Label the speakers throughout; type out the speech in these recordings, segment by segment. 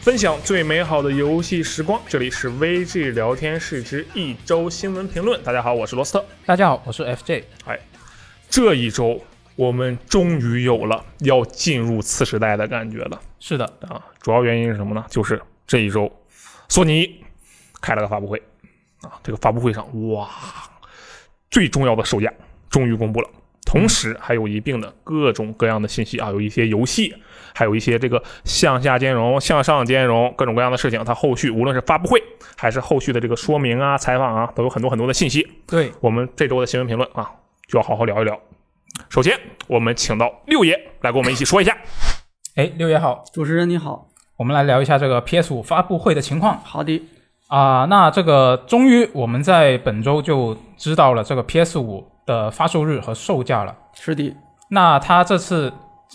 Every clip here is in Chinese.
Speaker 1: 分享最美好的游戏时光。这里是 VG 聊天室之一周新闻评论。大家好，我是罗斯特。
Speaker 2: 大家好，我是 FJ。
Speaker 1: 哎，这一周我们终于有了要进入次时代的感觉了
Speaker 2: 是的，
Speaker 1: 啊！主要原因是什么呢？就是这一周索尼开了个发布会啊，这个发布会上哇，最重要的售价终于公布了。同时还有一并的各种各样的信息啊，有一些游戏，还有一些这个向下兼容、向上兼容各种各样的事情。它后续无论是发布会还是后续的这个说明啊、采访啊，都有很多很多的信息。
Speaker 2: 对，
Speaker 1: 我们这周的新闻评论啊，就要好好聊一聊。首先，我们请到六爷来跟我们一起说一下。
Speaker 2: 哎，六爷好，
Speaker 3: 主持人你好，
Speaker 2: 我们来聊一下这个 PS 5发布会的情况
Speaker 3: 好的，
Speaker 2: 啊、那这个终于我们在本周就知道了这个 PS 5的发售日和售价了。
Speaker 3: 是的，
Speaker 2: 那它这次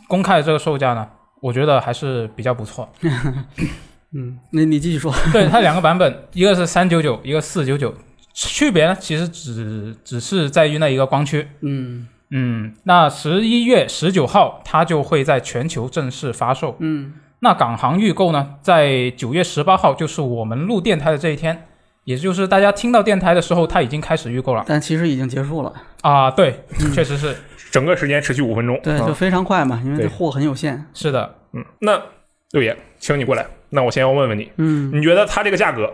Speaker 2: 公开的这个售价呢，我觉得还是比较不错。
Speaker 3: 嗯，那你继续说，
Speaker 2: 对，它两个版本，一个是三九九，一个四九九，区别呢其实只只是在于那一个光驱。
Speaker 3: 嗯
Speaker 2: 嗯，那十一月十九号它就会在全球正式发售。
Speaker 3: 嗯，
Speaker 2: 那港行预购呢，在九月十八号，就是我们录电台的这一天，也就是大家听到电台的时候，它已经开始预购了
Speaker 3: 但其实已经结束了，
Speaker 2: 啊。对，确实是
Speaker 1: 整个时间持续五分钟。
Speaker 3: 对，就
Speaker 1: 啊、
Speaker 3: 非常快嘛，因为
Speaker 1: 对
Speaker 3: 这货很有限，
Speaker 2: 是的，
Speaker 1: 嗯，那六爷，请你过来。那我先要问问你，
Speaker 3: 嗯
Speaker 1: 你觉得它这个价格，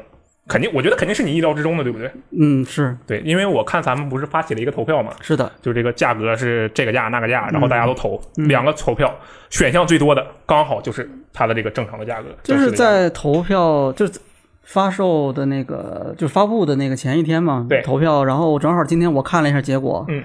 Speaker 1: 肯定，我觉得肯定是你意料之中的，对不对？
Speaker 3: 嗯，是
Speaker 1: 对，因为我看咱们不是发起了一个投票嘛，
Speaker 3: 是的，
Speaker 1: 就这个价格是这个价那个价，然后大家都投、
Speaker 3: 嗯
Speaker 1: 两个投票，选项最多的刚好就是它的这个正常的价格，
Speaker 3: 就
Speaker 1: 正
Speaker 3: 是
Speaker 1: 式的价格
Speaker 3: 在投票就是发售的那个就是发布的那个前一天嘛，
Speaker 1: 对
Speaker 3: 投票，然后正好今天我看了一下结果，
Speaker 1: 嗯，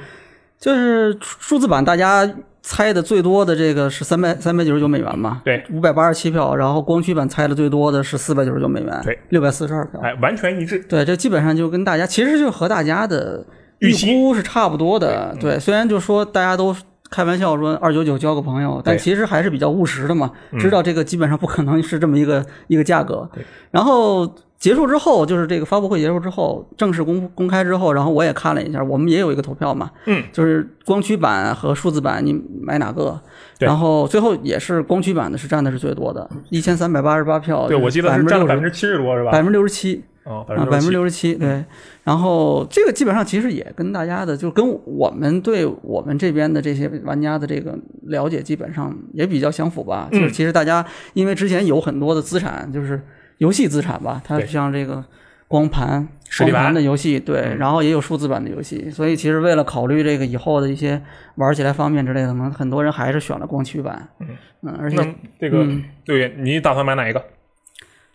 Speaker 3: 就是数字版大家猜的最多的这个是三百三百九十九美元嘛，
Speaker 1: 对，
Speaker 3: 五百八十七票，然后光驱版猜的最多的是四百九十九美元，
Speaker 1: 对，
Speaker 3: 六百四十二票，
Speaker 1: 哎完全一致，
Speaker 3: 对，这基本上就跟大家其实就和大家的
Speaker 1: 预
Speaker 3: 预
Speaker 1: 期嗯
Speaker 3: 估是差不多的。对，虽然就说大家都开玩笑说二九九交个朋友，但
Speaker 1: 对嗯
Speaker 3: 其实还是比较务实的嘛，知道这个基本上不可能是这么一个一个价格
Speaker 1: 对。
Speaker 3: 然后结束之后，就是这个发布会结束之后，正式公公开之后，然后我也看了一下，我们也有一个投票嘛，
Speaker 1: 嗯，
Speaker 3: 就是光驱版和数字版你买哪个？
Speaker 1: 对
Speaker 3: 然后最后也是光驱版的是占的是最多的，一千三百八十八票，
Speaker 1: 对我记得是占了百分
Speaker 3: 哦之
Speaker 1: 之七十多是吧？
Speaker 3: 百分之六十七。
Speaker 1: 啊，
Speaker 3: 啊，百分之
Speaker 1: 六
Speaker 3: 六十七，对。然后这个基本上其实也跟大家的，就跟我们对我们这边的这些玩家的这个了解，基本上也比较相符吧。
Speaker 1: 嗯
Speaker 3: 就是其实大家因为之前有很多的资产，就是游戏资产吧，它
Speaker 1: 对
Speaker 3: 像这个光盘、
Speaker 1: 实体
Speaker 3: 光
Speaker 1: 盘
Speaker 3: 盘的游戏，对
Speaker 1: 嗯，
Speaker 3: 然后也有数字版的游戏。所以其实为了考虑这个以后的一些玩起来方便之类的，可能很多人还是选了光驱版。
Speaker 1: 嗯
Speaker 3: 嗯，而且
Speaker 1: 那这个
Speaker 3: 嗯
Speaker 1: 六爷，你打算买哪一个？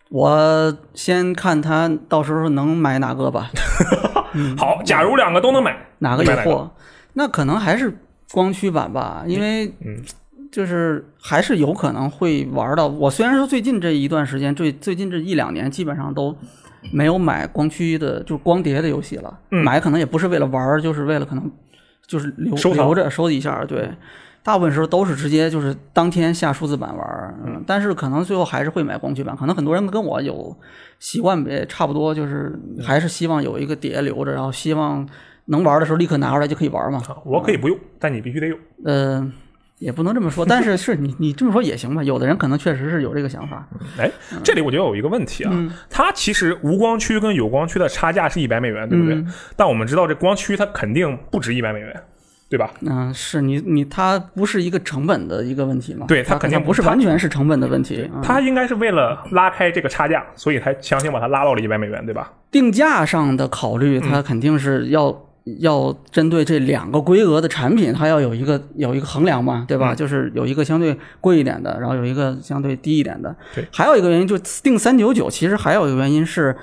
Speaker 3: 我先看他到时候能买哪个吧。嗯
Speaker 1: 好，假如两个都能买，
Speaker 3: 哪个
Speaker 1: 你
Speaker 3: 有
Speaker 1: 买哪个
Speaker 3: 货？那可能还是光驱版吧，因为
Speaker 1: 嗯
Speaker 3: 就是还是有可能会玩到。我虽然说最近这一段时间，最最近这一两年基本上都没有买光驱的，就是光碟的游戏了，
Speaker 1: 嗯
Speaker 3: 买可能也不是为了玩儿，就是为了可能就是留
Speaker 1: 收藏
Speaker 3: 留着收一下儿，对。大部分时候都是直接就是当天下数字版玩儿，嗯，但是可能最后还是会买光驱版。可能很多人跟我有习惯也差不多，就是
Speaker 1: 嗯
Speaker 3: 还是希望有一个碟留着，然后希望能玩的时候立刻拿出来就可以玩嘛。
Speaker 1: 啊我
Speaker 3: 嗯
Speaker 1: 可以不用，但你必须得有。
Speaker 3: 呃，也不能这么说，但是是你你这么说也行吧。有的人可能确实是有这个想法，
Speaker 1: 哎，
Speaker 3: 嗯
Speaker 1: 这里我觉得有一个问题啊，它其实无光驱跟有光驱的差价是一百美元，对不对？
Speaker 3: 嗯
Speaker 1: 但我们知道这光驱它肯定不值一百美元，对吧？
Speaker 3: 嗯、是你你它不是一个成本的一个问题嘛？
Speaker 1: 对它
Speaker 3: 它
Speaker 1: 肯定
Speaker 3: 不是
Speaker 1: 它
Speaker 3: 完全是成本的问题。嗯
Speaker 1: 它应该是为了拉开这个差价，所以才强行把它拉到了一百美元，对吧？
Speaker 3: 定价上的考虑，
Speaker 1: 嗯
Speaker 3: 它肯定是要、要针对这两个规格的产品，它要有一个有一个衡量嘛，对吧？
Speaker 1: 嗯
Speaker 3: 就是有一个相对贵一点的，然后有一个相对低一点的。
Speaker 1: 对，
Speaker 3: 还有一个原因就定三九九，其实还有一个原因是，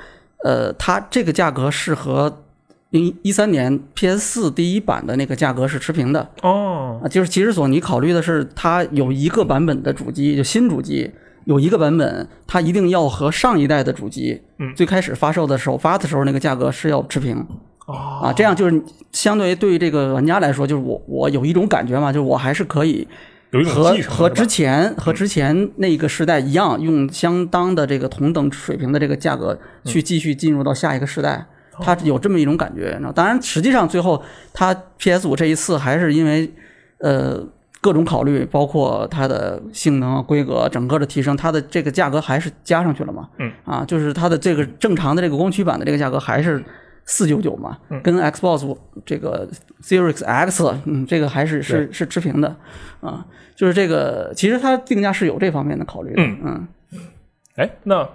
Speaker 3: 呃，它这个价格是和零一三年 PS 四第一版的那个价格是持平的。
Speaker 1: 哦，
Speaker 3: 啊，就是其实索尼考虑的是，它有一个版本的主机，就新主机有一个版本，它一定要和上一代的主机，
Speaker 1: 嗯
Speaker 3: 最开始发售的首发的时候那个价格是要持平
Speaker 1: 哦，
Speaker 3: 啊，这样就是相对于对于这个玩家来说，就是我我有一种感觉嘛，就是我还是可以
Speaker 1: 有一种
Speaker 3: 和
Speaker 1: 继承
Speaker 3: 和
Speaker 1: 是吧嗯
Speaker 3: 之前和之前那个时代一样，用相当的这个同等水平的这个价格去
Speaker 1: 嗯
Speaker 3: 继续进入到下一个时代。
Speaker 1: 哦
Speaker 3: 它有这么一种感觉，然后当然，实际上最后它 PS 五这一次还是因为，呃，各种考虑，包括它的性能啊、规格啊、整个的提升，它的这个价格还是加上去了嘛？
Speaker 1: 嗯，
Speaker 3: 啊，就是它的这个正常的这个光驱版的这个价格还是四九九嘛，
Speaker 1: 嗯
Speaker 3: 跟 Xbox 这个 Series X，嗯，这个还是是是持平的啊，就是这个其实它定价是有这方面的考虑的，
Speaker 1: 嗯
Speaker 3: 嗯，
Speaker 1: 哎，那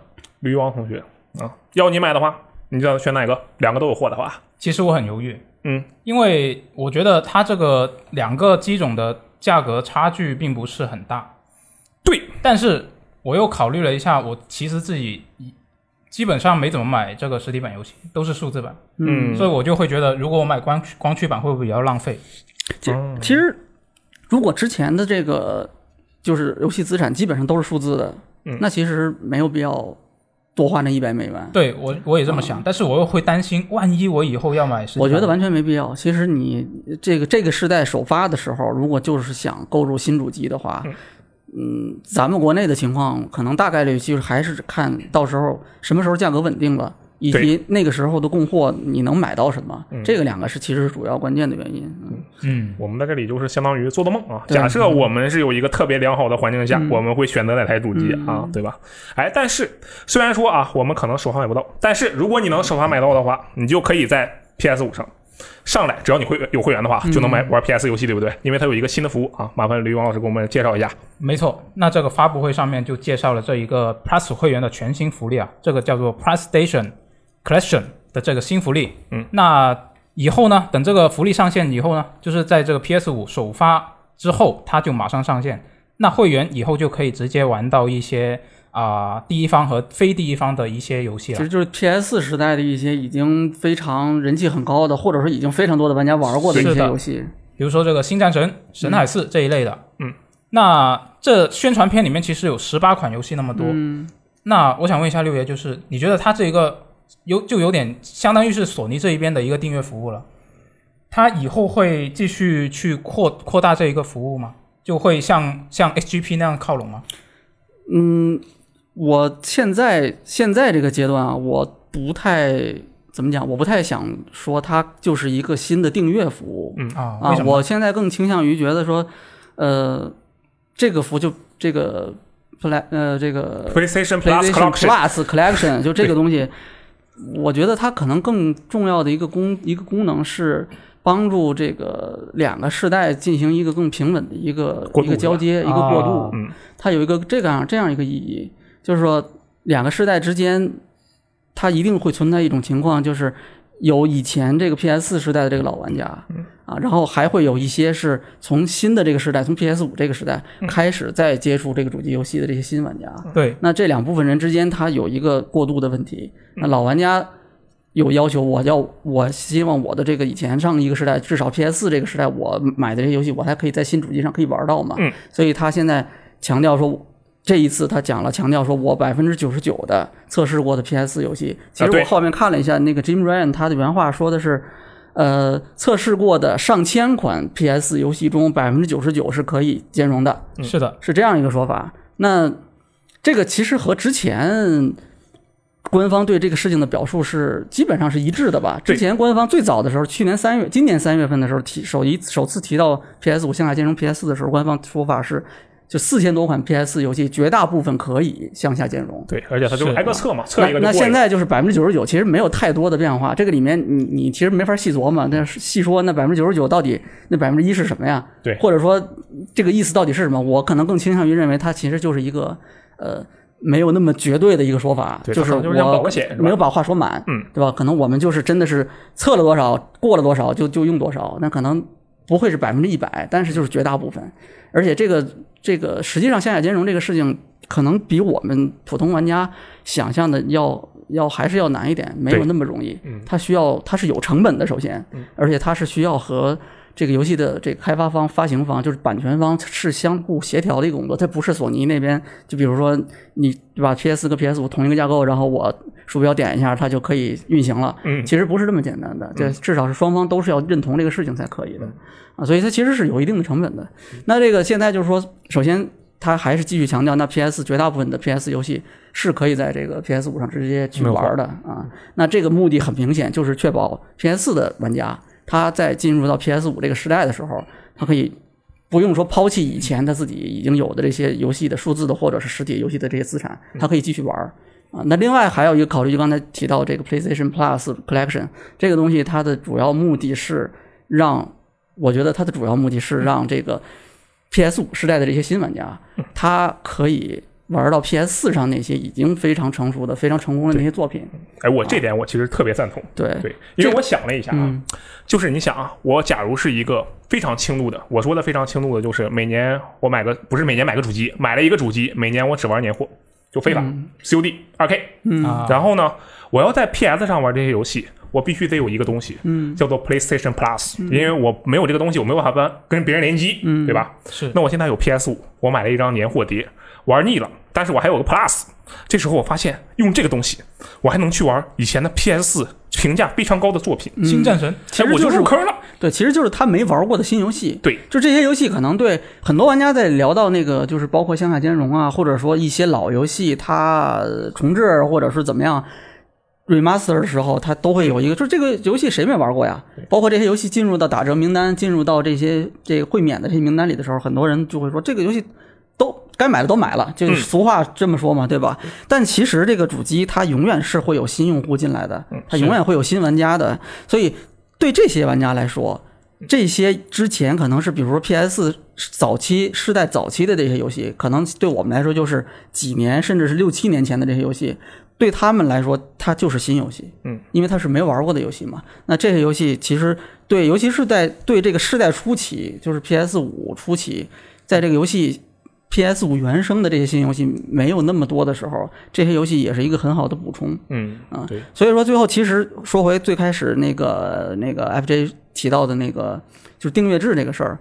Speaker 1: 驴王同学啊，要你买的话，你知道选哪个？两个都有货的话，
Speaker 2: 其实我很犹豫，
Speaker 1: 嗯，
Speaker 2: 因为我觉得它这个两个机种的价格差距并不是很大。
Speaker 1: 对，
Speaker 2: 但是我又考虑了一下，我其实自己基本上没怎么买这个实体版游戏，都是数字版，
Speaker 1: 嗯
Speaker 2: 所以我就会觉得，如果我买光驱光驱版，会不会比较浪费？
Speaker 3: 其其实如果之前的这个就是游戏资产基本上都是数字的，那其实没有必要多花那一百美元。
Speaker 2: 对我我也这么想，但是我又会担心，万一我以后要买实体版，
Speaker 3: 我觉得完全没必要。其实你这个这个时代首发的时候，如果就是想购入新主机的话，嗯，咱们国内的情况可能大概率就是还是看到时候什么时候价格稳定了，以及那个时候的供货你能买到什么，这个两个是其实是主要关键的原因。嗯
Speaker 2: 嗯，
Speaker 1: 我们在这里就是相当于做做梦啊。
Speaker 3: 对嗯
Speaker 1: 假设我们是有一个特别良好的环境下，我们会选择哪台主机啊，对吧？哎，但是虽然说啊，我们可能首发买不到，但是如果你能首发买到的话，你就可以在 PS 五上。上来，只要你会有会员的话，
Speaker 3: 嗯
Speaker 1: 就能买玩 PS 游戏，对不对？因为它有一个新的服务啊，麻烦吕王老师给我们介绍一下。
Speaker 3: 嗯
Speaker 2: 没错。那这个发布会上面就介绍了这一个 Plus 会员的全新福利啊，这个叫做 Plus Station Collection 的这个新福利。嗯，那以后呢，等这个福利上线以后呢，就是在这个 PS 五首发之后，它就马上上线。那会员以后就可以直接玩到一些啊、第一方和非第一方的一些游戏了
Speaker 3: 其实。就是 PS 时代的一些已经非常人气很高的，或者说已经非常多的玩家玩过的一
Speaker 2: 是
Speaker 3: 些
Speaker 2: 的
Speaker 3: 游戏，
Speaker 2: 比如说这个《星战神》《神海四》这一类的。
Speaker 1: 嗯，
Speaker 2: 那这宣传片里面其实有十八款游戏那么多。
Speaker 3: 嗯，
Speaker 2: 那我想问一下六爷，就是你觉得它这一个有就有点相当于是索尼这一边的一个订阅服务了，它以后会继续去扩扩大这一个服务吗？就会像像 SGP 那样靠拢吗？
Speaker 3: 我现在现在这个阶段啊，我不太怎么讲，我不太想说它就是一个新的订阅服务
Speaker 2: 啊，
Speaker 3: 啊
Speaker 2: 为什。么？
Speaker 3: 我现在更倾向于觉得说，呃，这个服就这个 play 呃这个
Speaker 1: PlayStation Plus
Speaker 3: PlayStation
Speaker 1: Collection，
Speaker 3: Plus Collection 就这个东西，我觉得它可能更重要的一个功一个功能是。帮助这个两个世代进行一个更平稳的一个
Speaker 1: 过
Speaker 3: 一
Speaker 1: 渡
Speaker 3: 个交接，一个过渡。
Speaker 2: 啊
Speaker 1: 嗯
Speaker 3: 它有一个这个样这样一个意义，就是说两个世代之间，它一定会存在一种情况，就是有以前这个 PS 时代的这个老玩家
Speaker 1: 嗯
Speaker 3: 啊，然后还会有一些是从新的这个时代，从 PS 五这个时代
Speaker 1: 嗯
Speaker 3: 开始再接触这个主机游戏的这些新玩家。
Speaker 2: 对，
Speaker 3: 那这两部分人之间，它有一个过渡的问题。那老玩家有要求，我要我希望我的这个以前上一个时代，至少 PS 这个时代我买的这些游戏，我还可以在新主机上可以玩到嘛。
Speaker 1: 嗯
Speaker 3: 所以他现在强调说。这一次他讲了，强调说我百分之九十九的测试过的 PS 游戏，其
Speaker 1: 啊
Speaker 3: 实
Speaker 1: 对
Speaker 3: 我后面看了一下，那个 Jim Ryan 他的原话说的是，呃，测试过的上千款 PS 游戏中，百分之九十九是可以兼容的。
Speaker 2: 是的，
Speaker 3: 是这样一个说法。那这个其实和之前官方对这个事情的表述是基本上是一致的吧？
Speaker 1: 对
Speaker 3: 之前官方最早的时候，去年三月、今年三月份的时候提首一首次提到 PS 五向下兼容 PS 四的时候，官方说法是。就四千多款 PS 游戏，绝大部分可以向下兼容。
Speaker 1: 对，而且它就是挨个测嘛，测
Speaker 3: 那
Speaker 1: 一个就
Speaker 3: 那
Speaker 1: 过一
Speaker 3: 现
Speaker 1: 个。
Speaker 3: 在就是百分之九十九，其实没有太多的变化。这个里面你你其实没法细琢磨，那是细说那百分之九十九到底那百分之一是什么呀？
Speaker 1: 对
Speaker 3: 或者说这个意思到底是什么？我可能更倾向于认为它其实就是一个呃没有那么绝对的一个说法，
Speaker 1: 对
Speaker 3: 就是
Speaker 1: 它可能就是想保个
Speaker 3: 我
Speaker 1: 险是吧
Speaker 3: 没有把话说满，
Speaker 1: 嗯，
Speaker 3: 对吧？可能我们就是真的是测了多少，过了多少就就用多少，那可能不会是百分之一百，但是就是绝大部分。而且这个这个实际上向下兼容这个事情，可能比我们普通玩家想象的要要还是要难一点，没有那么容易。
Speaker 1: 嗯
Speaker 3: 它需要它是有成本的，首先，而且它是需要和这个游戏的这个开发方、发行方，就是版权方是相互协调的一个工作，它不是索尼那边就比如说你对吧，PS 跟 PS 五同一个架构，然后我鼠标点一下，它就可以运行了。
Speaker 1: 嗯
Speaker 3: 其实不是这么简单的，这至少是双方都是要认同这个事情才可以的啊，所以它其实是有一定的成本的。那这个现在就是说，首先它还是继续强调，那 PS 绝大部分的 PS 游戏是可以在这个 PS 五上直接去玩的啊。那这个目的很明显，就是确保 PS 四的玩家他在进入到 PS 五这个时代的时候，他可以不用说抛弃以前他自己已经有的这些游戏的数字的或者是实体游戏的这些资产，他可以继续玩儿啊。那另外还有一个考虑，就刚才提到这个 PlayStation Plus Collection 这个东西，它的主要目的是让，我觉得它的主要目的是让这个 PS 五时代的这些新玩家，他可以玩到 PS 四上那些已经非常成熟的、非常成功的那些作品。
Speaker 1: 哎，我这点我其实特别赞同。
Speaker 3: 对，
Speaker 1: 对，因为我想了一下啊，
Speaker 3: 嗯
Speaker 1: 就是你想啊，我假如是一个非常轻度的，我说的非常轻度的，就是每年我买个不是每年买个主机，买了一个主机，每年我只玩年货，就非法、COD、2K，
Speaker 3: 嗯
Speaker 2: 啊，
Speaker 1: 然后呢，我要在 PS 上玩这些游戏，我必须得有一个东西，
Speaker 3: 嗯，
Speaker 1: 叫做 PlayStation Plus，、因为我没有这个东西，我没有办法跟别人联机，嗯，对吧？
Speaker 2: 是
Speaker 1: 那我现在有 PS 五，我买了一张年货碟，玩腻了，但是我还有个 Plus，这时候我发现用这个东西，我还能去玩以前的 PS 四评价非常高的作品，
Speaker 2: 新战神
Speaker 3: 嗯其
Speaker 1: 哎
Speaker 3: 实
Speaker 1: 我
Speaker 3: 就是
Speaker 1: 入坑了，
Speaker 3: 对，其实就是他没玩过的新游戏。
Speaker 1: 对，
Speaker 3: 就这些游戏，可能对很多玩家在聊到那个，就是包括《乡下兼容》啊，或者说一些老游戏它呃重置或者是怎么样 remaster 的时候，它都会有一个，就是这个游戏谁没玩过呀？包括这些游戏进入到打折名单、进入到这些这个会免的这些名单里的时候，很多人就会说这个游戏。都该买的都买了，就是俗话这么说嘛，嗯对吧？但其实这个主机它永远是会有新用户进来嗯的，它永远会有新玩家的，所以对这些玩家来说，这些之前可能是比如说 PS 早期世代早期的这些游戏，可能对我们来说就是几年甚至是六七年前的这些游戏，对他们来说它就是新游戏，
Speaker 1: 嗯，
Speaker 3: 因为它是没玩过的游戏嘛。那这些游戏其实对，尤其是在对这个世代初期，就是 PS 五初期，在这个游戏 PS 五原生的这些新游戏没有那么多的时候，这些游戏也是一个很好的补充。
Speaker 1: 嗯
Speaker 3: 啊
Speaker 1: 对，
Speaker 3: 所以说最后其实说回最开始那个那个 FJ 提到的那个就是订阅制这个事儿，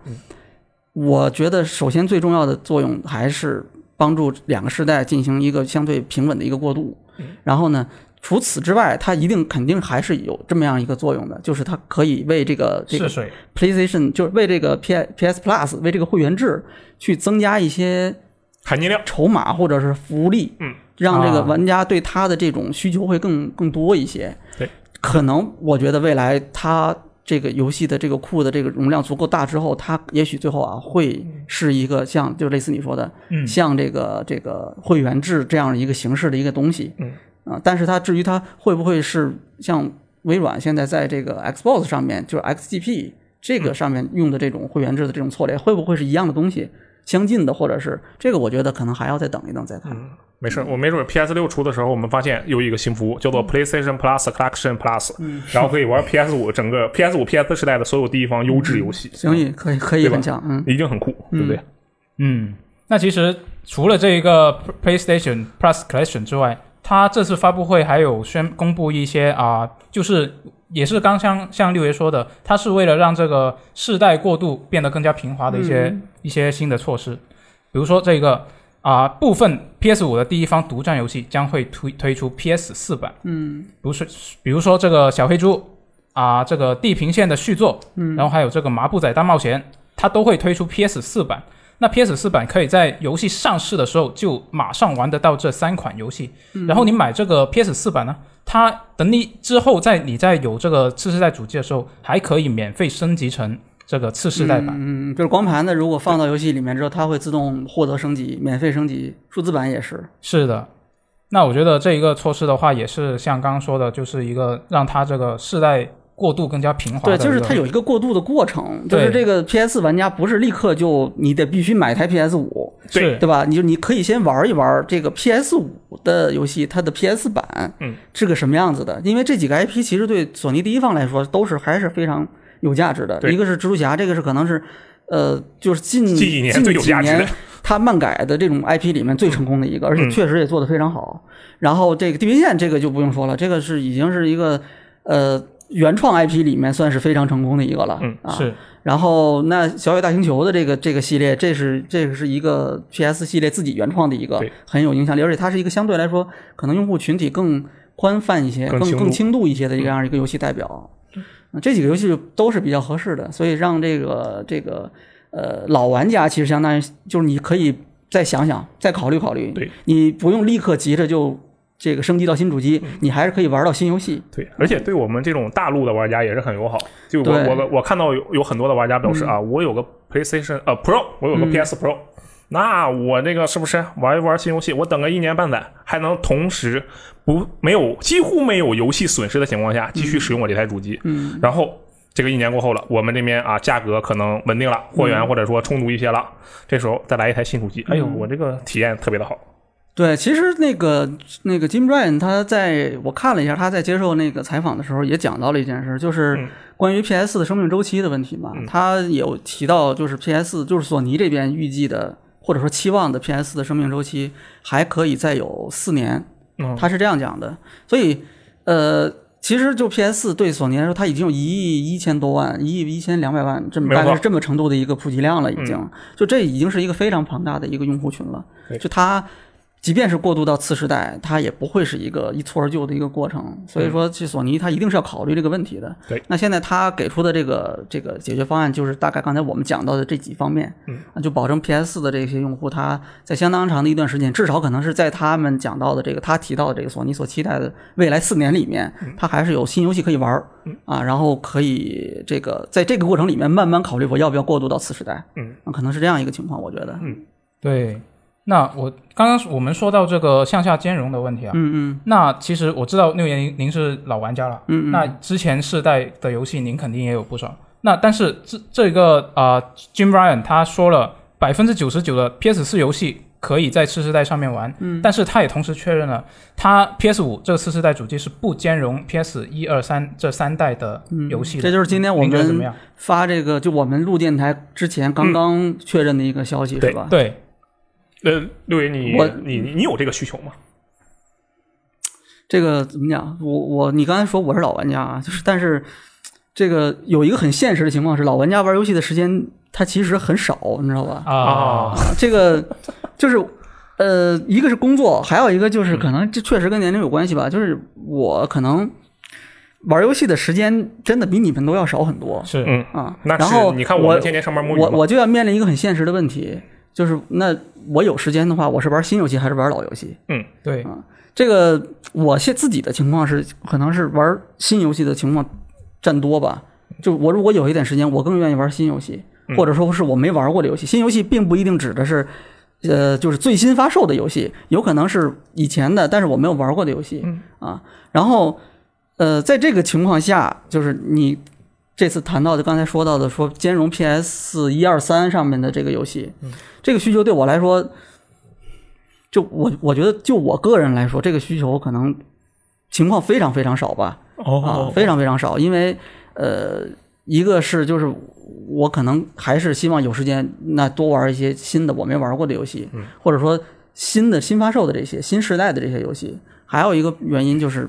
Speaker 3: 我觉得首先最重要的作用还是帮助两个世代进行一个相对平稳的一个过渡。然后呢，除此之外，它一定肯定还是有这么样一个作用的，就是它可以为这个这个
Speaker 2: 试水
Speaker 3: PlayStation 就是为这个 P P S Plus 为这个会员制去增加一些
Speaker 1: 含金量，
Speaker 3: 筹码或者是福利，
Speaker 1: 嗯，
Speaker 3: 让这个
Speaker 2: 啊
Speaker 3: 玩家对他的这种需求会更更多一些。
Speaker 1: 对，
Speaker 3: 可能我觉得未来它这个游戏的这个库的这个容量足够大之后，它也许最后啊会是一个像就类似你说的，
Speaker 2: 嗯
Speaker 3: 像这个这个会员制这样一个形式的一个东西，
Speaker 1: 嗯
Speaker 3: 啊、但是它至于它会不会是像微软现在在这个 Xbox 上面，就是 XGP 这个上面用的这种会员制的这种策略，会不会是一样的东西，相近的，或者是这个，我觉得可能还要再等一等再谈。
Speaker 1: 没事，我没准 PS 六出的时候，我们发现有一个新服务叫
Speaker 3: 嗯
Speaker 1: 做 PlayStation Plus Collection Plus，、然 后可以玩 PS 五整个 PS 五 PS 时代的所有第一方优质游戏，
Speaker 3: 行以可以可以
Speaker 1: 对吧
Speaker 3: 很强，嗯，
Speaker 1: 已经很酷，对不对？
Speaker 2: 嗯，那其实除了这一个 PlayStation Plus Collection 之外，它这次发布会还有宣公布一些啊、就是也是刚像像六爷说的，它是为了让这个世代过渡变得更加平滑的一些、一些新的措施，比如说这个啊、部分 PS 五的第一方独占游戏将会推推出 PS 四版，嗯，不是，比如说这个小黑猪啊、这个地平线的续作，嗯，然后还有这个麻布仔大冒险，它都会推出 PS 四版。那 PS 四版可以在游戏上市的时候就马上玩得到这三款游戏，
Speaker 3: 嗯
Speaker 2: 然后你买这个 PS 四版呢，它等你之后在你在有这个次世代主机的时候，还可以免费升级成这个次世代版。
Speaker 3: 嗯，就是光盘的，如果放到游戏里面之后，它会自动获得升级，免费升级。数字版也是，
Speaker 2: 是的，那我觉得这一个措施的话，也是像刚刚说的，就是一个让它这个世代过渡更加平滑的
Speaker 3: 对，
Speaker 2: 一个。
Speaker 3: 就是它有一个过渡的过程，就是
Speaker 2: 对
Speaker 3: 这个 PS 玩家不是立刻就你得必须买台 PS 五，
Speaker 2: 是
Speaker 3: 对吧？你就你可以先玩一玩这个 PS 五的游戏，它的 PS 版，
Speaker 1: 嗯，
Speaker 3: 是个什么样子的？因为这几个 IP 其实对索尼第一方来说都是还是非常有价值的。
Speaker 1: 对
Speaker 3: 一个是蜘蛛侠，这个是可能是，呃，就是近
Speaker 1: 近几年最有价值的嗯
Speaker 3: 近几年它漫改的这种 IP 里面最成功的一个，而且确实也做得非常好。然后这个地平线这个就不用说了，这个是已经是一个呃原创 IP 里面算是非常成功的一个了，
Speaker 1: 嗯
Speaker 3: 啊，
Speaker 2: 是
Speaker 3: 然后那《小野大星球》的这个这个系列，这是这个是一个 PS 系列自己原创的一个
Speaker 1: 对
Speaker 3: 很有影响力，而且它是一个相对来说可能用户群体更宽泛一些、
Speaker 1: 更
Speaker 3: 更
Speaker 1: 轻度嗯
Speaker 3: 更轻度一些的这样一个游戏代表。那这几个游戏都是比较合适的，所以让这个这个呃老玩家其实相当于就是你可以再想想、再考虑考虑，
Speaker 1: 对
Speaker 3: 你不用立刻急着就这个升级到新主
Speaker 1: 嗯
Speaker 3: 机，你还是可以玩到新游戏。
Speaker 1: 对，而且对我们这种大陆的玩家也是很友好。就我
Speaker 3: 对嗯
Speaker 1: 我我看到有有很多的玩家表示啊，我有个 PlayStation 呃 Pro，我有个 PS Pro，、那我这个是不是玩一玩新游戏，我等个一年半载，还能同时不没有几乎没有游戏损失的情况下，继续使用我这台主机。
Speaker 3: 嗯，
Speaker 1: 然后这个一年过后了，我们这边啊价格可能稳定了，货源或者说充足一些了，这时候再来一台新主机，哎呦，我这个体验特别的好。
Speaker 3: 对，其实那个那个 Jim Ryan 他在我看了一下，他在接受那个采访的时候也讲到了一件事，就是
Speaker 1: 嗯
Speaker 3: 关于 PS 的生命周期的问题嘛。他有提到，就是 PS 就是索尼这边预计的或者说期望的 PS 的生命周期还可以再有四年，
Speaker 1: 嗯
Speaker 3: 他是这样讲的。所以呃，其实就 PS 对索尼来说，它已经有一亿一千多万、一亿一千两百万这么
Speaker 1: 没有
Speaker 3: 大
Speaker 1: 错
Speaker 3: 概是这么程度的一个普及量了，已经、就这已经是一个非常庞大的一个用户群了
Speaker 1: 对。
Speaker 3: 就它即便是过渡到次时代，它也不会是一个一蹴而就的一个过程。所以说，这索尼它一定是要考虑这个问题的。
Speaker 1: 嗯对，
Speaker 3: 那现在它给出的这个这个解决方案，就是大概刚才我们讲到的这几方面，
Speaker 1: 嗯，
Speaker 3: 就保证 PS 的这些用户，他在相当长的一段时间，至少可能是在他们讲到的这个他提到的这个索尼所期待的未来四年里面，
Speaker 2: 嗯
Speaker 3: 他还是有新游戏可以玩儿啊，然后可以这个在这个过程里面慢慢考虑我要不要过渡到次时代，
Speaker 1: 嗯
Speaker 3: 啊，可能是这样一个情况，我觉
Speaker 2: 嗯
Speaker 3: 得，
Speaker 2: 对，那我刚刚我们说到这个向下兼容的问题啊，
Speaker 3: 嗯
Speaker 2: 那其实我知道六爷您您是老玩家了，
Speaker 3: 嗯嗯
Speaker 2: 那之前世代的游戏您肯定也有不少。那但是这这个啊、呃 Jim Ryan 他说了，百分之九十九的 PS 四游戏可以在次世代上面玩，嗯，但是他也同时确认了，他 PS 五这个次世代主机是不兼容 PS 一二三这三代的游戏
Speaker 3: 嗯，
Speaker 2: 的。
Speaker 3: 这就是今天我
Speaker 2: 您觉得怎么
Speaker 3: 们
Speaker 2: 样？嗯
Speaker 3: 发这个，就我们录电台之前刚刚确认的一个消息，
Speaker 1: 对
Speaker 3: 是吧？
Speaker 2: 对，
Speaker 1: 呃，六爷，你
Speaker 3: 我
Speaker 1: 你你你有这个需求吗？
Speaker 3: 这个怎么讲？我我你刚才说我是老玩家啊，就是但是这个有一个很现实的情况是，老玩家玩游戏的时间他其实很少，你知道吧？
Speaker 2: 啊，
Speaker 3: 啊，这个就是呃，一个是工作，还有一个就是可能这确实跟年龄有关系吧，就是我可能玩游戏的时间真的比你们都要少很多
Speaker 2: 是，
Speaker 1: 嗯，
Speaker 3: 啊。
Speaker 1: 那是
Speaker 3: 然后
Speaker 1: 你看
Speaker 3: 我
Speaker 1: 我们天天上班摸鱼
Speaker 3: 我
Speaker 1: 嘛
Speaker 3: 我就要面临一个很现实的问题，就是那我有时间的话，我是玩新游戏还是玩老游戏？
Speaker 1: 嗯
Speaker 2: 对，
Speaker 3: 这个我现自己的情况是，可能是玩新游戏的情况占多吧。就我如果有一点时间，我更愿意玩新游戏，或者说是我没玩过的游戏。新游戏并不一定指的是，呃，就是最新发售的游戏，有可能是以前的，但是我没有玩过的游戏啊。然后，呃，在这个情况下，就是你这次谈到的刚才说到的，说兼容 PS 一二三上面的这个游戏，这个需求对我来说，就我我觉得就我个人来说，这个需求可能情况非常非常少吧，
Speaker 1: 哦
Speaker 3: 啊，非常非常少，因为呃，一个是就是我可能还是希望有时间那多玩一些新的我没玩过的游戏，或者说新的新发售的这些新时代的这些游戏，还有一个原因就是，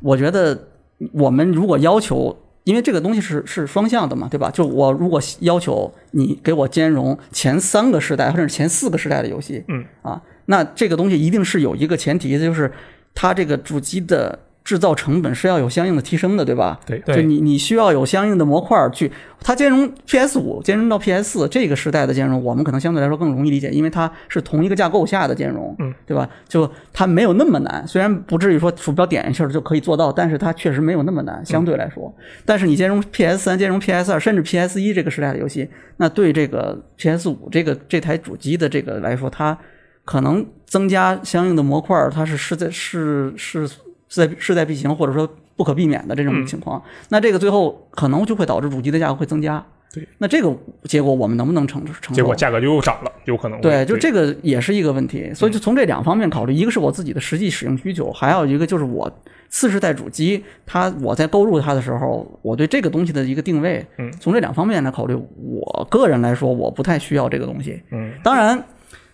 Speaker 3: 我觉得我们如果要求。因为这个东西是是双向的嘛，对吧？就我如果要求你给我兼容前三个时代或者是前四个时代的游戏，啊，那这个东西一定是有一个前提，就是它这个主机的制造成本是要有相应的提升的，对吧？
Speaker 1: 对
Speaker 2: 对
Speaker 3: 就你你需要有相应的模块儿去，它兼容 PS 五、兼容到 PS 四这个时代的兼容，我们可能相对来说更容易理解，因为它是同一个架构下的兼容，嗯，对吧？就它没有那么难，虽然不至于说鼠标点一下就可以做到，但是它确实没有那么难，相对来说。但是你兼容 PS 三、兼容 PS 二，甚至 PS 一这个时代的游戏，那对这个 PS 五这个这台主机的这个来说，它可能增加相应的模块儿，它是势在是是势在势在必行，或者说不可避免的这
Speaker 1: 嗯
Speaker 3: 种情况。那这个最后可能就会导致主机的价格会增加。
Speaker 1: 对，
Speaker 3: 那这个结果我们能不能承承受？
Speaker 1: 结果价格就又涨了，有可能会
Speaker 3: 对，就这个也是一个问题。
Speaker 1: 嗯
Speaker 3: 所以就从这两方面考虑，一个是我自己的实际使用需求，还有一个就是我次世代主机，它我在购入它的时候，我对这个东西的一个定位。
Speaker 1: 嗯，
Speaker 3: 从这两方面来考虑，我个人来说，我不太需要这个东西。
Speaker 1: 嗯，
Speaker 3: 当然，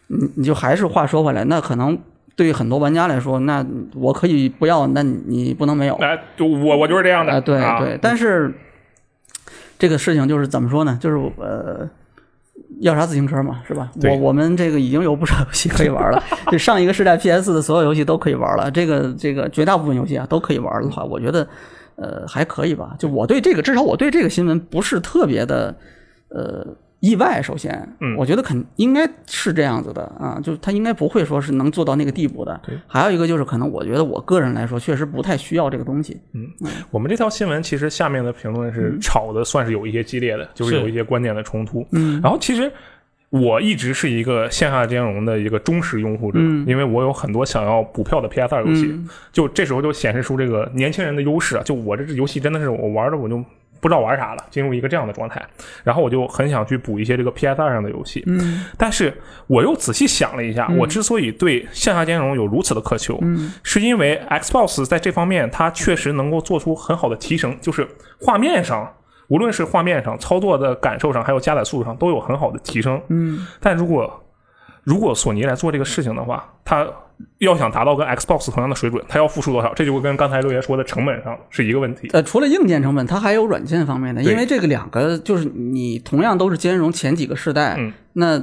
Speaker 3: 你你就还是话说回来，那可能。对于很多玩家来说，那我可以不要，那你不能没有。
Speaker 1: 哎，就我我就是这样的，
Speaker 3: 啊，对
Speaker 1: 啊
Speaker 3: 对，但是这个事情就是怎么说呢？就是呃，要啥自行车嘛，是吧？
Speaker 1: 对
Speaker 3: 我我们这个已经有不少游戏可以 玩了，就上一个世代 PS 的所有游戏都可以玩了，这个这个绝大部分游戏啊都可以玩的话，我觉得呃还可以吧。就我对这个，至少我对这个新闻不是特别的呃。意外，首先，
Speaker 1: 嗯
Speaker 3: 我觉得肯应该是这样子的啊，就是他应该不会说是能做到那个地步的。
Speaker 1: 对，
Speaker 3: 还有一个就是，可能我觉得我个人来说，确实不太需要这个东西。
Speaker 1: 我们这条新闻其实下面的评论是吵的，算是有一些激烈的，就是
Speaker 2: 是
Speaker 1: 有一些观点的冲突。
Speaker 3: 嗯
Speaker 1: 然后其实我一直是一个线下兼容的一个忠实拥护者，
Speaker 3: 嗯
Speaker 1: 因为我有很多想要补票的 PS 二游戏，
Speaker 3: 嗯
Speaker 1: 就这时候就显示出这个年轻人的优势啊！就我这游戏真的是我玩的我就不知道玩啥了，进入一个这样的状态，然后我就很想去补一些这个 PS 二上的游戏，
Speaker 3: 嗯
Speaker 1: 但是我又仔细想了一下，我之所以对线下兼容有如此的渴求，
Speaker 3: 嗯
Speaker 1: 是因为 Xbox 在这方面它确实能够做出很好的提升，就是画面上，无论是画面上、操作的感受上，还有加载速度上都有很好的提升。
Speaker 3: 嗯
Speaker 1: 但如果如果索尼来做这个事情的话，它要想达到跟 Xbox 同样的水准，它要付出多少？这就跟刚才六爷说的成本上是一个问题。
Speaker 3: 呃，除了硬件成本，它还有软件方面的，
Speaker 1: 对
Speaker 3: 因为这个两个就是你同样都是兼容前几个世代，
Speaker 1: 嗯
Speaker 3: 那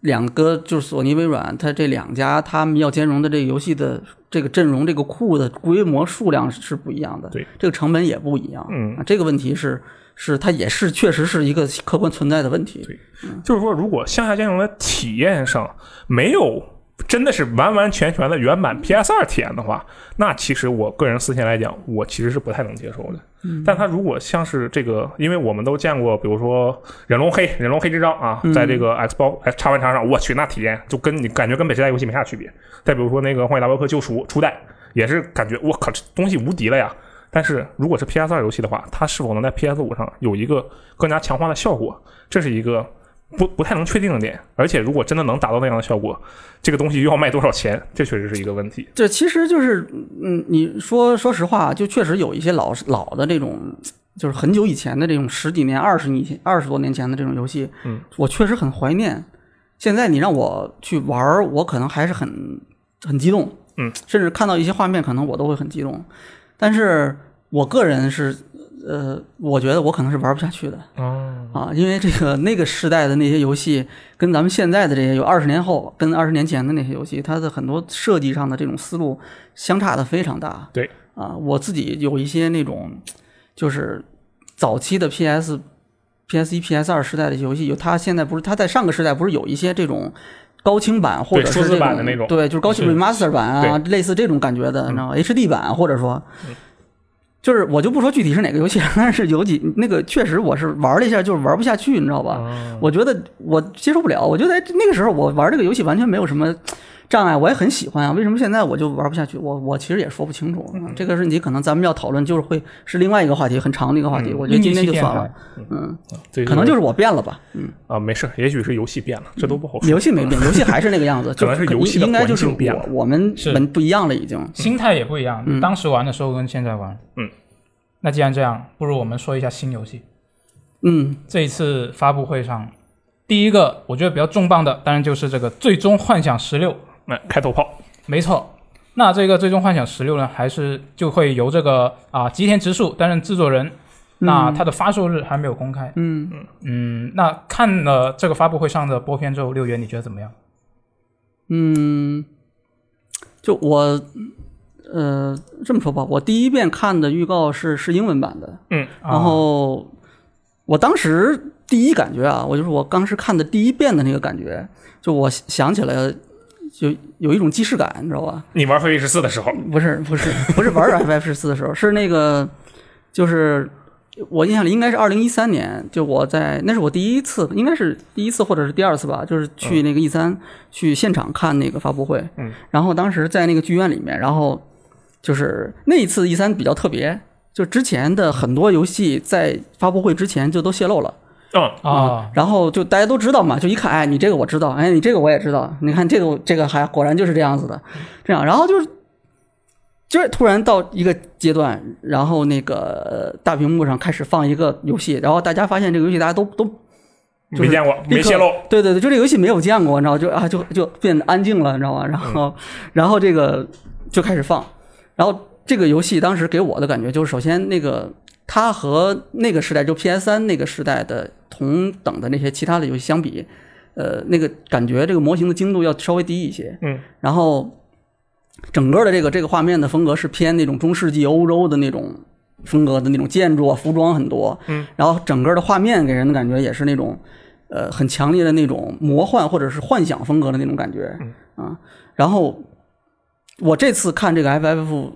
Speaker 3: 两个就是索尼、微软，它这两家他们要兼容的这个游戏的这个阵容、这个库的规模、数量是不一样的，
Speaker 1: 对，
Speaker 3: 这个成本也不一样，
Speaker 1: 嗯
Speaker 3: 啊，这个问题是是它也是确实是一个客观存在的问题，
Speaker 1: 对就是说，如果向下兼容的体验上没有真的是完完全全的原版 PS 二体验的话，那其实我个人私心来讲，我其实是不太能接受的。但它如果像是这个，因为我们都见过，比如说《忍龙黑》《忍龙黑之章》啊，在这个 Xbox 哎 X 叉 Y 叉上，我去，那体验就跟你感觉跟本时代游戏没啥区别。再比如说那个《荒野大镖客：救赎》初代，也是感觉我靠，这东西无敌了呀！但是如果是 PS 二游戏的话，它是否能在 PS 五上有一个更加强化的效果，这是一个不不太能确定的点。而且如果真的能达到那样的效果，这个东西又要卖多少钱，这确实是一个问题。
Speaker 3: 这其实就是，嗯，你说说实话，啊就确实有一些老老的这种，就是很久以前的这种十几年、二十年前、二十多年前的这种游戏，
Speaker 1: 嗯，
Speaker 3: 我确实很怀念。现在你让我去玩儿，我可能还是很很激动，
Speaker 1: 嗯，
Speaker 3: 甚至看到一些画面，可能我都会很激动。但是我个人是，呃，我觉得我可能是玩不下去的
Speaker 1: 哦，
Speaker 3: 啊，因为这个那个时代的那些游戏，跟咱们现在的这些有二十年后跟二十年前的那些游戏，它的很多设计上的这种思路相差的非常大。
Speaker 1: 对
Speaker 3: 啊，我自己有一些那种，就是早期的 PS、PS 一、PS 二时代的游戏，有它现在不是它在上个时代不是有一些这种高清版或者是
Speaker 1: 数字
Speaker 3: 这种
Speaker 1: 版的那种
Speaker 3: 对，就是高清
Speaker 1: 是嗯
Speaker 3: remaster 版啊，类似这种感觉的，你知道吗？HD 版或者说。就是我就不说具体是哪个游戏了，但是有几那个确实我是玩了一下，就是玩不下去，你
Speaker 1: 嗯
Speaker 3: 知道吧？我觉得我接受不了，我觉得在那个时候我玩这个游戏完全没有什么障碍，我也很喜欢啊。为什么现在我就玩不下去？我我其实也说不清楚，
Speaker 1: 嗯
Speaker 3: 啊这个问题可能咱们要讨论，就是会是另外一个话题，很长的一个话
Speaker 1: 嗯
Speaker 3: 题。我觉得今天就算了，嗯，
Speaker 1: 对
Speaker 3: 可能就是是我变了吧，嗯，
Speaker 1: 啊，没事，也许是游戏变了，这都不好说。
Speaker 3: 游戏没变，游戏还是那 个样子，
Speaker 1: 可
Speaker 3: 就
Speaker 1: 能是游戏的
Speaker 3: 应该就是
Speaker 1: 环境变了
Speaker 3: 我我们
Speaker 2: 是
Speaker 3: 们不一样了，已经。
Speaker 2: 心态也不一
Speaker 3: 嗯
Speaker 2: 样。当时玩的时候跟现在玩，
Speaker 1: 嗯，
Speaker 2: 那既然这样，不如我们说一下新游戏。
Speaker 3: 嗯，
Speaker 2: 这一次发布会上，第一个我觉得比较重磅的，当然就是这个《最终幻想十六》。
Speaker 1: 那开头炮，
Speaker 2: 没错，那这个《最终幻想十六》呢，还是就会由这个啊吉田直树担任制作人。那它的发售日还没有公开。
Speaker 3: 嗯，
Speaker 2: 嗯，那看了这个发布会上的播片之后，六元你觉得怎么样？
Speaker 3: 嗯，就我，呃，这么说吧，我第一遍看的预告是是英文版的，
Speaker 1: 嗯，
Speaker 3: 然后我当时第一感觉啊，我就是我当时看的第一遍的那个感觉，就我想起来就有一种既视感，你知道吧？
Speaker 1: 你玩《飞 V 十四》的时候，
Speaker 3: 不是不是不是玩 FF 十四的时候，是那个就是。我印象里应该是二零一三年，就我在那是我第一次，应该是第一次或者是第二次吧，就是去那个 E 三去现场看那个发布会，
Speaker 1: 嗯，
Speaker 3: 然后当时在那个剧院里面，然后就是那一次 E 三比较特别，就之前的很多游戏在发布会之前就都泄露了
Speaker 1: 嗯，
Speaker 2: 啊，
Speaker 3: 然后就大家都知道嘛，就一看，哎，你这个我知道，哎，你这个我也知道，你看这个我这个还果然就是这样子的，这样，然后就是。就是突然到一个阶段，然后那个呃大屏幕上开始放一个游戏，然后大家发现这个游戏大家都都就是
Speaker 1: 没见过，没泄露，
Speaker 3: 对对对，就这游戏没有见过，你知道，就啊就就变得安静了，你知道吗？然
Speaker 1: 嗯
Speaker 3: 后， 然后这个就开始放，然后这个游戏当时给我的感觉就是，首先那个它和那个时代就 PS 三那个时代的同等的那些其他的游戏相比，呃，那个感觉这个模型的精度要稍微低一些，
Speaker 1: 嗯，
Speaker 3: 然后整个的这个这个画面的风格是偏那种中世纪欧洲的那种风格的那种建筑啊、服装很多，
Speaker 1: 嗯，
Speaker 3: 然后整个的画面给人的感觉也是那种。呃很强烈的那种魔幻或者是幻想风格的那种感觉啊。然后我这次看这个 FF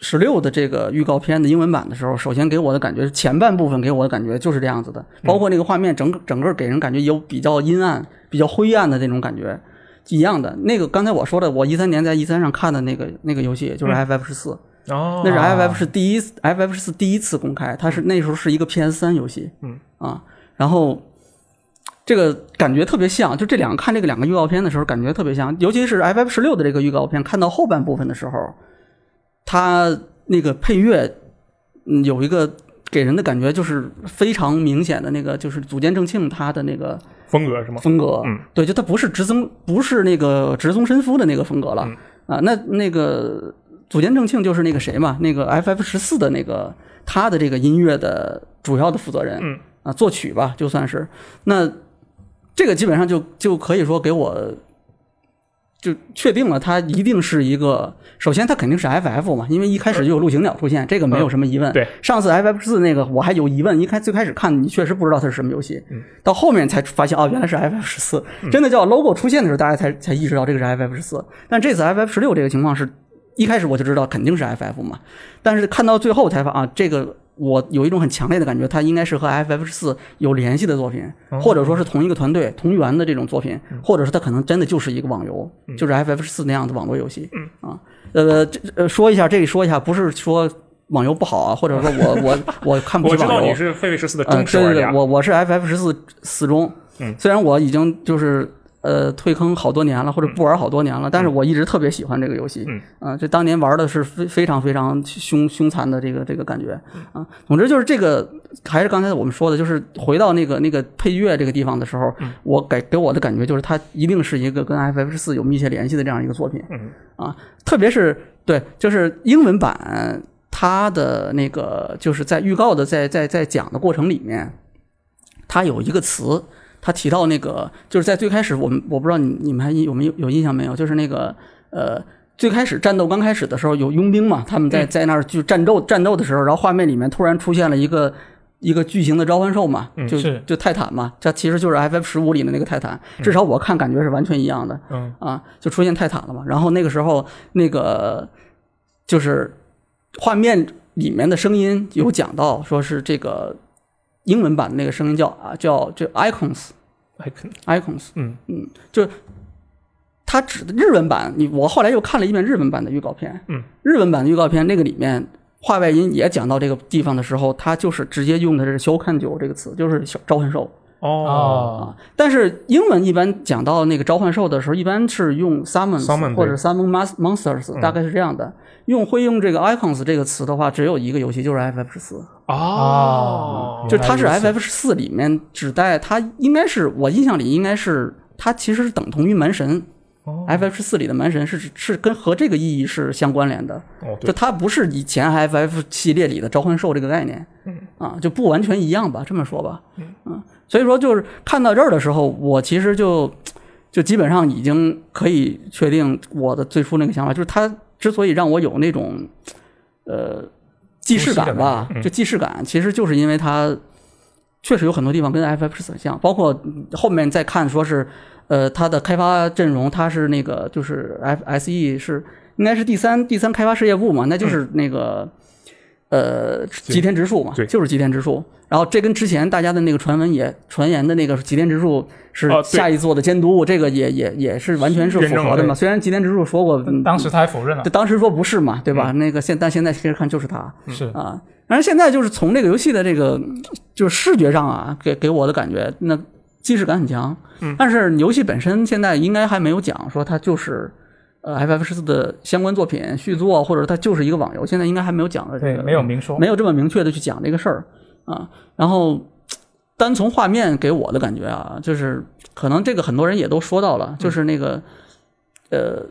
Speaker 3: 十六的这个预告片的英文版的时候，首先给我的感觉是前半部分给我的感觉就是这样子的，包括那个画面整个整个给人感觉有比较阴暗、比较灰暗的那种感觉。一样的，那个刚才我说的，我一三年在一三上看的那个那个游戏，就是 FF 十四、
Speaker 1: 哦，
Speaker 3: 那是 FF 是第一 FF 是第一次公开，它是那时候是一个 PS 三游戏，
Speaker 1: 嗯
Speaker 3: 啊，然后这个感觉特别像，就这两个看这个两个预告片的时候感觉特别像，尤其是 FF 十六的这个预告片，看到后半部分的时候，它那个配乐嗯有一个给人的感觉就是非常明显的那个就是组间正庆他的那个
Speaker 1: 风格是吗？
Speaker 3: 风格，
Speaker 1: 嗯，
Speaker 3: 对，就它不是直宗，不是那个直宗申夫的那个风格了、
Speaker 1: 嗯
Speaker 3: 啊。那那个组间正庆就是那个谁嘛，那个 FF 十四的那个他的这个音乐的主要的负责人，
Speaker 1: 嗯
Speaker 3: 啊，作曲吧，就算是那这个基本上就就可以说给我。就确定了，它一定是一个。首先，它肯定是 FF 嘛，因为一开始就有陆行鸟出现，这个没有什么疑问。
Speaker 1: 对，
Speaker 3: 上次 FF 四那个我还有疑问，一开最开始看你确实不知道它是什么游戏，到后面才发现哦，原来是 FF 十四。真的叫 logo 出现的时候，大家才才意识到这个是 FF 十四。但这次 FF 十六这个情况是，一开始我就知道肯定是 FF 嘛，但是看到最后才发啊，这个我有一种很强烈的感觉，它应该是和 FF 十四有联系的作品，
Speaker 1: 哦
Speaker 3: 或者说是同一个团队、同源的这种作品，
Speaker 1: 嗯
Speaker 3: 或者是它可能真的就是一个网游，就是 FF 十四那样的网络游戏
Speaker 1: 嗯
Speaker 3: 啊。呃，这呃说一下，这里说一下，不是说网游不好啊，或者说我我我看不
Speaker 1: 我
Speaker 3: 起
Speaker 1: 知道
Speaker 3: 网游
Speaker 1: 你。是狒狒十四的
Speaker 3: 呃，
Speaker 1: 忠实
Speaker 3: 对对
Speaker 1: 玩
Speaker 3: 对
Speaker 1: 家，，
Speaker 3: 我我是 FF 十四死忠，
Speaker 1: 嗯
Speaker 3: 虽然我已经就是呃退坑好多年了，或者不玩好多年了，但是我一直特别喜欢这个游戏，
Speaker 1: 嗯，
Speaker 3: 啊，这当年玩的是非非常非常凶凶残的这个这个感觉
Speaker 1: 嗯
Speaker 3: 啊，总之就是这个还是刚才我们说的，就是回到那个那个配乐这个地方的时候，
Speaker 1: 嗯
Speaker 3: 我给给我的感觉就是它一定是一个跟 FF 十四有密切联系的这样一个作品，
Speaker 1: 嗯
Speaker 3: 啊，特别是对，就是英文版它的那个就是在预告的在在在讲的过程里面，它有一个词，它提到那个就是在最开始我们我不知道你你们还印有没有有印象没有，就是那个呃。最开始战斗刚开始的时候，有佣兵嘛，他们在在那儿就战斗战斗的时候，然后画面里面突然出现了一个一个巨型的召唤兽嘛，就是就泰坦嘛，这其实就是 F F 十五里的那个泰坦，至少我看感觉是完全一样的。
Speaker 1: 嗯
Speaker 3: 啊，就出现泰坦了嘛。然后那个时候，那个就是画面里面的声音有讲到，说是这个英文版的那个声音叫啊叫这 icons
Speaker 1: 还可
Speaker 3: icons，
Speaker 1: 嗯
Speaker 3: 嗯，就是它指的日文版。你我后来又看了一遍日文版的预告片，
Speaker 1: 嗯，
Speaker 3: 日文版的预告片那个里面。话外音也讲到这个地方的时候，他就是直接用的是“小看九”这个词，就是小召唤兽。
Speaker 1: 哦
Speaker 2: 哦，
Speaker 3: 但是英文一般讲到那个召唤兽的时候，一般是用 summons
Speaker 1: Summon，对嗯
Speaker 3: 或者 summon mas- monsters，大概是这样的。用会用这个 icons 这个词的话，只有一个游戏就是 FF 十四，
Speaker 1: 哦
Speaker 2: 哦，
Speaker 3: 就它是
Speaker 2: 啊原来
Speaker 3: FF 十四里面指代它应该是我印象里应该是它其实是等同于蛮神。FF
Speaker 1: 哦
Speaker 3: 十四里的蛮神是指是跟和这个意义是相关联的，
Speaker 1: 哦
Speaker 3: 就
Speaker 1: 对，
Speaker 3: 它不是以前 FF 系列里的召唤兽这个概念，
Speaker 1: 嗯
Speaker 3: 啊，就不完全一样吧，这么说吧，嗯所以说就是看到这儿的时候，我其实就就基本上已经可以确定我的最初那个想法，就是它之所以让我有那种呃既视感吧
Speaker 1: 熟悉的感，觉嗯
Speaker 3: 就既视感，其实就是因为它确实有很多地方跟 FF 十四很像，包括后面再看说是。呃，它的开发阵容，它是那个就是 F S E 是应该是第三第三开发事业部嘛，那就是那个、呃吉田直树嘛，
Speaker 1: 嗯对
Speaker 3: 就是吉田直树。然后这跟之前大家的那个传闻也传言的那个吉田直树是
Speaker 1: 啊对
Speaker 3: 下一座的监督，这个也也也是完全是
Speaker 1: 验
Speaker 3: 符
Speaker 1: 证
Speaker 3: 合
Speaker 1: 了
Speaker 3: 的嘛。
Speaker 1: 对
Speaker 3: 虽然吉田直树说过，嗯
Speaker 2: 当时他还否认了
Speaker 3: 对，当时说不是嘛，对
Speaker 1: 嗯
Speaker 3: 吧？那个现但现在其实看就是他
Speaker 2: 是
Speaker 3: 啊。但是现在就是从这个游戏的这个嗯就是视觉上啊，给给我的感觉，那既视感很强。
Speaker 2: 嗯
Speaker 3: 但是游戏本身现在应该还没有讲说它就是呃 FF 十四的相关作品续作，或者它就是一个网游，现在应该还没有讲的这
Speaker 2: 对
Speaker 3: 个，
Speaker 2: 没有明说，
Speaker 3: 没有这么明确的去讲这个事儿啊。然后单从画面给我的感觉啊，就是可能这个很多人也都说到了，就是那个、呃，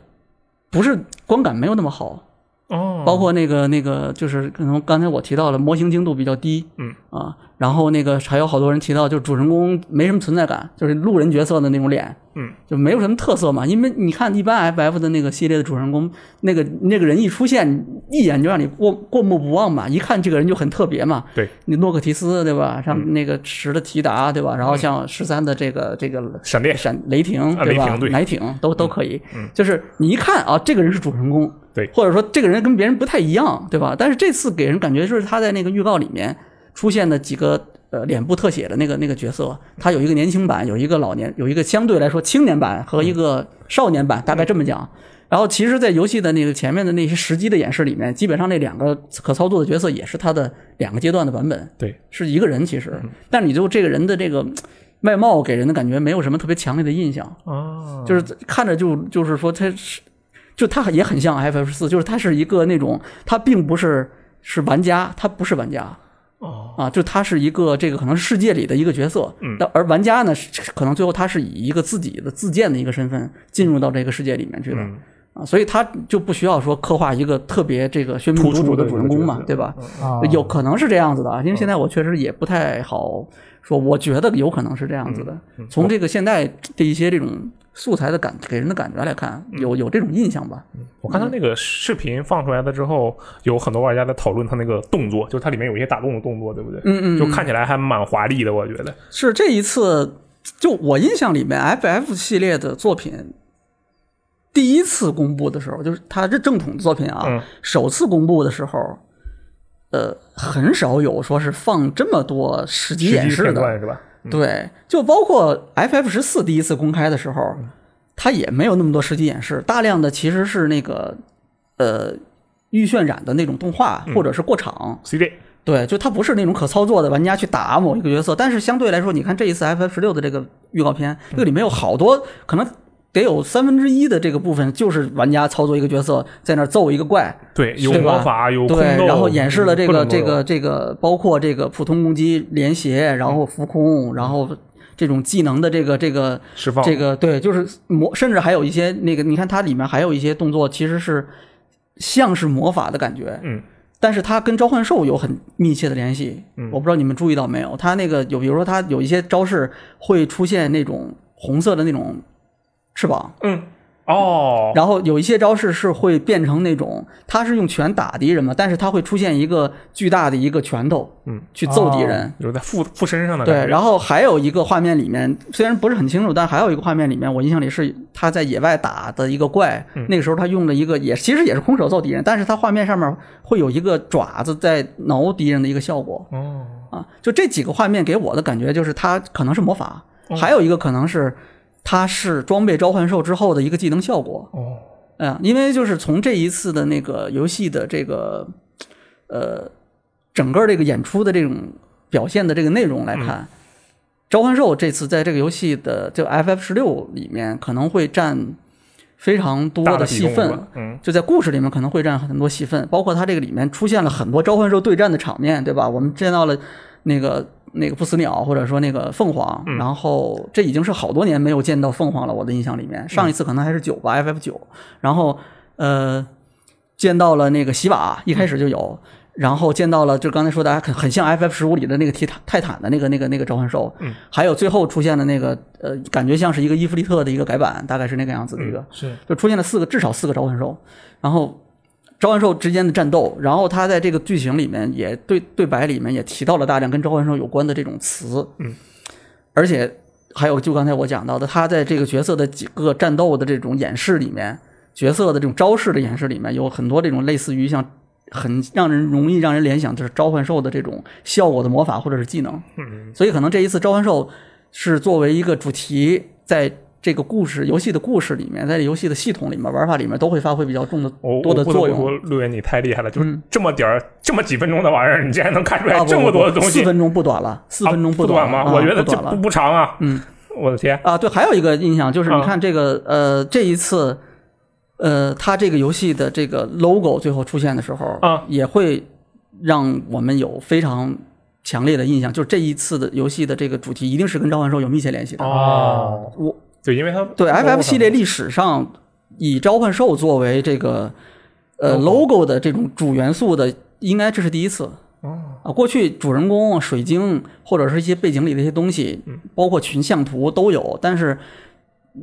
Speaker 3: 不是光感没有那么好，
Speaker 1: 哦，
Speaker 3: 包括那个那个，就是可能刚才我提到了模型精度比较低，
Speaker 1: 嗯
Speaker 3: 啊，然后那个还有好多人提到，就是主人公没什么存在感，就是路人角色的那种脸，
Speaker 1: 嗯，
Speaker 3: 就没有什么特色嘛。因为你看一般 FF 的那个系列的主人公，那个那个人一出现，一眼就让你过过目不忘嘛，一看这个人就很特别嘛。
Speaker 1: 对，
Speaker 3: 你诺克提斯对吧？
Speaker 1: 嗯
Speaker 3: 像那个十的提达对吧？然后像十三的这个这个
Speaker 1: 闪电
Speaker 3: 闪雷霆
Speaker 1: 啊
Speaker 3: 对吧
Speaker 1: 雷？霆对
Speaker 3: 奶挺都都可以
Speaker 1: 嗯，
Speaker 3: 就是你一看啊，这个人是主人公，
Speaker 1: 对
Speaker 3: 或者说这个人跟别人不太一样，对吧？但是这次给人感觉就是他在那个预告里面出现的几个呃脸部特写的那个那个角色，他有一个年轻版，有一个老年，有一个相对来说青年版
Speaker 1: 嗯
Speaker 3: 和一个少年版，大概这么讲。然后其实，在游戏的那个前面的那些实机的演示里面，基本上那两个可操作的角色也是他的两个阶段的版本，
Speaker 1: 对，
Speaker 3: 是一个人其实，但你就这个人的这个嗯外貌给人的感觉没有什么特别强烈的印象。
Speaker 1: 啊，
Speaker 3: 就是看着就就是说它是，就它也很像 FF 四，就是它是一个那种，它并不是是玩家，它不是玩家。
Speaker 1: 哦
Speaker 3: 啊，就它是一个这个可能是世界里的一个角色，
Speaker 1: 嗯
Speaker 3: 但而玩家呢，是可能最后他是以一个自己的自建的一个身份进入到这个世界里面去的，
Speaker 1: 嗯
Speaker 3: 啊，所以他就不需要说刻画一个特别这个喧宾
Speaker 1: 突
Speaker 3: 夺
Speaker 1: 出
Speaker 3: 主的
Speaker 1: 的
Speaker 3: 主
Speaker 1: 一个
Speaker 3: 人公嘛
Speaker 1: 角，色嗯
Speaker 3: 对吧？
Speaker 2: 啊，
Speaker 3: 有可能是这样子的，啊，因为现在我确实也不太好说，我觉得有可能是这样子的。从这个现在的一些这种素材的感给人的感觉来看，有有这种印象吧？
Speaker 1: 我
Speaker 3: 嗯
Speaker 1: 看他那个视频放出来的之后，有很多玩家在讨论他那个动作，就是它里面有一些打动的动作，对不对？
Speaker 3: 嗯嗯嗯
Speaker 1: 就看起来还蛮华丽的，我觉得。
Speaker 3: 是这一次，就我印象里面，FF 系列的作品第一次公布的时候，就是它这正统作品啊，
Speaker 1: 嗯
Speaker 3: 首次公布的时候，呃，很少有说是放这么多实际
Speaker 1: 实
Speaker 3: 演
Speaker 1: 际
Speaker 3: 示
Speaker 1: 片
Speaker 3: 的，
Speaker 1: 段是吧？
Speaker 3: 对，就包括 FF 十四第一次公开的时候，它也没有那么多实际演示，大量的其实是那个呃预渲染的那种动画或者是过场。
Speaker 1: CJ
Speaker 3: 对，就它不是那种可操作的玩家去打某一个角色，但是相对来说，你看这一次 FF 十六的这个预告片，这个里面有好多可能。得有三分之一的这个部分就是玩家操作一个角色在那儿揍一个怪，
Speaker 1: 对，有
Speaker 3: 对吧
Speaker 1: 魔法，有空
Speaker 3: 对，
Speaker 1: 洞，
Speaker 3: 然后演示了这个
Speaker 1: 各种都
Speaker 3: 这
Speaker 1: 有
Speaker 3: 个这个，包括这个普通攻击、连携，然
Speaker 1: 嗯
Speaker 3: 后浮空，然后这种技能的这个这个
Speaker 1: 释放
Speaker 3: 这个对，就是魔，甚至还有一些那个，你看它里面还有一些动作，其实是像是魔法的感觉，
Speaker 1: 嗯，
Speaker 3: 但是它跟召唤兽有很密切的联系。
Speaker 1: 嗯
Speaker 3: 我不知道你们注意到没有，它那个有，比如说它有一些招式会出现那种红色的那种翅膀，
Speaker 1: 嗯哦，
Speaker 3: 然后有一些招式是会变成那种，他是用拳打敌人嘛，但是他会出现一个巨大的一个拳头，
Speaker 1: 嗯，哦
Speaker 3: 去揍敌人。
Speaker 1: 有在附附身上的
Speaker 3: 对，
Speaker 1: 感觉。
Speaker 3: 然后还有一个画面里面，虽然不是很清楚，但还有一个画面里面，我印象里是他在野外打的一个怪，
Speaker 1: 嗯
Speaker 3: 那个时候他用了一个也其实也是空手揍敌人，但是他画面上面会有一个爪子在挠敌人的一个效果
Speaker 1: 哦，
Speaker 3: 啊，就这几个画面给我的感觉就是他可能是魔法，
Speaker 1: 哦
Speaker 3: 还有一个可能是他是装备召唤兽之后的一个技能效果。
Speaker 1: 哦，
Speaker 3: 嗯，因为就是从这一次的那个游戏的这个，呃，整个这个演出的这种表现的这个内容来看，
Speaker 1: 嗯
Speaker 3: 召唤兽这次在这个游戏的就 FF 十六里面可能会占非常多
Speaker 1: 大的比
Speaker 3: 戏
Speaker 1: 重是
Speaker 3: 份
Speaker 1: 吧，嗯，
Speaker 3: 就在故事里面可能会占很多戏份，包括它这个里面出现了很多召唤兽对战的场面，对吧？我们见到了那个那个不死鸟，或者说那个凤凰，
Speaker 1: 嗯
Speaker 3: 然后这已经是好多年没有见到凤凰了，我的印象里
Speaker 1: 嗯
Speaker 3: 面，上一次可能还是九吧，FF 九，然后呃，见到了那个洗瓦，一开始就有。
Speaker 1: 嗯
Speaker 3: 然后见到了，就刚才说的，很很像 F F 十五里的那个提坦泰坦的那个那个那个召唤兽，
Speaker 1: 嗯，
Speaker 3: 还有最后出现的那个，呃，感觉像是一个伊芙利特的一个改版，大概是那个样子的一
Speaker 1: 嗯
Speaker 3: 个，
Speaker 2: 是
Speaker 3: 就出现了四个至少四个召唤兽，然后召唤兽之间的战斗，然后他在这个剧情里面也对对白里面也提到了大量跟召唤兽有关的这种词，
Speaker 1: 嗯，
Speaker 3: 而且还有就刚才我讲到的，他在这个角色的几个战斗的这种演示里面，角色的这种招式的演示里面有很多这种类似于像。很让人容易让人联想就是召唤兽的这种效果的魔法或者是技能，
Speaker 1: 嗯，
Speaker 3: 所以可能这一次召唤兽是作为一个主题，在这个故事游戏的故事里面，在这游戏的系统里面、玩法里面都会发挥比较重的
Speaker 1: 哦我
Speaker 3: 多的
Speaker 1: 我不得
Speaker 3: 作
Speaker 1: 不
Speaker 3: 用嗯
Speaker 1: 说。陆源你太厉害了，就是这么点儿、这么几分钟的玩意儿，你竟然能看出来
Speaker 3: 啊不
Speaker 1: 这么多的东
Speaker 3: 四
Speaker 1: 西，
Speaker 3: 分钟不短了，四分钟
Speaker 1: 啊不
Speaker 3: 短
Speaker 1: 吗？
Speaker 3: 了啊
Speaker 1: 我觉得这
Speaker 3: 不短
Speaker 1: 不
Speaker 3: 了
Speaker 1: 不长啊，
Speaker 3: 嗯，
Speaker 1: 我的天，
Speaker 3: 啊。对，还有一个印象就是，
Speaker 1: 啊
Speaker 3: 你看这个呃，这一次呃，它这个游戏的这个 logo 最后出现的时候
Speaker 1: 啊
Speaker 3: 也会让我们有非常强烈的印象，就是这一次的游戏的这个主题一定是跟召唤兽有密切联系的。
Speaker 1: 哦，
Speaker 3: 我
Speaker 1: 对，因为它
Speaker 3: 对
Speaker 1: 包括
Speaker 3: FF 系列历史上以召唤兽作为这个呃 logo 的这种主元素的，应该这是第一次。
Speaker 1: 哦，
Speaker 3: 啊，过去主人公、啊水晶或者是一些背景里的一些东西，
Speaker 1: 嗯
Speaker 3: 包括群像图都有，但是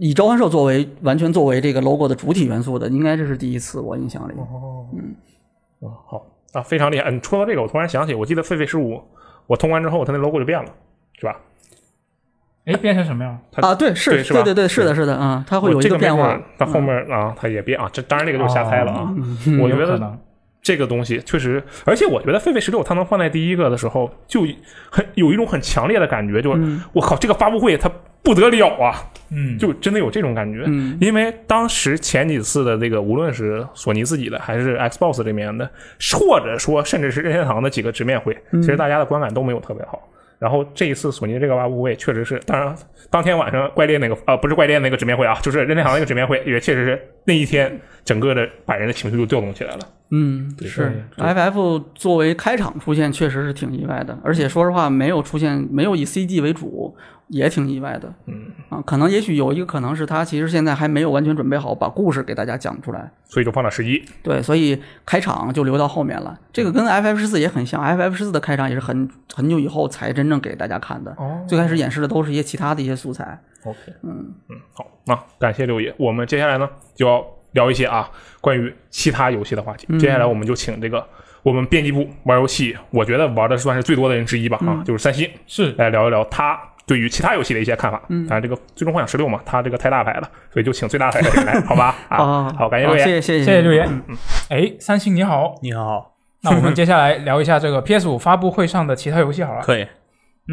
Speaker 3: 以召唤兽作为完全作为这个 logo 的主体元素的，应该这是第一次，我印象里。
Speaker 1: 哦，嗯，好啊，非常厉害。嗯，说到这个，我突然想起，我记得狒狒十五，我通关之后，它那 logo 就变了，是吧？
Speaker 2: 哎，变成什么样？
Speaker 1: 它
Speaker 3: 啊，对，是，
Speaker 1: 对是吧
Speaker 3: 对对对，是的，是的，啊、它会有
Speaker 1: 我
Speaker 3: 一
Speaker 1: 这个
Speaker 3: 变
Speaker 1: 没法
Speaker 3: 化嗯哦
Speaker 1: 儿，，到后面啊，它也变啊，这当然这个就是瞎猜了啊。我觉
Speaker 2: 有可
Speaker 1: 得
Speaker 2: 能
Speaker 1: 这个东西确实，而且我觉得狒狒十六它能放在第一个的时候，就很有一种很强烈的感觉，就是、
Speaker 3: 嗯
Speaker 1: 我靠，这个发布会它不得了啊，
Speaker 2: 嗯，
Speaker 1: 就真的有这种感觉。
Speaker 3: 嗯
Speaker 1: 因为当时前几次的这个，无论是索尼自己的，还是 Xbox 这边的，或者说甚至是任天堂的几个直面会，其实大家的观感都没有特别好。然后这一次索尼这个发布会确实是，当然当天晚上怪猎那个呃不是怪猎那个直面会啊，就是任天堂那个直面会，也确实是那一天整个的把人的情绪就调动起来了。
Speaker 3: 嗯，
Speaker 1: 对
Speaker 3: 是
Speaker 1: 对
Speaker 3: FF 作为开场出现，确实是挺意外的，而且说实话，没有出现，没有以 CG 为主，也挺意外的。
Speaker 1: 嗯
Speaker 3: 啊，可能也许有一个可能是他其实现在还没有完全准备好把故事给大家讲出来，
Speaker 1: 所以就放到十一。
Speaker 3: 对，所以开场就留到后面了。这个跟 FF 十四也很像，FF 十四的开场也是很很久以后才真正给大家看的。
Speaker 1: 哦
Speaker 3: 最开始演示的都是一些其他的一些素材。
Speaker 1: OK，嗯嗯，好，那、感谢六爷。我们接下来呢就要聊一些啊关于其他游戏的话题。接下来我们就请这个我们编辑部玩游戏，我觉得玩的算是最多的人之一吧，啊，就是三星
Speaker 2: 是
Speaker 1: 来聊一聊他对于其他游戏的一些看法。嗯，当然这个《最终幻想十六》嘛，他这个太大牌了，所以就请最大牌的人来，好吧？啊，好，感谢六
Speaker 3: 啊
Speaker 1: 爷。
Speaker 3: 谢谢谢
Speaker 2: 谢
Speaker 3: 谢
Speaker 2: 谢六爷。哎，三星你好，
Speaker 4: 你好，
Speaker 2: 那我们接下来聊一下这个 PS 五发布会上的其他游戏好了。
Speaker 4: 可以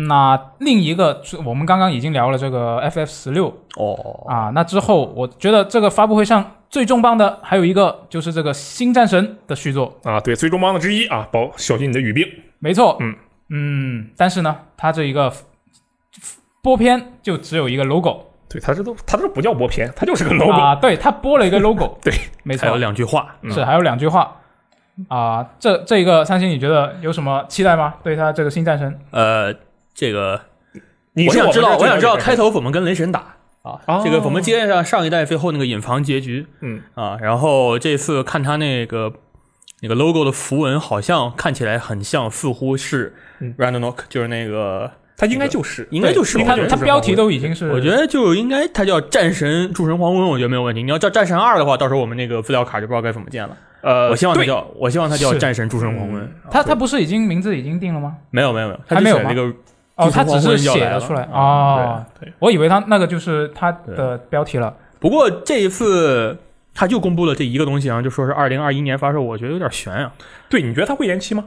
Speaker 2: 那另一个，我们刚刚已经聊了这个 FF 十六
Speaker 4: 哦，
Speaker 2: 啊，那之后我觉得这个发布会上最重磅的还有一个就是这个《新战神》的续作，
Speaker 1: 啊，对，最终帮的之一啊，保小心你的语病。
Speaker 2: 没错，
Speaker 1: 嗯
Speaker 2: 嗯，但是呢，它这一个播片就只有一个 logo
Speaker 1: 对他这都他这不叫播片，他就是个 logo。
Speaker 2: 啊，对，它播了一个 logo，
Speaker 1: 对，
Speaker 2: 没错
Speaker 4: 还，有两句话，
Speaker 2: 是还有两句话啊，这这一个三星你觉得有什么期待吗？对它这个《新战神》
Speaker 4: 呃，这个
Speaker 1: 你
Speaker 4: 我
Speaker 1: 是
Speaker 4: 想
Speaker 1: 们
Speaker 4: 知
Speaker 1: 这
Speaker 4: 道，
Speaker 1: 儿
Speaker 4: 我想知道
Speaker 1: 最
Speaker 4: 开头怎么跟雷神打啊？
Speaker 1: 哦
Speaker 4: 这个我们接上上一代最后那个隐藏结局，
Speaker 1: 嗯
Speaker 4: 啊，然后这次看他那个那个 logo 的符文，好像看起来很像，似乎是
Speaker 1: 嗯
Speaker 4: Ragnarok，、就是那个，呃
Speaker 1: 他应该就是
Speaker 4: 应该就是
Speaker 1: 对
Speaker 4: 吧
Speaker 2: 它
Speaker 1: 应该就是
Speaker 2: 它标题
Speaker 1: 猫
Speaker 2: 都已经是，
Speaker 4: 我觉得就应该它叫战神诸神黄昏，我觉得没有问题。你要叫战神二的话，到时候我们那个资料卡就不知道该怎么建了。
Speaker 1: 呃，
Speaker 4: 我希望它
Speaker 1: 对
Speaker 4: 叫，我希望它叫
Speaker 2: 是
Speaker 4: 战神诸神黄昏。
Speaker 2: 它它不是已经名字已经定了吗？
Speaker 4: 没有没有没有，它
Speaker 2: 还
Speaker 4: 就
Speaker 2: 没有
Speaker 4: 写
Speaker 2: 吗
Speaker 4: 那个
Speaker 2: 哦，
Speaker 4: 就是
Speaker 2: 它只
Speaker 4: 黄
Speaker 2: 是
Speaker 4: 昏要
Speaker 2: 写
Speaker 4: 来
Speaker 2: 了
Speaker 4: 了
Speaker 2: 出来
Speaker 4: 嗯
Speaker 2: 哦，
Speaker 4: 对对。
Speaker 2: 我以为它那个就是它的标题了。
Speaker 4: 不过这一次他就公布了这一个东西，然后就说是二零二一年发售，我觉得有点悬啊。
Speaker 1: 对，你觉得它会延期吗？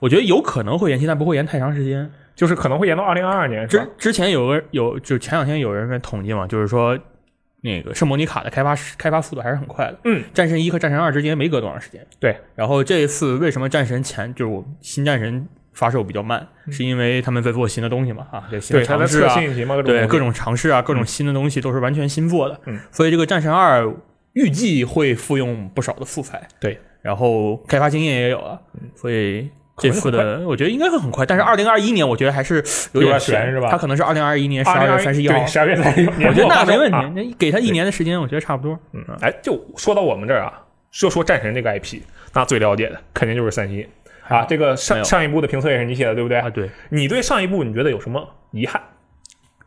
Speaker 4: 我觉得有可能会延期，但不会延太长时间。
Speaker 1: 就是可能会延到二零二二年，是吧
Speaker 4: 之？之前有个有就前两天有人在统计嘛，就是说那个圣莫尼卡的开发时开发速度还是很快的。
Speaker 1: 嗯，
Speaker 4: 战神一和战神二之间没隔多长时间。
Speaker 1: 对，
Speaker 4: 然后这一次为什么战神前就是我新战神发售比较慢，是因为他们在做新的东西嘛啊，这
Speaker 1: 嗯
Speaker 4: 新
Speaker 1: 对，
Speaker 4: 的
Speaker 1: 它在
Speaker 4: 尝试
Speaker 1: 测
Speaker 4: 啊，
Speaker 1: 新引擎嘛，各种
Speaker 4: 对
Speaker 1: 东西
Speaker 4: 各种尝试啊，各种新的东西都是完全新做的。
Speaker 1: 嗯，
Speaker 4: 所以这个战神二预计会复用不少的素材。
Speaker 1: 对，
Speaker 4: 然后开发经验也有了，所以。嗯这次的我觉得应该会很快，但是二零二一年我觉得还是有
Speaker 1: 有点
Speaker 4: 点
Speaker 1: 悬是吧
Speaker 4: 它可能是二零二一年十
Speaker 1: 2021
Speaker 4: 二月三十一号
Speaker 1: 对，十二月三十一号，
Speaker 4: 我觉得那没问
Speaker 1: 啊
Speaker 4: 题，那给他一年的时间，我觉得差不多。
Speaker 1: 嗯，哎，就说到我们这儿啊，就说战神这个 IP，那最了解的肯定就是三星啊。这个
Speaker 4: 没
Speaker 1: 上
Speaker 4: 有
Speaker 1: 上一部的评测也是你写的，对不对
Speaker 4: 啊，？对，
Speaker 1: 你对上一部你觉得有什么遗憾？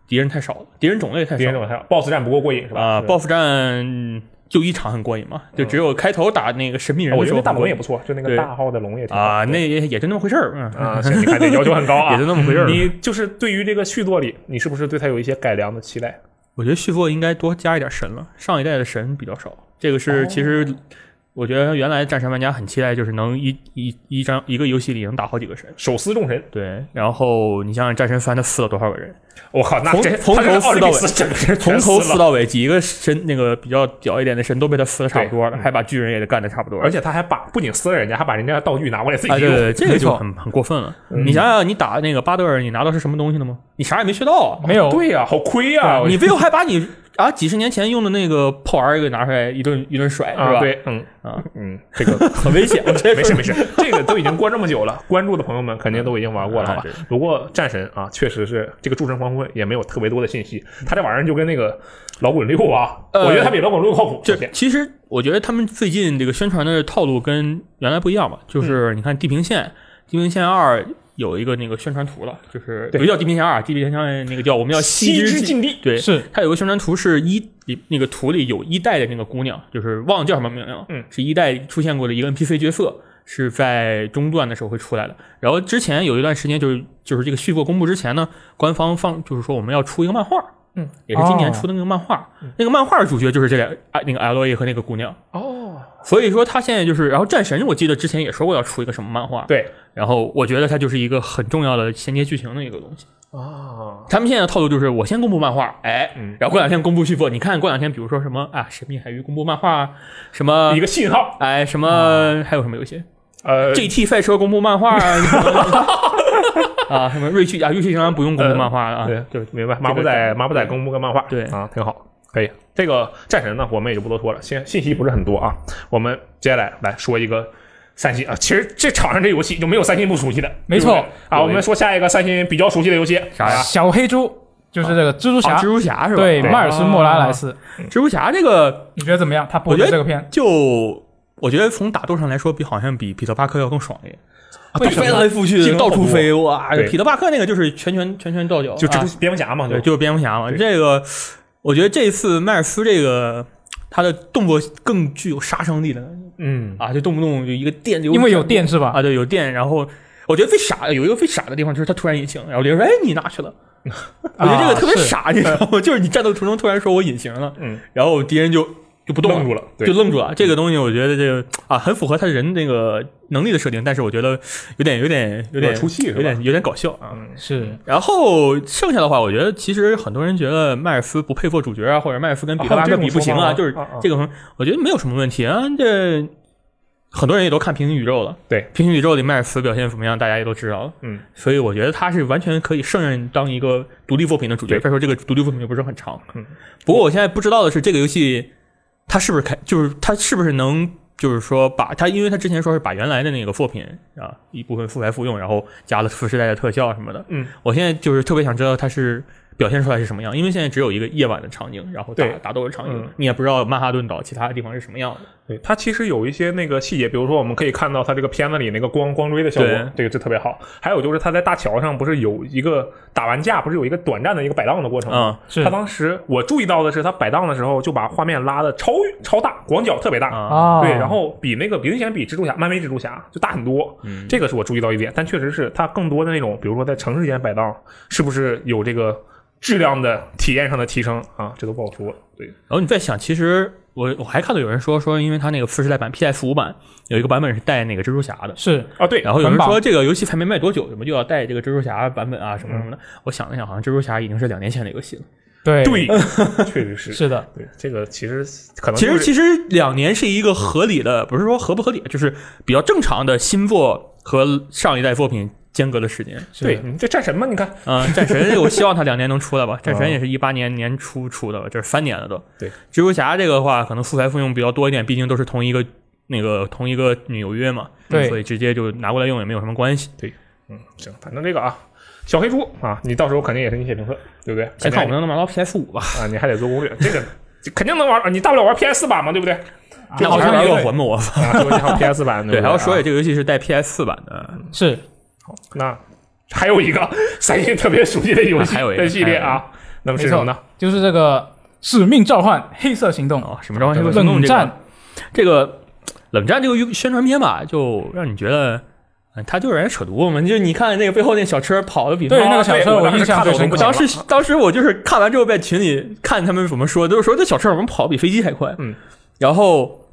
Speaker 4: 敌人太少了，敌人种类太
Speaker 1: 敌
Speaker 4: 少
Speaker 1: 人
Speaker 4: 了
Speaker 1: 怎么样？BOSS 战不够过瘾是吧？
Speaker 4: 啊。
Speaker 1: 是
Speaker 4: BOSS 战就一场很过瘾嘛，就只有开头打那个神秘人
Speaker 1: 我
Speaker 4: 的
Speaker 1: 觉
Speaker 4: 时
Speaker 1: 得啊那大
Speaker 4: 候很
Speaker 1: 龙
Speaker 4: 过
Speaker 1: 也
Speaker 4: 瘾
Speaker 1: 不错，就那个
Speaker 4: 对
Speaker 1: 大号的龙也挺好
Speaker 4: 啊，
Speaker 1: 对
Speaker 4: 那也也就那么回事儿，嗯，
Speaker 1: 啊，行你看这要求很高啊
Speaker 4: 也就。那么回事儿。
Speaker 1: 你就是对于这个续作里，你是不是对它有一些改良的期待？
Speaker 4: 我觉得续作应该多加一点神了，上一代的神比较少，这个是其实。我觉得原来战神玩家很期待，就是能一一一张一个游戏里能打好几个神。
Speaker 1: 手撕众神，
Speaker 4: 对，然后你想想战神三他撕了多少个人？
Speaker 1: 我靠，那
Speaker 4: 从
Speaker 1: 这
Speaker 4: 从
Speaker 1: 他这
Speaker 4: 头
Speaker 1: 个奥
Speaker 4: 撕
Speaker 1: 林
Speaker 4: 到
Speaker 1: 匹
Speaker 4: 尾
Speaker 1: 斯整个人全
Speaker 4: 从头
Speaker 1: 撕
Speaker 4: 撕
Speaker 1: 了，
Speaker 4: 到尾，几个神那个比较屌一点的神都被他撕的差不多了，
Speaker 1: 对
Speaker 4: 还把巨人也给干的差不多了。
Speaker 1: 而且他还把不仅撕了人家，还把人家的道具拿过来自己
Speaker 4: 啊，对
Speaker 1: 用。
Speaker 4: 对对，这
Speaker 1: 没
Speaker 4: 个就嗯
Speaker 1: 错
Speaker 4: 很很过分了。你想想，你打那个巴德尔，你拿到是什么东西了吗？你啥也没学到啊，
Speaker 2: 没有，
Speaker 1: 对呀、好亏呀、我
Speaker 4: 嗯你背后还把你啊几十年前用的那个破玩意儿给拿出来一顿一顿甩，是
Speaker 1: 啊，
Speaker 4: 吧？，
Speaker 1: 对，嗯
Speaker 4: 啊，
Speaker 1: 嗯，这个
Speaker 4: 很 危险。我这
Speaker 1: 没事 没事，这个都已经过这么久了，关注的朋友们肯定都已经玩过了，好
Speaker 4: 啊
Speaker 1: 吧
Speaker 4: 对？
Speaker 1: 不过战神啊，确实是这个诸神黄昏也没有特别多的信息，他这玩意儿就跟那个老滚六啊，
Speaker 4: 呃
Speaker 1: 我觉得他比老滚六靠谱。
Speaker 4: 这
Speaker 1: 首先
Speaker 4: 其实我觉得他们最
Speaker 1: 嗯
Speaker 4: 近这个宣传的套路跟原来不一样吧，就是你看《地平线》，《地平线二》有一个那个宣传图了，就是
Speaker 2: 对
Speaker 4: 有一个叫《地平线二》，《地平线》那个叫我们要
Speaker 1: 西之
Speaker 4: 之
Speaker 1: 禁地，
Speaker 4: 对，啊
Speaker 2: 是
Speaker 4: 它有个宣传图是一里那个图里有一代的那个姑娘，就是忘了叫什么名了，
Speaker 1: 嗯，
Speaker 4: 是一代出现过的一个 NPC 角色，是在中段的时候会出来的。然后之前有一段时间就是就是这个续作公布之前呢，官方放就是说我们要出一个漫画，
Speaker 1: 嗯，
Speaker 4: 也是今年
Speaker 2: 哦
Speaker 4: 出的那个漫画，那个漫画主角就是这俩啊那个 L A 和那个姑娘。
Speaker 1: 哦，
Speaker 4: 所以说他现在就是，然后战神我记得之前也说过要出一个什么漫画，
Speaker 1: 对
Speaker 4: 然后我觉得它就是一个很重要的衔接剧情的一个东西。
Speaker 1: 啊，
Speaker 4: 他们现在的套路就是我先公布漫画，哎，
Speaker 1: 嗯
Speaker 4: 然后过两天公布续作。你看过两天，比如说什么啊，《神秘海域》公布漫画，什么
Speaker 1: 一个啊信号，
Speaker 4: 哎什么，还有什么游戏
Speaker 1: 呃，
Speaker 4: ？GT 赛车公布漫画什么 啊，什么瑞趣啊，瑞趣仍然不用公布漫画了啊。
Speaker 1: 呃对对，明白。麻布仔，麻布仔公布个漫画，
Speaker 4: 对
Speaker 1: 啊，挺好，可以。这个战神呢，我们也就不多说了，信信息不是很多啊。我们接下来来说一个三星啊，其实这场上这游戏就没有三星不熟悉的，
Speaker 2: 没错
Speaker 1: 对不对啊。
Speaker 4: 有
Speaker 1: 我们说下一个三星比较熟悉的游戏
Speaker 4: 啥呀
Speaker 2: 小黑猪就是这个蜘蛛
Speaker 4: 啊，
Speaker 2: 侠
Speaker 4: 蜘，蛛侠是吧？
Speaker 2: 对，
Speaker 1: 对
Speaker 2: 迈尔斯·莫拉莱斯，
Speaker 4: 啊蜘蛛侠这个
Speaker 2: 你觉得怎么样？他播
Speaker 4: 我觉
Speaker 2: 的这
Speaker 4: 得
Speaker 2: 个片
Speaker 4: 就。我觉得从打斗上来说，比好像比彼得帕克要更爽一点，
Speaker 1: 啊
Speaker 4: 就
Speaker 1: 对
Speaker 4: 飞来飞去
Speaker 1: 这
Speaker 4: 的
Speaker 1: 个
Speaker 4: 到
Speaker 1: 好
Speaker 4: 处
Speaker 1: 多
Speaker 4: 飞，哇！
Speaker 1: 对
Speaker 4: 彼得帕克那个就是拳拳拳拳到脚，
Speaker 1: 就
Speaker 4: 啊
Speaker 1: 蜘蛛蝙蝠侠嘛，就
Speaker 4: 对，就是蝙蝠侠嘛。
Speaker 1: 对
Speaker 4: 这个，我觉得这次迈尔斯这个他的动作更具有杀伤力的
Speaker 1: 嗯，
Speaker 4: 啊，就动不动就一个电流，
Speaker 2: 因为有电是吧？
Speaker 4: 啊，对，有电。然后我觉得最傻有一个最傻的地方就是他突然隐形，然后别人说：“哎，你哪去了？” 我觉得这个特别
Speaker 2: 是
Speaker 4: 傻，你知道吗？就是你战斗途中突然说我隐形了，
Speaker 1: 嗯，
Speaker 4: 然后敌人就就不动
Speaker 1: 愣住
Speaker 4: 了，
Speaker 1: 了，对
Speaker 4: 就，愣住了。这个东西我觉得这个啊，很符合他人这个能力的设定，但是我觉得有点有点有
Speaker 1: 点
Speaker 4: 点
Speaker 1: 出戏是吧
Speaker 4: 有点有点搞笑啊。
Speaker 1: 嗯
Speaker 2: 是
Speaker 4: 然后剩下的话，我觉得其实很多人觉得迈尔斯不配做主角啊，或者迈尔斯跟彼得
Speaker 1: 啊
Speaker 4: 帕
Speaker 1: 还有
Speaker 4: 克
Speaker 1: 这种
Speaker 4: 比不行
Speaker 1: 说法
Speaker 4: 啊，
Speaker 1: 吗
Speaker 4: 就是
Speaker 1: 啊啊
Speaker 4: 这个，我觉得没有什么问题啊。这很多人也都看平行宇宙了，
Speaker 1: 对
Speaker 4: 平行宇宙里迈尔斯表现怎么样，大家也都知道了。
Speaker 1: 嗯，
Speaker 4: 所以我觉得他是完全可以胜任当一个独立作品的主角。
Speaker 1: 对
Speaker 4: 再说这个独立作品又不是很长，
Speaker 1: 嗯
Speaker 4: 不过我现在不知道的是这个游戏它是不是开，就是它是不是能。就是说把，它，因为它之前说是把原来的那个作品啊一部分复来复用，然后加了次世代的特效什么的，
Speaker 1: 嗯，
Speaker 4: 我现在就是特别想知道它是表现出来是什么样，因为现在只有一个夜晚的场景，然后打
Speaker 1: 对
Speaker 4: 打斗的场景，
Speaker 1: 嗯
Speaker 4: 你也不知道曼哈顿岛其他地方是什么样的。
Speaker 1: 对，它其实有一些那个细节，比如说我们可以看到它这个片子里那个光光追的效果
Speaker 4: 对，
Speaker 1: 这个就特别好。还有就是它在大桥上不是有一个打完架，不是有一个短暂的一个摆荡的过程吗？
Speaker 2: 嗯是
Speaker 1: 他当时我注意到的是，他摆荡的时候就把画面拉的超超大，广角特别大。
Speaker 4: 啊，
Speaker 2: 啊，
Speaker 1: 对，然后比那个明显比蜘蛛侠、漫威蜘蛛侠就大很多，
Speaker 4: 嗯
Speaker 1: 这个是我注意到一点。但确实是它更多的那种，比如说在城市间摆荡，是不是有这个质量的体验上的提升啊？这都不好说。对，
Speaker 4: 然后你再想，其实我我还看到有人说说，因为它那个次世代版 PS 五版有一个版本是带那个蜘蛛侠的。
Speaker 2: 是
Speaker 1: 啊对，
Speaker 4: 然后有人
Speaker 2: 捆绑
Speaker 4: 说这个游戏才没卖多久，怎么就要带这个蜘蛛侠版本啊什么什么的？我想了想，好像蜘蛛侠已经是两年前的游戏了。
Speaker 2: 对
Speaker 1: 对， 确实是。
Speaker 2: 是的，
Speaker 1: 对，这个其实可能
Speaker 4: 其
Speaker 1: 就
Speaker 4: 实
Speaker 1: 是
Speaker 4: 其实两年是一个合理的，不是说合不合理，就是比较正常的新作和上一代作品间隔的时间。
Speaker 2: 是的
Speaker 1: 对，你这战神嘛，你看，
Speaker 4: 嗯，战神，我希望他两年能出来吧。战
Speaker 1: 啊
Speaker 4: 神也是一八年年初出的，这是三年了都。
Speaker 1: 对，
Speaker 4: 蜘蛛侠这个的话，可能素材复用比较多一点，毕竟都是同一个那个同一个纽约嘛，嗯
Speaker 2: 对
Speaker 4: 所以直接就拿过来用也没有什么关系。
Speaker 1: 嗯，行，反正这个啊，小黑猪啊，你到时候肯定也是你写评测，对不对？
Speaker 2: 哎
Speaker 4: 先看我
Speaker 1: 们
Speaker 4: 们能不能拿到 PS 五吧。
Speaker 1: 啊，你还得做攻略，这个这肯定能玩，你大不了玩 PS 版嘛，对不对？
Speaker 4: 那 我
Speaker 2: 好
Speaker 4: 还
Speaker 2: 像
Speaker 4: 玩
Speaker 2: 也
Speaker 4: 过
Speaker 2: 对
Speaker 4: 魂吗？我
Speaker 1: 啊，对，还有 PS 版，
Speaker 4: 对，
Speaker 1: 不
Speaker 4: 还要说一下
Speaker 1: 啊
Speaker 4: 这个游戏是带 PS 四版的，
Speaker 2: 是
Speaker 1: 那还有一个三星特别熟悉的游戏，
Speaker 4: 还有一个
Speaker 1: 的系列啊，那么是什么呢？
Speaker 2: 就是这个使命召唤黑色行动
Speaker 4: 哦，什么召唤
Speaker 1: 这
Speaker 4: 这
Speaker 1: 个
Speaker 4: 个
Speaker 2: 冷战，
Speaker 4: 这个冷战这个预宣传片吧，就让你觉得。嗯他就是人扯犊子嘛，就你看那个背后那小车跑的比
Speaker 2: 对
Speaker 4: 猫
Speaker 2: 那个
Speaker 1: 啊
Speaker 2: 小
Speaker 1: 对
Speaker 2: 车
Speaker 1: 我
Speaker 2: 我
Speaker 1: 当时
Speaker 2: 印象
Speaker 1: 看的
Speaker 2: 最
Speaker 1: 我都
Speaker 2: 深
Speaker 1: 不
Speaker 2: 刻
Speaker 1: 想
Speaker 4: 哦当
Speaker 1: 玩
Speaker 4: 时当时我就是看完之后在群里看他们怎么说，都是说这小车怎么跑比飞机还快。
Speaker 1: 嗯，
Speaker 4: 然后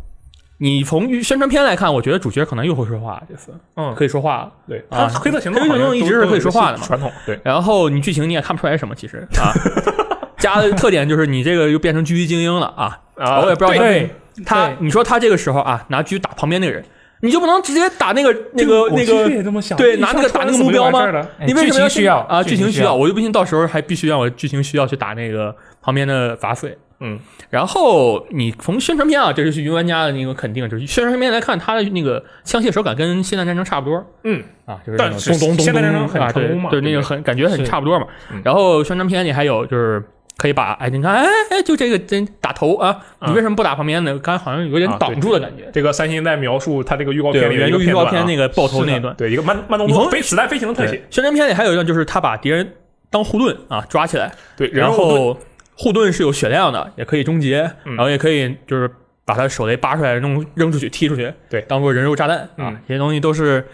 Speaker 4: 你从预宣传片来看，我觉得主角可能又会说话，这次
Speaker 1: 嗯，
Speaker 4: 可以说话了。
Speaker 1: 对，它
Speaker 4: 啊
Speaker 1: 黑色行动
Speaker 4: 黑色行动
Speaker 1: 好像
Speaker 4: 一直是
Speaker 1: 都
Speaker 4: 会说话的
Speaker 1: 都有一
Speaker 4: 嘛
Speaker 1: 个传统对。
Speaker 4: 然后你剧情你也看不出来什么，其实啊， 加的特点就是你这个又变成狙击精英了啊。
Speaker 1: 啊
Speaker 4: 我也不知道
Speaker 1: 对
Speaker 2: 对，
Speaker 4: 他
Speaker 2: 对
Speaker 4: 你说他这个时候啊，拿狙打旁边那个人，你就不能直接打那个那个
Speaker 1: 我
Speaker 4: 那
Speaker 1: 其实也
Speaker 4: 个。
Speaker 1: 这么想
Speaker 4: 对
Speaker 1: 一
Speaker 4: 拿那
Speaker 1: 上
Speaker 4: 个
Speaker 1: 传
Speaker 4: 打那
Speaker 1: 死
Speaker 4: 个目
Speaker 1: 不就
Speaker 4: 标
Speaker 1: 完事儿
Speaker 4: 吗
Speaker 1: 了
Speaker 2: 哎
Speaker 4: 你为
Speaker 2: 剧
Speaker 4: 什么
Speaker 2: 情
Speaker 4: 要
Speaker 2: 需要
Speaker 4: 啊？剧情需要，
Speaker 2: 要，
Speaker 4: 我就不信到时候还必须让我剧情需要去打那个旁边的杂碎。
Speaker 1: 嗯，
Speaker 4: 然后你从宣传片啊，这就是云玩家的那个肯定，就是宣传片来看，它的那个枪械手感跟《现代战争》差不多。
Speaker 1: 嗯，
Speaker 4: 啊，就是
Speaker 1: 但
Speaker 4: 那种
Speaker 1: 是
Speaker 4: 咚咚咚咚，
Speaker 1: 现代战争很
Speaker 4: 啊
Speaker 1: 成功
Speaker 4: 对
Speaker 1: 嘛
Speaker 4: 对，那
Speaker 1: 对
Speaker 4: 个
Speaker 1: 不
Speaker 4: 很感觉很
Speaker 2: 是
Speaker 4: 差不多嘛
Speaker 1: 嗯。
Speaker 4: 然后宣传片里还有就是可以把哎，你看，哎哎，就这个真打头啊！
Speaker 1: 啊
Speaker 4: 你为什么不打旁边呢？刚才好像有点
Speaker 1: 啊对
Speaker 4: 挡住的感觉。
Speaker 1: 这个三星在描述他这个预告
Speaker 4: 对，
Speaker 1: 片里的
Speaker 4: 原
Speaker 1: 一个
Speaker 4: 著预
Speaker 1: 片
Speaker 4: 告
Speaker 1: 段
Speaker 4: 片
Speaker 1: 啊
Speaker 4: 那个爆头那一段，
Speaker 1: 对一个慢慢动
Speaker 4: 你
Speaker 1: 作
Speaker 4: 从
Speaker 1: 飞子弹飞行的特写
Speaker 4: 对，宣传片里还有一段就是他把敌人当护盾啊抓起来，
Speaker 1: 对，
Speaker 4: 然
Speaker 1: 后盾
Speaker 4: 后护盾是有血量的，也可以终结，
Speaker 1: 嗯
Speaker 4: 然后也可以就是把他手雷扒出来弄扔出去踢出去，
Speaker 1: 对
Speaker 4: 当做人肉炸弹、
Speaker 1: 嗯
Speaker 4: 啊，这些东西都是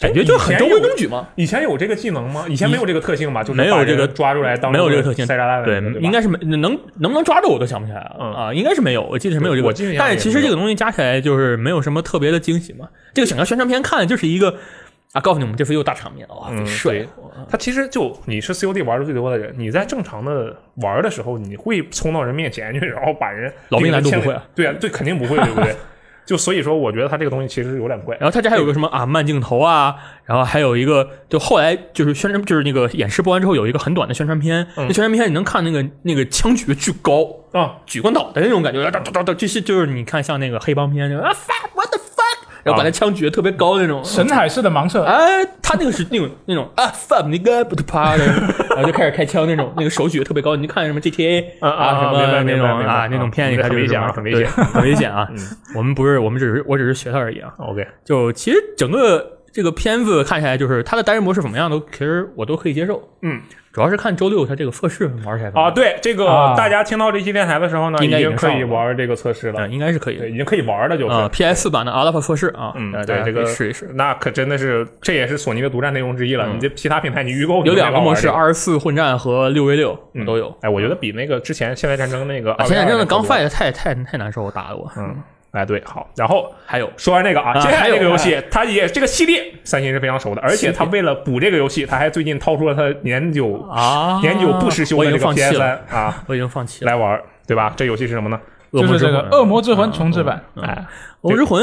Speaker 1: 哎
Speaker 4: 感觉就很
Speaker 1: 以前
Speaker 4: 中
Speaker 1: 有
Speaker 4: 规中矩嘛。
Speaker 1: 以前有这个技能吗？以前没有这个特性吧？就是
Speaker 4: 没有
Speaker 1: 把人
Speaker 4: 这个
Speaker 1: 抓出来当
Speaker 4: 没有这个特性
Speaker 1: 塞炸弹的
Speaker 4: 对
Speaker 1: 那个，，
Speaker 4: 应
Speaker 1: 该
Speaker 4: 该是没能能不能抓住我都想不起来了、
Speaker 1: 嗯
Speaker 4: 啊，应该是没有，我记得是没有这个。
Speaker 1: 我记得
Speaker 4: 但是其实这个东西加起来就是没有什么特别的惊喜嘛。这个整个宣传片看就是一个啊，告诉你我们这次又大场面了，哇，
Speaker 1: 嗯
Speaker 4: 贼帅
Speaker 1: 对！他其实就你是 COD 玩的最多的人，你在正常的玩的时候，你会冲到人面前去，然后把人
Speaker 4: 老兵
Speaker 1: 给
Speaker 4: 难
Speaker 1: 你
Speaker 4: 度不
Speaker 1: 牵
Speaker 4: 会
Speaker 1: 连
Speaker 4: 啊，
Speaker 1: 对啊，对，肯定不会，对不 对？就所以说，我觉得他这个东西其实有点怪。
Speaker 4: 然后他这还有个什么啊慢镜头啊，然后还有一个就后来就是宣传就是那个演示播完之后有一个很短的宣传片，
Speaker 1: 嗯
Speaker 4: 那宣传片你能看那个那个枪举得巨高，
Speaker 1: 啊，
Speaker 4: 举过脑袋那种感觉，哒哒哒哒，就是就是你看像那个黑帮片那种啊 fuck what the fuck，然后把那枪举得特别高那种，
Speaker 2: 神海式的盲射，
Speaker 4: 哎，他那个是那种那种啊 fuck 那个不 啪的，然后就开始开枪那种，那个手举得特别高，你看什么 GTA
Speaker 1: 啊啊啊
Speaker 4: 什
Speaker 1: 明白
Speaker 4: 么那
Speaker 1: 明白
Speaker 4: 种
Speaker 1: 明白
Speaker 4: 啊那
Speaker 1: 啊
Speaker 4: 种片里
Speaker 1: 这
Speaker 4: 他
Speaker 1: 很
Speaker 4: 就
Speaker 1: 危
Speaker 4: 是
Speaker 1: 险啊
Speaker 4: 这么
Speaker 1: 很危险
Speaker 4: 对很危险啊
Speaker 1: 嗯！
Speaker 4: 我们不是我们只是我只是学他而已啊，
Speaker 1: OK，
Speaker 4: 就其实整个这个片子看起来，就是它的单人模式怎么样都，其实我都可以接受。
Speaker 1: 嗯，
Speaker 4: 主要是看周六它这个测试玩起来
Speaker 1: 啊，，对这个
Speaker 2: 啊
Speaker 1: 大家听到这期电台的时候呢，已
Speaker 4: 应该已
Speaker 1: 经
Speaker 4: 经
Speaker 1: 可
Speaker 4: 上
Speaker 1: 以
Speaker 4: 了
Speaker 1: 玩这个测试了，
Speaker 4: 嗯，应该是可以的
Speaker 1: 对，。已经可以玩了，就是
Speaker 4: 啊，PS 版的阿拉法测试啊，
Speaker 1: 嗯
Speaker 4: 大家
Speaker 1: 对
Speaker 4: 可以
Speaker 1: 这个
Speaker 4: 试一试。
Speaker 1: 那可真的是，这也是索尼的独占内容之一了。
Speaker 4: 嗯
Speaker 1: 你这其他品牌你预购你都
Speaker 4: 有
Speaker 1: 没
Speaker 4: 两个
Speaker 1: 法玩
Speaker 4: 模式，
Speaker 1: 这
Speaker 4: 二十四混战和六 v 六
Speaker 1: 嗯
Speaker 4: 都有。
Speaker 1: 哎，我觉得比那个之前《现代战争》那个
Speaker 4: 啊，前两天的刚
Speaker 1: fight，
Speaker 4: fight 太太太难受了，打的我。
Speaker 1: 嗯，哎对，好，然后
Speaker 4: 还有
Speaker 1: 说完这个啊，
Speaker 4: 啊
Speaker 1: 接下来
Speaker 4: 还
Speaker 1: 这
Speaker 4: 有
Speaker 1: 个游戏，它也这个系列三星是非常熟的，而且它为了补这个游戏，它还最近掏出了它年久
Speaker 4: 啊
Speaker 1: 年久不失修
Speaker 4: 我
Speaker 1: 的
Speaker 4: 已
Speaker 1: 这个
Speaker 4: 经放弃
Speaker 1: PS
Speaker 4: 了，
Speaker 1: 三啊
Speaker 4: 我已经放弃了。
Speaker 1: 来玩儿，对吧？这游戏是什么呢？
Speaker 2: 就是这个《恶魔之魂》
Speaker 4: 嗯
Speaker 2: 重置版。
Speaker 4: 嗯哎，恶魔之魂，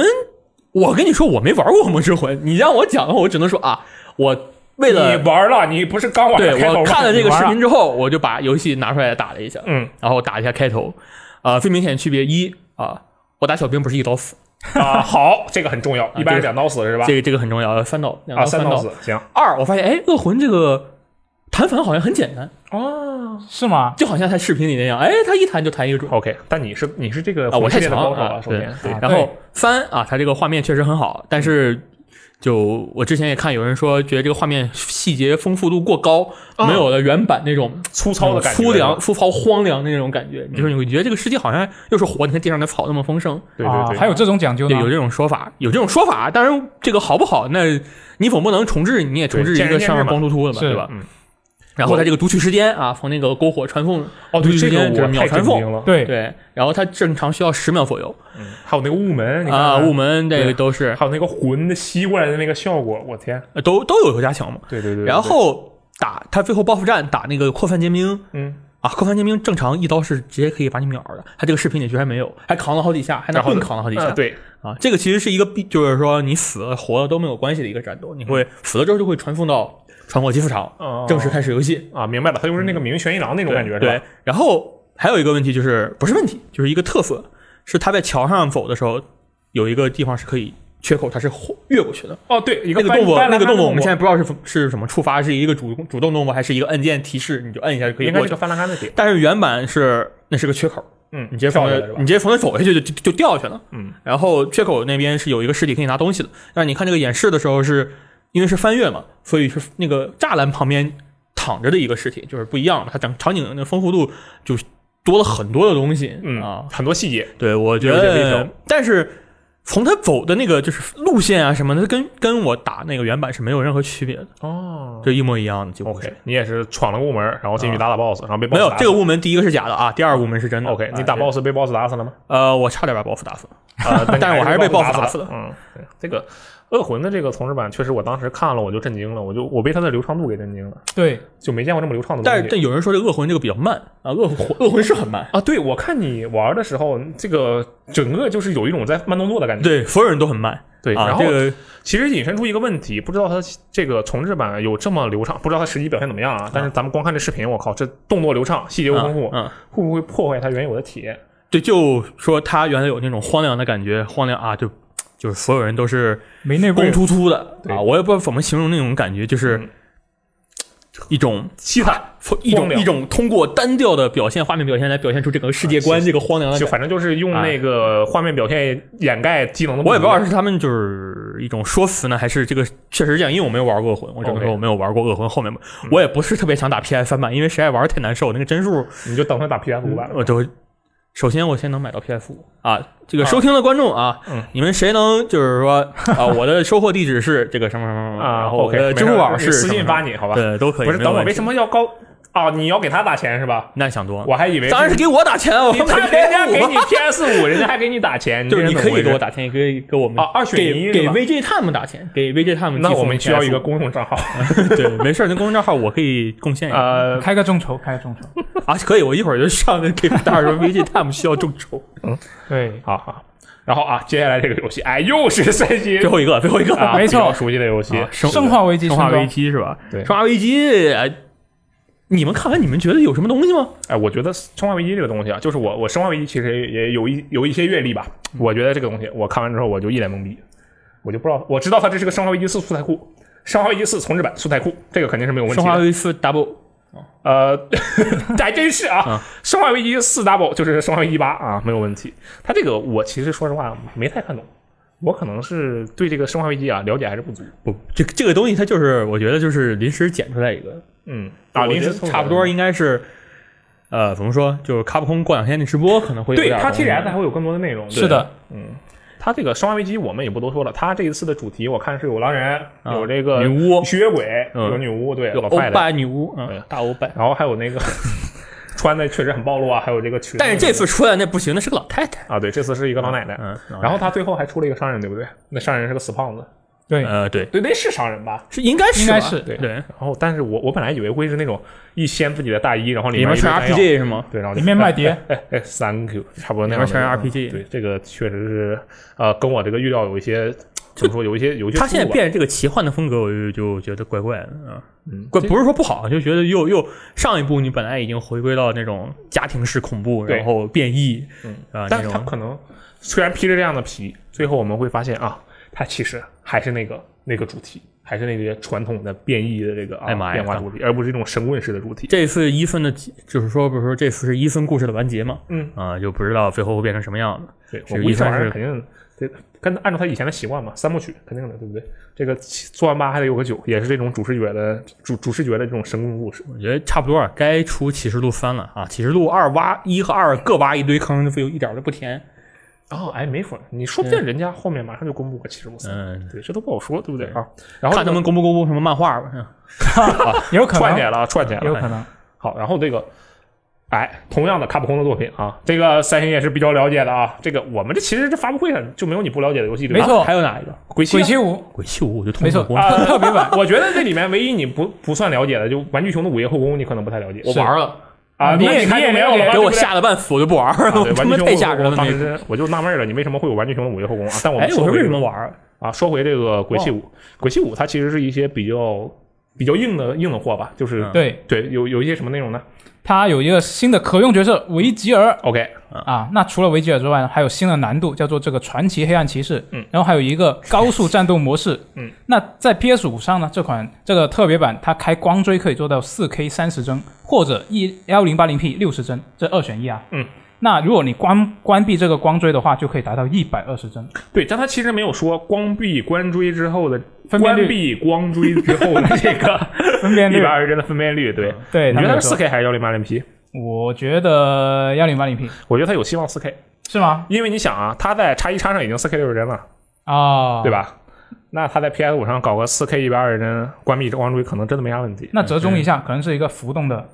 Speaker 4: 我跟你说，我没玩过恶魔之魂，你让我讲的话，我只能说啊，我为了
Speaker 1: 你玩了，你不是刚玩
Speaker 4: 对
Speaker 1: 了开头吗
Speaker 4: 我看了这个视，
Speaker 1: 你玩
Speaker 4: 频之后，我就把游戏拿出来打了一下，
Speaker 1: 嗯
Speaker 4: 然后打了一下开头，啊，最明显的区别一啊，我打小兵不是一刀死，
Speaker 1: 啊，好，这个很重要，一般
Speaker 4: 啊这
Speaker 1: 是
Speaker 4: 个
Speaker 1: 两刀死是吧？
Speaker 4: 这个这个很重要，三刀两
Speaker 1: 啊，
Speaker 4: 三
Speaker 1: 三刀死，行
Speaker 4: 二，我发现哎，恶魂这个弹反好像很简单，
Speaker 1: 哦
Speaker 2: 是吗？
Speaker 4: 就好像他视频里那样，哎，他一弹就弹一个准。
Speaker 1: ，OK，但你是你是这个
Speaker 4: 啊，我
Speaker 1: 魂系哦
Speaker 4: 太
Speaker 1: 列的高
Speaker 4: 强了
Speaker 1: 手啊，
Speaker 4: 啊！
Speaker 1: 首
Speaker 4: 对
Speaker 1: 先，
Speaker 4: 对
Speaker 2: 啊
Speaker 4: 然
Speaker 2: 对
Speaker 4: 后三啊，它这个画面确实很好，但是就我之前也看有人说，觉得这个画面细节丰富度过高，
Speaker 1: 啊
Speaker 4: 没有了原版那种
Speaker 1: 粗糙的感觉，
Speaker 4: 嗯
Speaker 1: 嗯
Speaker 4: 粗粮、粗糙、荒凉的那种感觉，就是你会觉得这个世界好像又是活的，你看地上的草那么丰盛，
Speaker 1: 对对对，
Speaker 2: 啊，还有这种讲究
Speaker 4: 对，
Speaker 2: 呢？
Speaker 4: 有这种说法，有这种说法。当然，这个好不好，那你总不能重置，你也重置
Speaker 1: 对
Speaker 4: 一
Speaker 1: 见仁
Speaker 4: 个
Speaker 1: 见智
Speaker 4: 像
Speaker 1: 嘛
Speaker 4: 光秃秃的嘛，
Speaker 2: 是
Speaker 4: 对吧
Speaker 1: 嗯？
Speaker 4: 然后它这个读取时间啊，从那个篝火传送，
Speaker 1: 哦，对，
Speaker 4: 就
Speaker 1: 这
Speaker 4: 是
Speaker 1: 个
Speaker 4: 就是
Speaker 1: 我
Speaker 4: 秒
Speaker 1: 太
Speaker 4: 传
Speaker 1: 震
Speaker 4: 送
Speaker 1: 惊了。
Speaker 2: 对
Speaker 4: 对，然后它正常需要十秒左右
Speaker 1: 嗯还有那个雾门你看
Speaker 4: 啊，
Speaker 1: 看
Speaker 4: 雾门这个都是
Speaker 1: 还有那个魂的吸过来的那个效果，我天！嗯
Speaker 4: 呃都都有加强嘛。
Speaker 1: 对对对对
Speaker 4: 然后打他最后 BOSS 战打那个扩散尖兵，
Speaker 1: 嗯，
Speaker 4: 啊，扣环尖兵正常一刀是直接可以把你秒了，他这个视频里居然没有，还扛了好几下，还拿
Speaker 1: 然后
Speaker 4: 棍扛了好几下。
Speaker 1: 嗯对，
Speaker 4: 啊，这个其实是一个必，就是说你死了活了都没有关系的一个战斗，你会死了之后就会传送到传火机服场，
Speaker 1: 嗯哦
Speaker 4: 正式开始游戏。
Speaker 1: 啊，明白了，他就是那个《明玄一郎》那种
Speaker 4: 嗯对
Speaker 1: 感觉，是
Speaker 4: 对
Speaker 1: 吧？，
Speaker 4: 然后还有一个问题就是不是问题，就是一个特色，是他在桥上走的时候有一个地方是可以缺口，它是豁越过去的。
Speaker 1: 哦，对，一
Speaker 4: 那个
Speaker 1: 翻
Speaker 4: 动作，
Speaker 1: 翻
Speaker 4: 那个
Speaker 1: 拉杆
Speaker 4: 动作，我
Speaker 1: 动
Speaker 4: 们现在不知道是是什么触发，是一个主主动动作还是一个按键提示，你就摁一下就可以
Speaker 1: 应该
Speaker 4: 过
Speaker 1: 是
Speaker 4: 去
Speaker 1: 个。翻拉杆的点，
Speaker 4: 但是原版是那是个缺口，
Speaker 1: 嗯，
Speaker 4: 你直接
Speaker 1: 跳
Speaker 4: 从
Speaker 1: 下
Speaker 4: 那
Speaker 1: 来是吧
Speaker 4: 你？直接从那走下去就就就掉下去了。
Speaker 1: 嗯，
Speaker 4: 然后缺口那边是有一个尸体可以拿东西的，但是你看这个演示的时候是，因为是翻越嘛，所以是那个栅栏旁边躺着的一个尸体，就是不一样了，它场场景的那丰富度就多了很多的东西。
Speaker 1: 嗯
Speaker 4: 啊，
Speaker 1: 很多细节，
Speaker 4: 对，我觉
Speaker 1: 有一些微调
Speaker 4: 得，但是从他走的那个就是路线啊什么的，它跟跟我打那个原版是没有任何区别的，
Speaker 1: 哦。
Speaker 4: 就一模一样的，几乎是。
Speaker 1: OK，你也是闯了个雾门，然后进去打打 BOSS，然后被 BOSS
Speaker 4: 啊没有
Speaker 1: 打死
Speaker 4: 这个雾门，第一个是假的啊，第二个雾门是真的。
Speaker 1: OK，你
Speaker 4: 啊
Speaker 1: 打
Speaker 4: 这
Speaker 1: BOSS 被 BOSS 打死了吗？
Speaker 4: 呃，我差点把 BOSS 打死了。
Speaker 1: 啊，
Speaker 4: 但是我还是被
Speaker 1: BOSS
Speaker 4: BOSS 打死
Speaker 1: 了。嗯，对这个恶魂的这个重置版，确实我当时看了我就震惊了，我就我被它的流畅度给震惊了，
Speaker 2: 对，
Speaker 1: 就没见过这么流畅的东
Speaker 4: 但
Speaker 1: 西。
Speaker 4: 是但有人说这个恶魂这个比较慢啊，恶魂恶魂是很慢。
Speaker 1: 啊，对，我看你玩的时候，这个整个就是有一种在慢动作的感觉。
Speaker 4: 对，所有人都很慢。
Speaker 1: 对
Speaker 4: 啊，
Speaker 1: 然后
Speaker 4: 这个
Speaker 1: 其实引申出一个问题，不知道它这个重置版有这么流畅，不知道它实际表现怎么样啊？但是咱们光看这视频，我靠，这动作流畅，细节又丰富，
Speaker 4: 嗯嗯，嗯
Speaker 1: 会不会破坏它原有的体验？
Speaker 4: 对，就说他原来有那种荒凉的感觉，荒凉啊，就就是所有人都是
Speaker 2: 没内
Speaker 4: 光
Speaker 2: 部
Speaker 4: 秃秃的
Speaker 1: 对
Speaker 4: 啊，我也不知道怎么形容那种感觉，就是
Speaker 1: 嗯
Speaker 4: 一种
Speaker 1: 凄惨，
Speaker 4: 一
Speaker 1: 荒
Speaker 4: 种
Speaker 1: 凉
Speaker 4: 一种通过单调的表现、画面表现来表现出整个世界观这个荒凉的
Speaker 1: 就
Speaker 4: 感觉。
Speaker 1: 反正就是用那个画面表现掩盖机能的。
Speaker 4: 我也不知道是他们就是一种说辞呢，还是这个确实是这样，因为我没有玩过恶魂，我只能
Speaker 1: OK
Speaker 4: 说我没有玩过恶魂后面嘛，
Speaker 1: 嗯
Speaker 4: 我也不是特别想打 PS 三版，因为实在玩太难受，那个帧数
Speaker 1: 你就等他打 PS 五吧。
Speaker 4: 我都。首先，我先能买到 PS 五啊！这个收听的观众啊，
Speaker 1: 嗯
Speaker 4: 你们谁能就是说 啊，我的收货地址是这个什么什么什么，
Speaker 1: 啊
Speaker 4: 然后我
Speaker 1: OK，
Speaker 4: 的支
Speaker 1: 没
Speaker 4: 付
Speaker 1: 事
Speaker 4: 宝是
Speaker 1: 私
Speaker 4: 什么
Speaker 1: 信
Speaker 4: 什么
Speaker 1: 发你，好吧？
Speaker 4: 对，都可以。
Speaker 1: 不是，
Speaker 4: 没有
Speaker 1: 等我
Speaker 4: 问
Speaker 1: 为
Speaker 4: 题
Speaker 1: 什么要高啊？你要给他打钱是吧？
Speaker 4: 那想多了，
Speaker 1: 我还以为
Speaker 4: 当然是给我打钱，我
Speaker 1: 你他人家给你 PS 五，人家还给你打钱，
Speaker 4: 就是你
Speaker 1: 这人
Speaker 4: 可
Speaker 1: 怎么回
Speaker 4: 以给我
Speaker 1: 事。
Speaker 4: 打钱，也可以给我们
Speaker 1: 啊二选一
Speaker 4: 给
Speaker 1: 是
Speaker 4: 给
Speaker 1: 吧
Speaker 4: VJ Time 打钱，给 VJ Time
Speaker 1: 那
Speaker 4: 寄
Speaker 1: 我
Speaker 4: 送
Speaker 1: 们需要
Speaker 4: PS
Speaker 1: 一个公用账号，
Speaker 4: 对，没事儿，那公众账号我可以贡献一下
Speaker 1: 呃，
Speaker 2: 开个众筹，开个众筹。
Speaker 4: 啊，可以，我一会儿就上那给大家说 VJ Time 需要众筹，
Speaker 2: 对，
Speaker 1: 好好。然后啊，接下来这个游戏，哎，又是三星
Speaker 4: 最后一个，最后一个，
Speaker 1: 啊，
Speaker 2: 没错
Speaker 1: 比较熟悉的游戏，
Speaker 4: 啊生
Speaker 2: 生化危机，
Speaker 4: 生化
Speaker 2: 生化
Speaker 4: 危机是吧？
Speaker 1: 对
Speaker 4: 生化危机，哎你们看完你们觉得有什么东西吗？
Speaker 1: 哎，我觉得《生化危机》这个东西啊，就是我我《生化危机》其实也也有一有一些阅历吧。
Speaker 4: 嗯
Speaker 1: 我觉得这个东西，我看完之后我就一脸懵逼，我就不知道，我知道它这是个《生化危机四》素材库，《生化危机四》重置版素材库，这个肯定是没有问
Speaker 4: 生
Speaker 1: 题啊
Speaker 4: 化
Speaker 1: 的。
Speaker 4: 危机四 Double
Speaker 1: 呃， 还真是啊，生化危机四 double》就是《生化危机八》啊，没有问题。它这个我其实说实话没太看懂，我可能是对这个《生化危机啊》了解还是不足。
Speaker 4: 不，这个这个东西它就是我觉得就是临时剪出来一个
Speaker 1: 嗯，
Speaker 4: 啊，
Speaker 1: 啊，
Speaker 4: 临
Speaker 1: 临
Speaker 4: 时
Speaker 1: 时
Speaker 4: 差不多应该是。呃，怎么说？就是卡普空过两天那直播可能会有
Speaker 1: 对
Speaker 4: 点
Speaker 1: 它
Speaker 4: 东西
Speaker 1: TGS 还会有更多的内容。
Speaker 2: 是
Speaker 4: 呃
Speaker 2: 的，
Speaker 1: 它这个《生化危机》我们也不多说了，它这一次的主题我看是有狼人，
Speaker 4: 啊
Speaker 1: 有这个
Speaker 4: 女巫
Speaker 1: 吸血鬼，
Speaker 4: 嗯
Speaker 1: 有女巫，对，
Speaker 4: 有
Speaker 1: 老
Speaker 4: 欧
Speaker 1: 快的，
Speaker 4: 巴女巫，
Speaker 1: 对
Speaker 4: 嗯，大欧巴。
Speaker 1: 然后还有那个穿的确实很暴露啊，还有这个裙子。
Speaker 4: 但是这次出来那不行，那是个老太太。
Speaker 1: 啊，对，这次是一个老奶奶。
Speaker 4: 嗯，
Speaker 1: 然后他最后还出了一个商人，对不对？那商人是个死胖子，
Speaker 2: 对，
Speaker 4: 呃，对，
Speaker 1: 对，那是商人吧？
Speaker 4: 是应该是
Speaker 2: 应该
Speaker 4: 吧
Speaker 2: 是
Speaker 4: 对
Speaker 1: 对然后，但是我我本来以为会是那种一掀自己的大衣，然后
Speaker 4: 里
Speaker 1: 面
Speaker 4: 面
Speaker 1: 是
Speaker 4: 全 RPG 是吗？
Speaker 1: 对，然后就
Speaker 2: 里面卖 碟，
Speaker 1: 哎哎，Thank you，差不多那
Speaker 4: 里
Speaker 1: 样的。
Speaker 4: 面全是 RPG
Speaker 1: 对，这个确实是呃，跟我这个预料有一些怎么说，有一些有一些。
Speaker 4: 他现在，变这个奇幻的风格，我就就觉得怪怪的啊，
Speaker 1: 嗯，
Speaker 4: 怪不是说不好，就觉得又又上一部你本来已经回归到那种家庭式恐怖，
Speaker 1: 对
Speaker 4: 然后变异，
Speaker 1: 嗯
Speaker 4: 啊，
Speaker 1: 但
Speaker 4: 那
Speaker 1: 是他
Speaker 4: 种
Speaker 1: 可能虽然披着这样的皮，最后我们会发现啊，他其实还是那个那个主题，还是那些传统的变异的这个
Speaker 4: 哎
Speaker 1: 啊
Speaker 4: 妈呀
Speaker 1: 变化主题，而不是一种神棍式的主题。
Speaker 4: 这次伊森的，就是说不是说这次是伊森故事的完结嘛？
Speaker 1: 嗯
Speaker 4: 啊，就不知道最后会变成什么样子。
Speaker 1: 对，
Speaker 4: 是
Speaker 1: 我估计
Speaker 4: 一
Speaker 1: 这
Speaker 4: 般
Speaker 1: 玩意
Speaker 4: 是
Speaker 1: 儿肯定得跟按照他以前的习惯嘛，三部曲肯定的，对不对？这个七做完八还得有个九，也是这种主视觉的主主视觉的这种神棍故事。
Speaker 4: 我觉得差不多啊，该出启示录三了啊！启示录二挖一和二各挖一堆坑，那费用一点儿都不填。
Speaker 1: 哦，哎，没准儿你说不定人家后面马上就公布个七十五三，
Speaker 4: 嗯
Speaker 1: 对，这都不好说，对不对
Speaker 4: 对
Speaker 1: 啊？然后
Speaker 4: 看他们公布公布什么漫画吧。嗯
Speaker 2: 有可
Speaker 1: 串起来
Speaker 2: 能，
Speaker 1: 了，串起来了，
Speaker 2: 有可能。
Speaker 1: 好，然后这个，哎，同样的卡普空的作品啊，这个三星也是比较了解的啊。这个我们这其实这发布会上就没有你不了解的游戏，对吧
Speaker 2: 没错
Speaker 4: 还有哪一个？
Speaker 1: 鬼泣
Speaker 2: 鬼
Speaker 1: 啊。
Speaker 2: 泣五，
Speaker 4: 鬼泣五我就通
Speaker 2: 没错，
Speaker 4: 过
Speaker 1: 哦啊
Speaker 2: 特别版。
Speaker 1: 我觉得这里面唯一你不不算了解的，就《玩具熊的午夜后宫》，你可能不太了解。
Speaker 4: 我玩 了，
Speaker 1: 啊，
Speaker 2: 你也
Speaker 1: 那看
Speaker 2: 你也
Speaker 1: 就没有了吧，
Speaker 4: 给
Speaker 1: 对
Speaker 4: 我
Speaker 1: 不对
Speaker 4: 吓得半死，我就不玩
Speaker 1: 啊
Speaker 4: 儿了，
Speaker 1: 对
Speaker 4: 我他
Speaker 1: 玩具
Speaker 4: 妈
Speaker 1: 熊
Speaker 4: 太吓人
Speaker 1: 我
Speaker 4: 了。
Speaker 1: 当
Speaker 4: 那个
Speaker 1: 时我就纳闷了，你为什么会有《玩具熊的午夜后宫》啊？但我
Speaker 4: 哎
Speaker 1: 们，
Speaker 4: 我
Speaker 1: 说
Speaker 4: 是
Speaker 1: 回
Speaker 4: 为
Speaker 1: 这
Speaker 4: 什
Speaker 1: 个
Speaker 4: 么玩儿？
Speaker 1: 啊，说回这个鬼泣五，鬼泣五它其实是一些比较比较硬的硬的货吧，就是、
Speaker 4: 嗯
Speaker 2: 对，
Speaker 1: 对，有有一些什么内容呢
Speaker 2: 它有一个新的可用角色维吉尔
Speaker 1: ？OK，
Speaker 2: 啊。那除了维吉尔之外呢，还有新的难度，叫做这个传奇黑暗骑士。
Speaker 1: 嗯，
Speaker 2: 然后还有一个高速战斗模式。
Speaker 1: 嗯，
Speaker 2: 那在 PS 五上呢，这款这个特别版它开光追可以做到 4K 三十帧或者一幺零八零 P 六十帧，这二选一啊。
Speaker 1: 嗯。
Speaker 2: 那如果你关关闭这个光追的话，就可以达到一百二十帧。
Speaker 1: 对，但他其实没有说光闭光追之后的
Speaker 2: 分辨率
Speaker 1: 关闭光追之后的这个
Speaker 2: 分 辨
Speaker 1: 一
Speaker 2: 率
Speaker 1: 百二十帧的分辨率。对，
Speaker 4: 嗯
Speaker 2: 对，
Speaker 1: 你觉得
Speaker 2: 它没
Speaker 1: 它
Speaker 2: 有
Speaker 1: 是四
Speaker 2: 说
Speaker 1: K 还是幺零八零 P？
Speaker 2: 我觉得幺零八零 P
Speaker 1: 我觉得它有希望四 K，
Speaker 2: 是吗？
Speaker 1: 因为你想啊，它在叉一叉上已经四 K 六十帧了，
Speaker 2: 啊，
Speaker 1: 对？吧？那它在 PS 五上搞个四 K 一百二十帧关闭光追，可能真的没啥问题。
Speaker 2: 那折中一下，
Speaker 1: 嗯
Speaker 2: 可能是一个浮动的，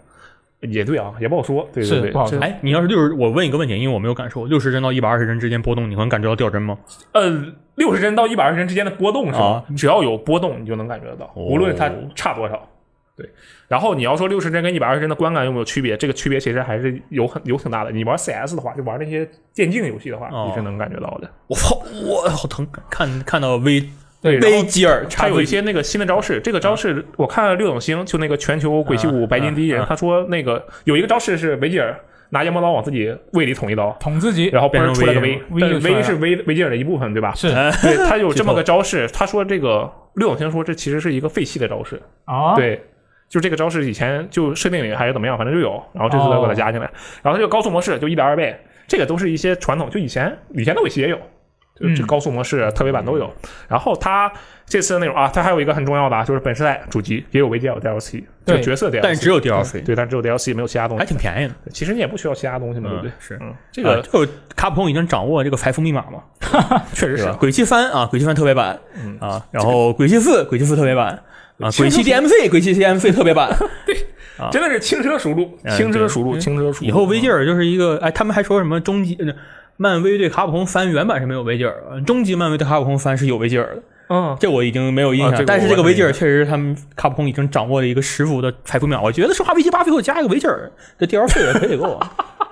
Speaker 1: 也对啊，也不好说。对
Speaker 2: 是
Speaker 1: 对对
Speaker 2: 不好，
Speaker 1: 这
Speaker 2: 说
Speaker 4: 哎，你要是六十，我问一个问题，因为我没有感受，六十帧到一百二十帧之间波动，你能感觉到掉帧吗？
Speaker 1: 呃，六十帧到一百二十帧之间的波动是吧？
Speaker 4: 啊
Speaker 1: 只要有波动，你就能感觉得到，无论
Speaker 2: 哦
Speaker 1: 它差多少。对，然后你要说六十帧跟一百二十帧的观感有没有区别？这个区别其实还是有很有挺大的。你玩 CS 的话，就玩那些电竞游戏的话，
Speaker 4: 哦
Speaker 1: 你是能感觉到的。
Speaker 4: 我操，我好疼！看看到微
Speaker 1: 对，然
Speaker 4: 微
Speaker 1: 后
Speaker 4: 吉尔，
Speaker 1: 它有一些那个新的招式，这个招式我看了六等星，就那个全球鬼泣五
Speaker 4: 嗯
Speaker 1: 白金第一人
Speaker 4: 嗯，嗯
Speaker 1: 他说那个有一个招式是维吉尔拿研磨刀往自己胃里捅一刀。
Speaker 2: 统治级
Speaker 1: 然后嘣
Speaker 4: 变成
Speaker 1: 出来个
Speaker 4: V，
Speaker 1: V，
Speaker 2: V
Speaker 1: 但
Speaker 2: 就出来
Speaker 1: V
Speaker 2: 了
Speaker 1: 是维维吉尔的一部分，对 吧？
Speaker 2: 是
Speaker 4: 哎
Speaker 1: 对他有这么
Speaker 4: 剧
Speaker 1: 个招式，他说这个六影星说这其实是一个废弃的招式，
Speaker 2: 啊，
Speaker 1: 对，就这个招式以前就设定里还是怎么样，反正就有，然后这次他给它加进来，然后它这个高速模式就一点二倍，这个都是一些传统，就以前以前的尾气也有，就这
Speaker 2: 嗯
Speaker 1: 高速模式、啊特别版都有。然后它这次的内容啊，它还有一个很重要的，啊，就是本世代主机也有维 g l DLC，就
Speaker 2: 对
Speaker 1: 角色 DLC，
Speaker 4: 但只有 DLC，
Speaker 1: 对，但只有 DLC 没有其他东
Speaker 4: 还
Speaker 1: 西。
Speaker 4: 挺便宜的。啊
Speaker 1: 其实你也不需要其他东西嘛，对不对？
Speaker 4: 是
Speaker 1: 嗯，这
Speaker 4: 这
Speaker 1: 个
Speaker 4: 个这个卡普空已经掌握这个财富密码嘛，
Speaker 1: 确实
Speaker 4: 是
Speaker 1: 是
Speaker 4: 吧？《鬼泣三》啊，《鬼泣三》特别版
Speaker 1: 嗯
Speaker 4: 啊，然后《鬼泣四》《鬼泣四》特别版啊，《
Speaker 1: 其实
Speaker 4: 鬼
Speaker 1: 就
Speaker 4: 泣
Speaker 1: 是
Speaker 4: DMC》《鬼泣 DMC》特别版。啊
Speaker 1: 真的是轻车熟路，
Speaker 4: 嗯
Speaker 1: 轻车熟路，
Speaker 4: 对
Speaker 1: 轻车熟路。
Speaker 4: 以后维吉尔就是一个，哎，他们还说什么终极，呃漫威对卡普空翻原版是没有维吉尔的，终极漫威对卡普空翻是有维吉尔的，
Speaker 1: 嗯，
Speaker 4: 这我已经没有印象。
Speaker 1: 啊这个
Speaker 4: 但是
Speaker 1: 我
Speaker 4: 这个
Speaker 1: 完全
Speaker 4: 维吉尔确实，他们卡普空已经掌握了一个十足的财富秒。我觉得生化危机八最后加一个维吉尔的 DLC 也可以够啊，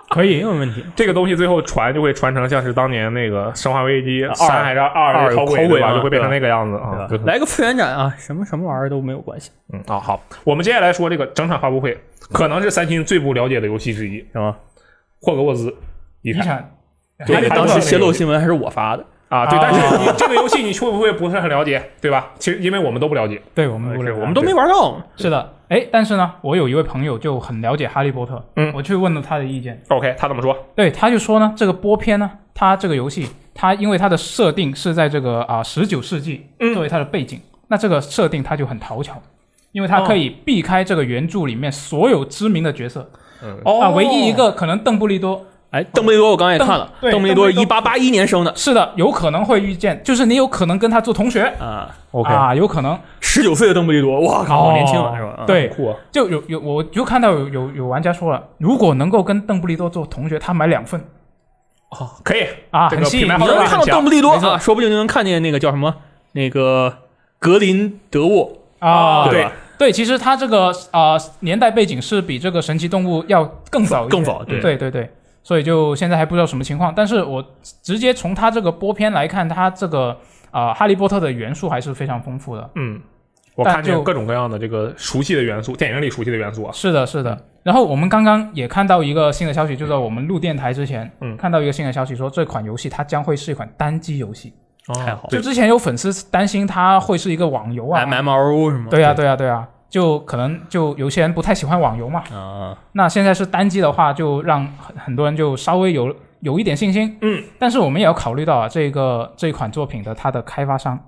Speaker 2: 可
Speaker 4: 没
Speaker 2: 以
Speaker 4: 有问题。
Speaker 1: 这个东西最后传就会传成像是当年那个《生化危机
Speaker 4: 啊》二
Speaker 1: 三还是二
Speaker 4: 二
Speaker 1: 是头
Speaker 4: 头
Speaker 1: 对
Speaker 4: 尾
Speaker 2: 啊
Speaker 1: 吧，
Speaker 4: 嘛
Speaker 1: 就会变成
Speaker 4: 对
Speaker 1: 那个样子
Speaker 4: 对吧
Speaker 1: 啊。对
Speaker 4: 来个复原展啊，什么什么玩意儿都没有关系，
Speaker 1: 嗯啊，好，我们接下来说这个整场发布会，可能是三星最不了解的游戏之一
Speaker 4: 是吗？
Speaker 1: ——霍格沃兹遗
Speaker 2: 遗
Speaker 1: 产
Speaker 2: 产，
Speaker 1: 对
Speaker 4: 而
Speaker 2: 还
Speaker 4: 且
Speaker 1: 还
Speaker 2: 得
Speaker 4: 当
Speaker 1: 不知道那
Speaker 4: 时
Speaker 1: 个
Speaker 4: 泄露
Speaker 1: 游戏
Speaker 4: 新闻还是我发的，
Speaker 1: 啊。对，
Speaker 2: 啊
Speaker 1: 但是你这个游戏你会不会不是很了解，对吧？其实因为我们都不了解，
Speaker 2: 对我们不
Speaker 1: 是
Speaker 2: 了解
Speaker 1: 我
Speaker 4: 我们都没玩到嘛。
Speaker 2: 是的，哎，但是呢，我有一位朋友就很了解哈利波特，
Speaker 1: 嗯
Speaker 2: 我去问了他的意见，
Speaker 1: OK，他怎么说？
Speaker 2: 对，他就说呢，这个波片呢，它这个游戏，它因为它的设定是在这个啊十九世纪
Speaker 1: 嗯
Speaker 2: 作为它的背景，那这个设定它就很讨巧，因为它
Speaker 1: 哦
Speaker 2: 可以避开这个原著里面所有知名的角色、
Speaker 1: 嗯，
Speaker 2: 啊，唯一一个可能邓布利多
Speaker 4: 哎，邓布利多我刚刚也
Speaker 2: 邓
Speaker 4: 看了，
Speaker 2: 对
Speaker 4: 邓布利多
Speaker 2: 邓布
Speaker 4: 一
Speaker 2: 利多
Speaker 4: 八八一年生的
Speaker 2: 是的，有可能会遇见，就是你有可能跟他做同学
Speaker 4: 啊，
Speaker 1: OK，
Speaker 2: 啊，有可能
Speaker 4: 十九岁的邓布利多，哇靠，
Speaker 2: 哦
Speaker 4: 年轻了是吧？啊
Speaker 2: 对，
Speaker 1: 酷啊，
Speaker 2: 就有有我就看到有有有玩家说了，如果能够跟邓布利多做同学，他买两份
Speaker 1: 可以
Speaker 2: 啊，
Speaker 1: 这
Speaker 2: 很
Speaker 1: 个
Speaker 2: 吸
Speaker 1: 品
Speaker 2: 引
Speaker 1: 牌
Speaker 2: 你
Speaker 1: 号
Speaker 4: 你
Speaker 1: 召
Speaker 4: 要
Speaker 1: 力
Speaker 4: 是
Speaker 1: 很
Speaker 4: 看到邓
Speaker 1: 强
Speaker 4: 布利多
Speaker 2: 没错
Speaker 4: 啊，说不定就能看见那个叫什么那个格林德沃，
Speaker 2: 啊，
Speaker 1: 对
Speaker 4: 吧？
Speaker 2: 对，其实它这个啊、呃年代背景是比这个神奇动物要更早一些
Speaker 4: 更早对
Speaker 2: 对对对所以就现在还不知道什么情况，但是我直接从它这个播片来看，它这个啊、呃哈利波特的元素还是非常丰富的。
Speaker 1: 嗯，我
Speaker 2: 但
Speaker 1: 看见
Speaker 2: 就
Speaker 1: 各种各样的这个熟悉的元素，电影里熟悉的元素啊，
Speaker 2: 是的，是的。然后我们刚刚也看到一个新的消息，就是我们录电台之前，
Speaker 1: 嗯
Speaker 2: 看到一个新的消息说，这款游戏它将会是一款单机游戏。
Speaker 4: 太好
Speaker 1: 对
Speaker 2: 就之前有粉丝担心它会是一个网游啊，
Speaker 4: 买买毛屋什么？
Speaker 2: 对呀、啊对呀、对呀、就可能就有些人不太喜欢网游嘛，
Speaker 4: 啊，
Speaker 2: 那现在是单机的话，就让很很多人就稍微有有一点信心。
Speaker 1: 嗯，
Speaker 2: 但是我们也要考虑到啊，这个这一款作品的它的开发商，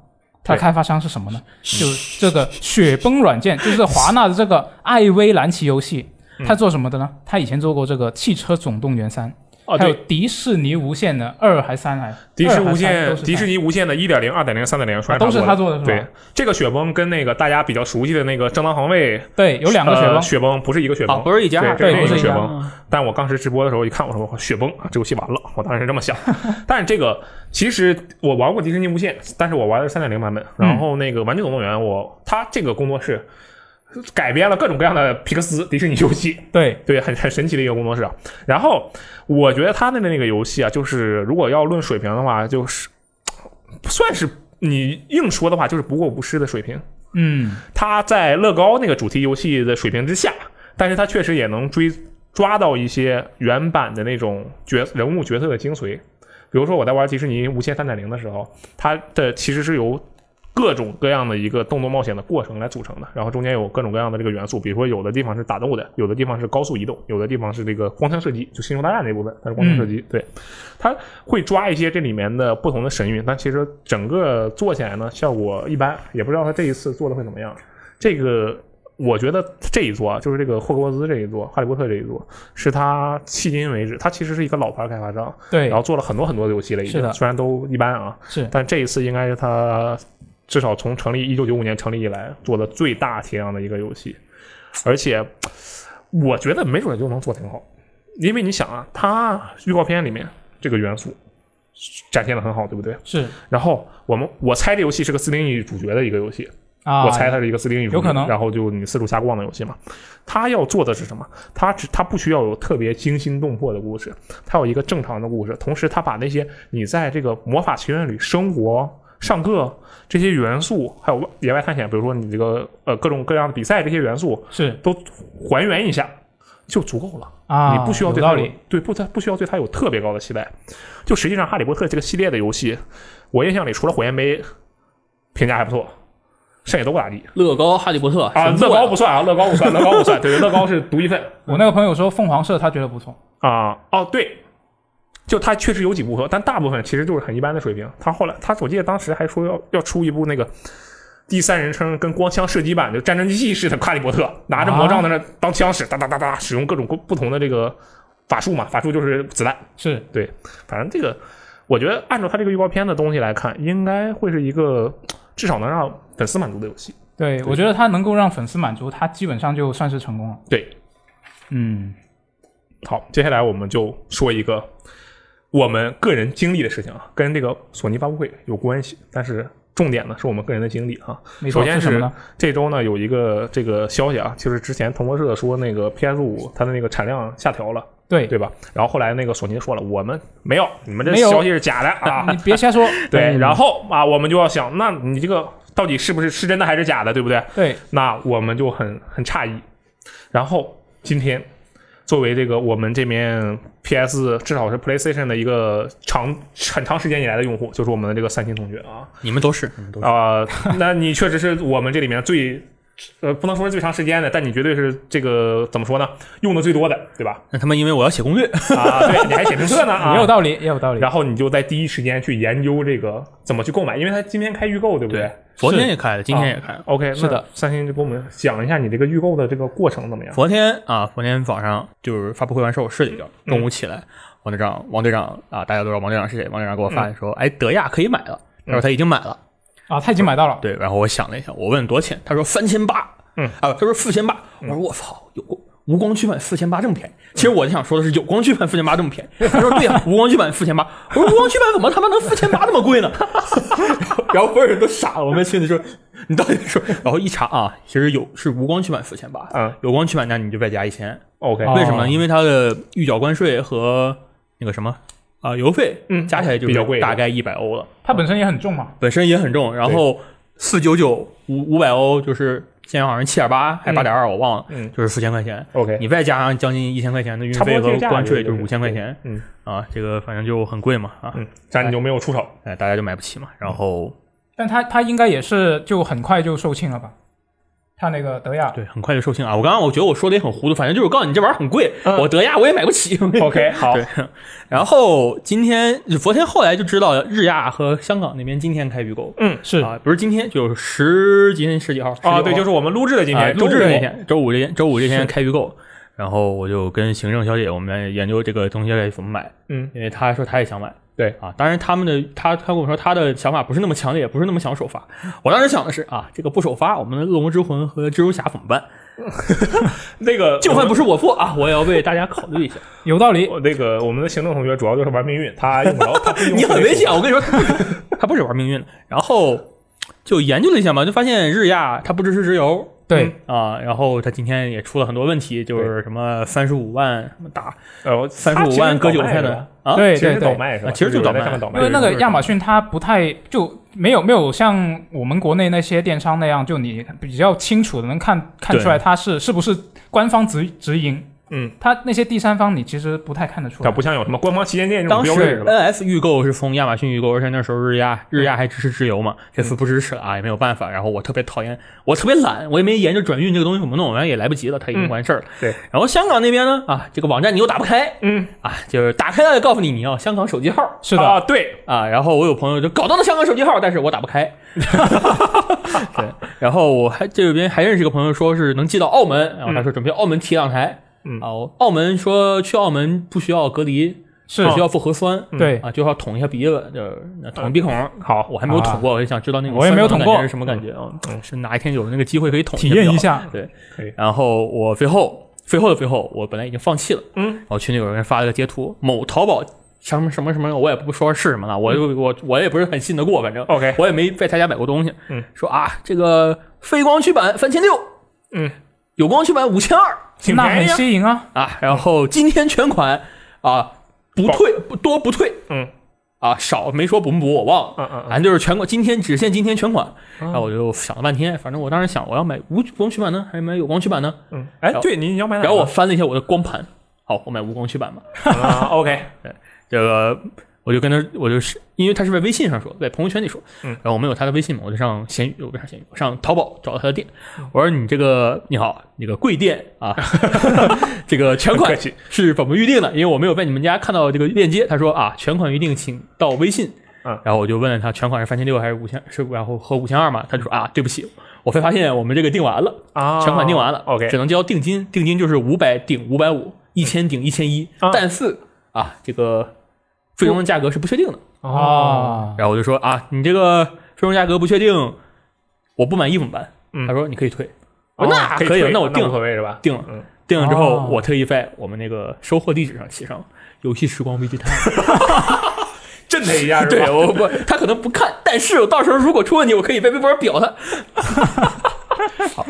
Speaker 2: 它的
Speaker 1: 对
Speaker 2: 开发商是什么呢？就这个雪崩软件，就是华纳的这个艾薇蓝奇游戏，
Speaker 1: 嗯
Speaker 2: 它做什么的呢？它以前做过这个《汽车总动员三》。
Speaker 1: 哦
Speaker 2: 还有
Speaker 1: 对，
Speaker 2: 迪士尼无限的二还三还，
Speaker 1: 迪士
Speaker 2: 二还
Speaker 1: 无
Speaker 2: 三
Speaker 1: 限
Speaker 2: 都是它
Speaker 1: 迪士尼无限的一点零、二点零、三点零，全
Speaker 2: 啊都是
Speaker 1: 他
Speaker 2: 他做的是吧？
Speaker 1: 对，这个雪崩跟那个大家比较熟悉的那个正当防卫
Speaker 2: 对，有两个雪
Speaker 1: 呃
Speaker 2: 崩，
Speaker 1: 雪崩不是一个雪崩，
Speaker 4: 啊，不是一家，
Speaker 1: 对
Speaker 2: 对
Speaker 4: 不
Speaker 2: 不
Speaker 4: 是
Speaker 2: 是
Speaker 4: 一
Speaker 2: 一
Speaker 1: 家
Speaker 2: 嗯
Speaker 4: 家。
Speaker 1: 但我当时直播的时候一看，我说我雪崩啊，这游戏完了，我当时是这么想。但是这个其实我玩过迪士尼无限，但是我玩的是三点零版本，然后那个玩具总动员，我它这个工作室改编了各种各样的皮克斯迪士尼游戏，
Speaker 2: 对，
Speaker 1: 对，很很神奇的一个工作室啊。然后我觉得他的那个游戏啊，就是如果要论水平的话，就是算是你硬说的话，就是不过不失的水平。
Speaker 2: 嗯，
Speaker 1: 它在乐高那个主题游戏的水平之下，但是它确实也能追抓到一些原版的那种角人物角色的精髓。比如说我在玩迪士尼无限三点零的时候，它的其实是由各种各样的一个动作冒险的过程来组成的，然后中间有各种各样的这个元素，比如说有的地方是打斗的，有的地方是高速移动，有的地方是这个光枪射击，就星球大战那部分，它是光枪射击，对，它会抓一些这里面的不同的神韵，但其实整个做起来呢效果一般，也不知道它这一次做的会怎么样。这个我觉得这一座啊就是这个霍格沃兹这一座，哈利波特这一座，是它迄今为止，它其实是一个老牌开发商，
Speaker 2: 对
Speaker 1: 然，后做了很多很多的游戏了，已
Speaker 2: 是
Speaker 1: 经
Speaker 2: 的
Speaker 1: 虽然都一般啊，
Speaker 2: 是
Speaker 1: 但这一次应该是它至少从成立一九九五年成立以来做的最大体量的一个游戏，而且我觉得没准就能做挺好，因为你想啊，它预告片里面这个元素展现的很好，对不对？
Speaker 2: 是
Speaker 1: 然后我们我猜这游戏是个四零一主角的一个游戏，
Speaker 2: 啊，
Speaker 1: 我猜它是一个四零一
Speaker 2: 有可能
Speaker 1: 然后就你四处瞎逛的游戏嘛。它要做的是什么？它只它不需要有特别惊心动魄的故事，它有一个正常的故事，同时它把那些你在这个魔法学院里生活。上课这些元素，还有野外探险，比如说你这个呃各种各样的比赛这些元素
Speaker 2: 是
Speaker 1: 都还原一下，就足够了。
Speaker 2: 啊，
Speaker 1: 你不需要
Speaker 2: 有
Speaker 1: 对它
Speaker 2: 道
Speaker 1: 有嗯
Speaker 2: 理，
Speaker 1: 对不它不需要对它有特别高的期待。就实际上，《哈利波特》这个系列的游戏，我印象里除了火焰杯评价还不错，剩下都不咋地
Speaker 4: 乐高、哈利波特
Speaker 1: 啊。乐高不算啊，乐高不算，乐高不算，对，乐高是独一份
Speaker 2: 我那个朋友说凤凰社他觉得不错，
Speaker 1: 啊。哦，对，就它确实有几部不错，但大部分其实就是很一般的水平。他后来，他我记得当时还说要要出一部那个第三人称跟光枪射击版的战争机器式的《哈利波特》，拿着魔杖在那当枪使，哒哒哒哒，使用各种不不同的这个法术嘛，法术就是子弹。
Speaker 2: 是
Speaker 1: 反正这个，我觉得按照它这个预告片的东西来看，应该会是一个至少能让粉丝满足的游戏。
Speaker 2: 对，我觉得他能够让粉丝满足，他基本上就算是成功了。
Speaker 1: 对，
Speaker 2: 嗯，
Speaker 1: 好，接下来我们就说一个我们个人经历的事情啊，跟这个索尼发布会有关系，但是重点呢是我们个人的经历啊。
Speaker 2: 没
Speaker 1: 首
Speaker 2: 错，
Speaker 1: 先
Speaker 2: 是
Speaker 1: 是
Speaker 2: 什么呢？
Speaker 1: 这周呢有一个这个消息啊，就是之前彭博社说那个 PS 五它的那个产量下调了，
Speaker 2: 对，
Speaker 1: 对吧？然后后来那个索尼说了，我们没有，你们这
Speaker 2: 没有
Speaker 1: 消息是假的啊，。
Speaker 2: 你别瞎说
Speaker 1: 对，
Speaker 2: 嗯
Speaker 1: 然后啊，我们就要想，那你这个到底是不是是真的还是假的，对不对？
Speaker 2: 对，
Speaker 1: 那我们就很很诧异。然后今天作为这个我们这边 PS 至少是 PlayStation 的一个长很长时间以来的用户，就是我们的这个三星同学 啊
Speaker 4: 你们都是，你们都是
Speaker 1: 啊、那你确实是我们这里面最。呃，不能说是最长时间的，但你绝对是这个怎么说呢？用的最多的，对吧？
Speaker 4: 那他们因为我要写攻略，
Speaker 1: 啊， 对，你还写评测呢啊，
Speaker 2: 也有道理，也有道理。
Speaker 1: 然后你就在第一时间去研究这个怎么去购买，因为它今天开预购，对不对？
Speaker 4: 昨天也开了，今天
Speaker 1: 啊
Speaker 4: 也开了。
Speaker 1: OK，
Speaker 4: 是的，
Speaker 1: 三星就给我们讲一下你这个预购的这个过程怎么样？
Speaker 4: 昨天啊，昨天早上就是发布会完事儿，我睡了一觉，中午起来，王队长，王队长啊，大家都知道王队长是谁，王队长给我发说，哎，德亚可以买了，他说他已经买了，
Speaker 2: 啊，他已经买到了，
Speaker 4: 对，然后我想了一下，我问多少钱，他说三千八，
Speaker 1: 嗯
Speaker 4: 啊，他说四千八，我说我操，有光无光驱版四千八这么便宜？其实我就想说的是，有光驱版四千八这么便宜。他说对呀、啊无光驱版四千八。我说无光驱版怎么他妈能四千八那么贵呢？ 然后所有人都傻了，我们心里说你到底说？然后一查啊，其实有是无光驱版四千八，
Speaker 1: 嗯，
Speaker 4: 有光驱版那你就再加一千，
Speaker 1: OK，、
Speaker 2: 哦
Speaker 4: 为什么呢？因为它的预缴关税和那个什么啊、邮费，
Speaker 1: 嗯
Speaker 4: 加起来就
Speaker 1: 比较
Speaker 4: 是
Speaker 1: 贵
Speaker 4: 大概一百欧了。
Speaker 2: 他本身也很重嘛。
Speaker 4: 本身也很重，然后四九九五五百欧就是现在好像七点八还八点二，我忘了，
Speaker 1: 嗯
Speaker 4: 就是四千块钱。
Speaker 1: OK，
Speaker 4: 你再加上将近一千块钱的运
Speaker 1: 差不
Speaker 4: 费
Speaker 1: 多这
Speaker 4: 和
Speaker 1: 个价
Speaker 4: 关税，
Speaker 1: 就
Speaker 4: 就是是五千块钱
Speaker 1: 嗯
Speaker 4: 啊，这个反正就很贵嘛啊，
Speaker 1: 嗯，但你就没有出 手。
Speaker 4: 哎，大家就买不起嘛。然后
Speaker 2: 但他他应该也是就很快就售罄了吧？他那个德亚，
Speaker 4: 对，很快就售罄啊。我刚刚我觉得我说的也很糊涂，反正就是我告诉你这玩意儿很贵，
Speaker 1: 嗯
Speaker 4: 我德亚我也买不起。
Speaker 1: OK，好，
Speaker 4: 对， 然后今天昨天后来就知道日亚和香港那边今天开预购
Speaker 1: 嗯
Speaker 2: 是
Speaker 4: 啊，不是今天就是十今天十几号
Speaker 1: 啊，
Speaker 4: 16
Speaker 1: 对，
Speaker 4: 号
Speaker 1: 就是我们录制的今
Speaker 4: 啊
Speaker 1: 天，
Speaker 4: 录制
Speaker 1: 周五
Speaker 4: 那天，周五这天，周五这天开预购。然后我就跟行政小姐，我们研究这个东西该怎么买，
Speaker 1: 嗯，
Speaker 4: 因为她说她也想买
Speaker 1: 对
Speaker 4: 啊。当然，他们的她她跟我说她的想法不是那么强烈，也不是那么想首发。我当时想的是啊，这个不首发，我们的恶魔之魂和蜘蛛侠怎么办？
Speaker 1: 那个
Speaker 4: 就算不是我做啊，我也要为大家考 虑一下。
Speaker 2: 有道理。
Speaker 1: 我那个我们的行政同学主要就是玩命运，他用不着，他不用
Speaker 4: 你很危险，
Speaker 1: 啊。
Speaker 4: 我跟你说，他他不是玩命运的。然后就研究了一下嘛，就发现日亚它不支持直邮，
Speaker 1: 嗯
Speaker 2: 对，
Speaker 4: 啊，然后他今天也出了很多问题，就是什么三十五万什么打
Speaker 1: 呃，
Speaker 4: 三十五万割韭菜的啊，
Speaker 2: 对
Speaker 1: 其实
Speaker 2: 对
Speaker 1: 是倒
Speaker 2: 对，
Speaker 1: 卖是吧？
Speaker 4: 啊其实就倒卖
Speaker 1: 有人在上面倒卖
Speaker 2: 因为那个
Speaker 4: 对
Speaker 2: 亚马逊它不太就没有没有像我们国内那些电商那样，就你比较清楚的能看看出来它是是不是官方直直营。
Speaker 1: 嗯，
Speaker 2: 它那些第三方你其实不太看得出
Speaker 1: 它
Speaker 2: 来。
Speaker 1: 不像有什么官方旗舰店这种
Speaker 4: 当
Speaker 1: 标
Speaker 4: 时呃
Speaker 1: 配是吧？
Speaker 4: NS 预购是从亚马逊预购，而且那时候日亚日亚还支持直邮嘛，
Speaker 1: 嗯
Speaker 4: 这次不支持了啊，也没有办法。然后我特别讨厌，我特别懒，我也没研究转运这个东西怎么弄，完也来不及了，它已经完事儿了。
Speaker 1: 嗯对，
Speaker 4: 然后香港那边呢，啊，这个网站你又打不开
Speaker 1: 嗯，
Speaker 4: 啊，就是打开了告诉你你要香港手机号
Speaker 2: 是的，
Speaker 1: 啊，对，
Speaker 4: 啊，然后我有朋友就搞到了香港手机号，但是我打不开。对，然后我还这边还认识一个朋友，说是能寄到澳门，然后他说准备澳门提两台。
Speaker 1: 嗯
Speaker 4: 哦，澳门说去澳门不需要隔离，
Speaker 2: 是嗯
Speaker 4: 只啊
Speaker 1: 哦
Speaker 4: 需要做核酸，
Speaker 2: 对，啊
Speaker 4: 啊，就要捅一下鼻子，就是捅鼻孔。
Speaker 1: 好，
Speaker 4: 我还没有捅过，我就想知道那个
Speaker 2: 我也没有捅过
Speaker 4: 酸痛感觉是什么感觉啊？嗯是哪一天有那个机会可以捅
Speaker 2: 体验
Speaker 4: 比较
Speaker 2: 一
Speaker 4: 好。
Speaker 2: 下。
Speaker 4: 对
Speaker 1: 可以，
Speaker 4: 然后我最后最后的最后，我本来已经放弃了，
Speaker 1: 嗯
Speaker 4: 然后群里有人发了个截图，某淘宝什么什么什么，我也不说是什么了，我
Speaker 2: 嗯
Speaker 4: 就我我也不是很信得过，反正
Speaker 1: OK
Speaker 4: 我也没在他家买过东西，
Speaker 1: 嗯，
Speaker 4: 说啊这个非光驱版三千六，
Speaker 1: 嗯，
Speaker 4: 有光驱版五千二
Speaker 1: 挺
Speaker 2: 那
Speaker 1: 便
Speaker 2: 很
Speaker 1: 宜啊，
Speaker 2: 吸引啊！
Speaker 4: 啊，然后今天全款啊不退不多不退，
Speaker 1: 嗯
Speaker 4: 啊少没说补不补我忘了，
Speaker 1: 嗯嗯啊嗯，
Speaker 4: 反正就是全款，今天只限今天全款。然后我就想了半天，反正我当时想，我要买无光驱版呢，还是买有光驱版呢？
Speaker 1: 嗯，哎，对，你你要买哪个？
Speaker 4: 然后我翻了一下我的光盘，好，我买无光驱版吧。
Speaker 1: 啊，OK，
Speaker 4: 这个我就跟他，我就是因为他是在微信上说，在朋友圈里说，
Speaker 1: 嗯
Speaker 4: 然后我们有他的微信嘛，我就上闲鱼，我不是上闲鱼，我上淘宝找到他的店，
Speaker 1: 嗯
Speaker 4: 我说你这个你好，那个贵店 啊，这个全款
Speaker 1: 客气
Speaker 4: 是怎么预定的？因为我没有在你们家看到这个链接。他说啊，全款预定请到微信。
Speaker 1: 嗯
Speaker 4: 然后我就问了他，全款是三千六还是五千？是然后和五千二嘛？他就说啊，对不起，我才发现我们这个订完了，
Speaker 1: 啊
Speaker 4: 全款订完了、
Speaker 1: OK，
Speaker 4: 只能交定金，定金就是五百顶五百五，一千顶一千一
Speaker 1: 啊，
Speaker 4: 但是啊，这个最终的价格是不确定
Speaker 2: 啊
Speaker 4: 的。
Speaker 1: 哦，
Speaker 4: 然后我就说啊，你这个最终价格不确定，我不满意怎么办？
Speaker 1: 嗯
Speaker 4: 他说你可以退，我说那
Speaker 1: 哦可
Speaker 4: 可以
Speaker 1: 退
Speaker 4: 那我定
Speaker 1: 无所谓是吧？
Speaker 4: 定了
Speaker 1: 嗯，
Speaker 4: 定了之
Speaker 2: 哦
Speaker 4: 后，我特意在我们那个收货地址上写上“游戏时光危机探案
Speaker 1: 震他一下”。是
Speaker 4: 对
Speaker 1: 吧？，
Speaker 4: 我不， 他可能不看，但是我到时候如果出问题，我可以在微博上表他。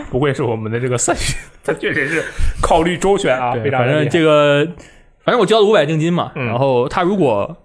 Speaker 1: 不愧是我们的这个三 选，他确实是考虑周全啊，非常
Speaker 4: 反正
Speaker 1: 厉害
Speaker 4: 这个，反正我交了五百定金嘛，
Speaker 1: 嗯
Speaker 4: 然后他如果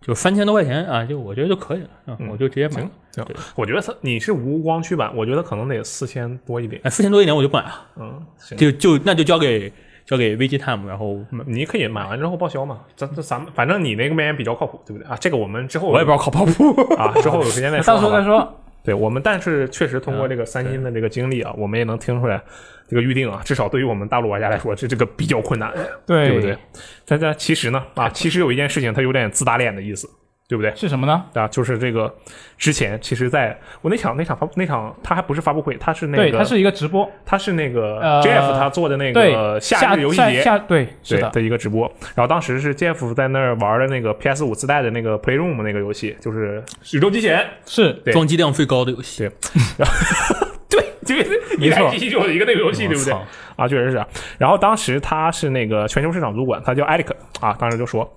Speaker 4: 就三千多块钱啊，就我觉得就可以了，
Speaker 1: 嗯
Speaker 4: 嗯，我就直接买
Speaker 1: 行
Speaker 4: 了。
Speaker 1: 行
Speaker 4: 对，
Speaker 1: 我觉得他你是无光驱版，我觉得可能得四千多一点。
Speaker 4: 哎，四千多一点我就不买了，
Speaker 1: 嗯，行，
Speaker 4: 就就那就交给交给 VGTime，然后
Speaker 1: 你可以买完之后报销嘛，咱咱咱们反正你那个面比较靠谱，对不对啊？这个我们之后
Speaker 4: 我也不知道靠不靠 谱。
Speaker 1: 啊，之后有时间再说。
Speaker 2: 到时候
Speaker 1: 好吧
Speaker 2: 再说。
Speaker 1: 对我们，但是确实通过这个三星的这个经历啊，我们也能听出来，这个预定啊，至少对于我们大陆玩家来说，这这个比较困难，对不对？但但其实呢，啊，其实有一件事情，它有点自打脸的意思，对不对？
Speaker 2: 是什么呢？
Speaker 1: 啊，就是这个之前，其实在我那场那场发那场，它还不是发布会，它是那个
Speaker 2: 对，它是一个直播，
Speaker 1: 它是那个
Speaker 2: 呃
Speaker 1: Jeff 他做的那个
Speaker 2: 对，
Speaker 1: 夏日游戏
Speaker 2: 下
Speaker 1: 节。
Speaker 2: 下对，是
Speaker 1: 对
Speaker 2: 的，
Speaker 1: 一个直播，然后当时是 Jeff 在那儿玩的那个 PS 五自带的那个 Playroom 那个游戏，就是《宇宙机器人》，
Speaker 2: 是
Speaker 1: 对
Speaker 4: 装机量最高的游戏，
Speaker 1: 对，就是一台机器就有一个那个游戏，对不对
Speaker 4: 我操？
Speaker 1: 啊，确实是。然后当时他是那个全球市场主管，他叫艾利克啊，当时就说，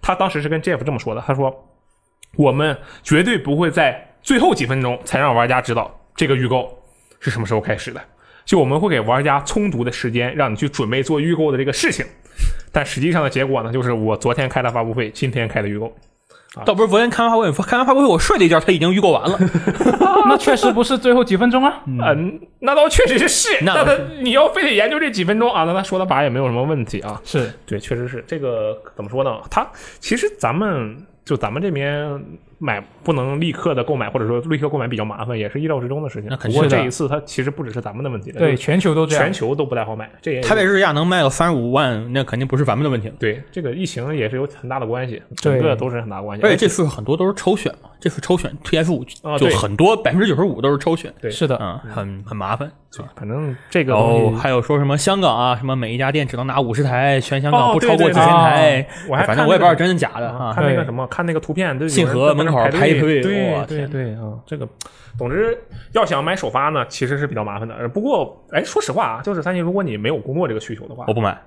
Speaker 1: 他当时是跟 Jeff 这么说的，他说我们绝对不会在最后几分钟才让玩家知道这个预购是什么时候开始的，就我们会给玩家充足的时间，让你去准备做预购的这个事情。但实际上的结果呢，就是我昨天开的发布会，今天开的预购。
Speaker 4: 倒不是昨天开完发布会，开完发布会我睡了一觉，他已经预购完了。
Speaker 2: 那确实不是最后几分钟啊。
Speaker 1: 啊 嗯，那倒确实是是，
Speaker 4: 那
Speaker 1: 那
Speaker 4: 倒
Speaker 1: 他
Speaker 4: 是
Speaker 1: 你要非得研究这几分钟啊，那他说的吧也没有什么问题啊。
Speaker 2: 是
Speaker 1: 对，确实是这个怎么说呢？它其实咱们就咱们这边买不能立刻的购买，或者说立刻购买比较麻烦，也是意料之中的事情。
Speaker 4: 那肯
Speaker 1: 不过
Speaker 2: 是的
Speaker 1: 这一次它其实不只是咱们的问题了，
Speaker 2: 对，
Speaker 1: 就是
Speaker 2: 全球都这样
Speaker 1: 全。球都不太好买。这也有
Speaker 4: 他在日亚能卖个三十五万，那肯定不是咱们的问题了。
Speaker 1: 对这个疫情也是有很大的关系，
Speaker 2: 对
Speaker 1: 整个都是很大的关系。哎
Speaker 4: 而且这次很多都是抽选嘛，这次抽选 TF 五
Speaker 1: 啊
Speaker 4: 就
Speaker 1: 对
Speaker 4: 很多百分之九十五都是抽选，
Speaker 1: 对
Speaker 2: 是的，
Speaker 4: 嗯，很很麻烦。啊
Speaker 1: 反正这个
Speaker 4: 然
Speaker 1: 东西
Speaker 4: 后还有说什么香港啊，什么每一家店只能拿五十台，全香
Speaker 1: 哦
Speaker 4: 港不
Speaker 1: 对
Speaker 4: 超过
Speaker 1: 对
Speaker 4: 几
Speaker 1: 对
Speaker 4: 千台哎
Speaker 1: 哦我还，
Speaker 4: 反
Speaker 1: 看
Speaker 4: 正我也
Speaker 1: 那
Speaker 4: 不知道
Speaker 1: 个
Speaker 4: 真的假的
Speaker 1: 啊，
Speaker 4: 啊。
Speaker 1: 看那个
Speaker 2: 对
Speaker 1: 什么，看那个图片，对，有
Speaker 4: 信
Speaker 1: 人
Speaker 4: 和
Speaker 1: 在那
Speaker 4: 门口
Speaker 1: 排
Speaker 4: 排
Speaker 1: 队，
Speaker 4: 队
Speaker 1: 对
Speaker 4: 我
Speaker 1: 对
Speaker 4: 天
Speaker 1: 对
Speaker 5: 嗯
Speaker 1: 啊，这个，总之要想买首发呢，其实是比较麻烦的。呃不过，哎，说实话啊，就是三星，如果你没有工作这个需求的话
Speaker 4: 我，不买，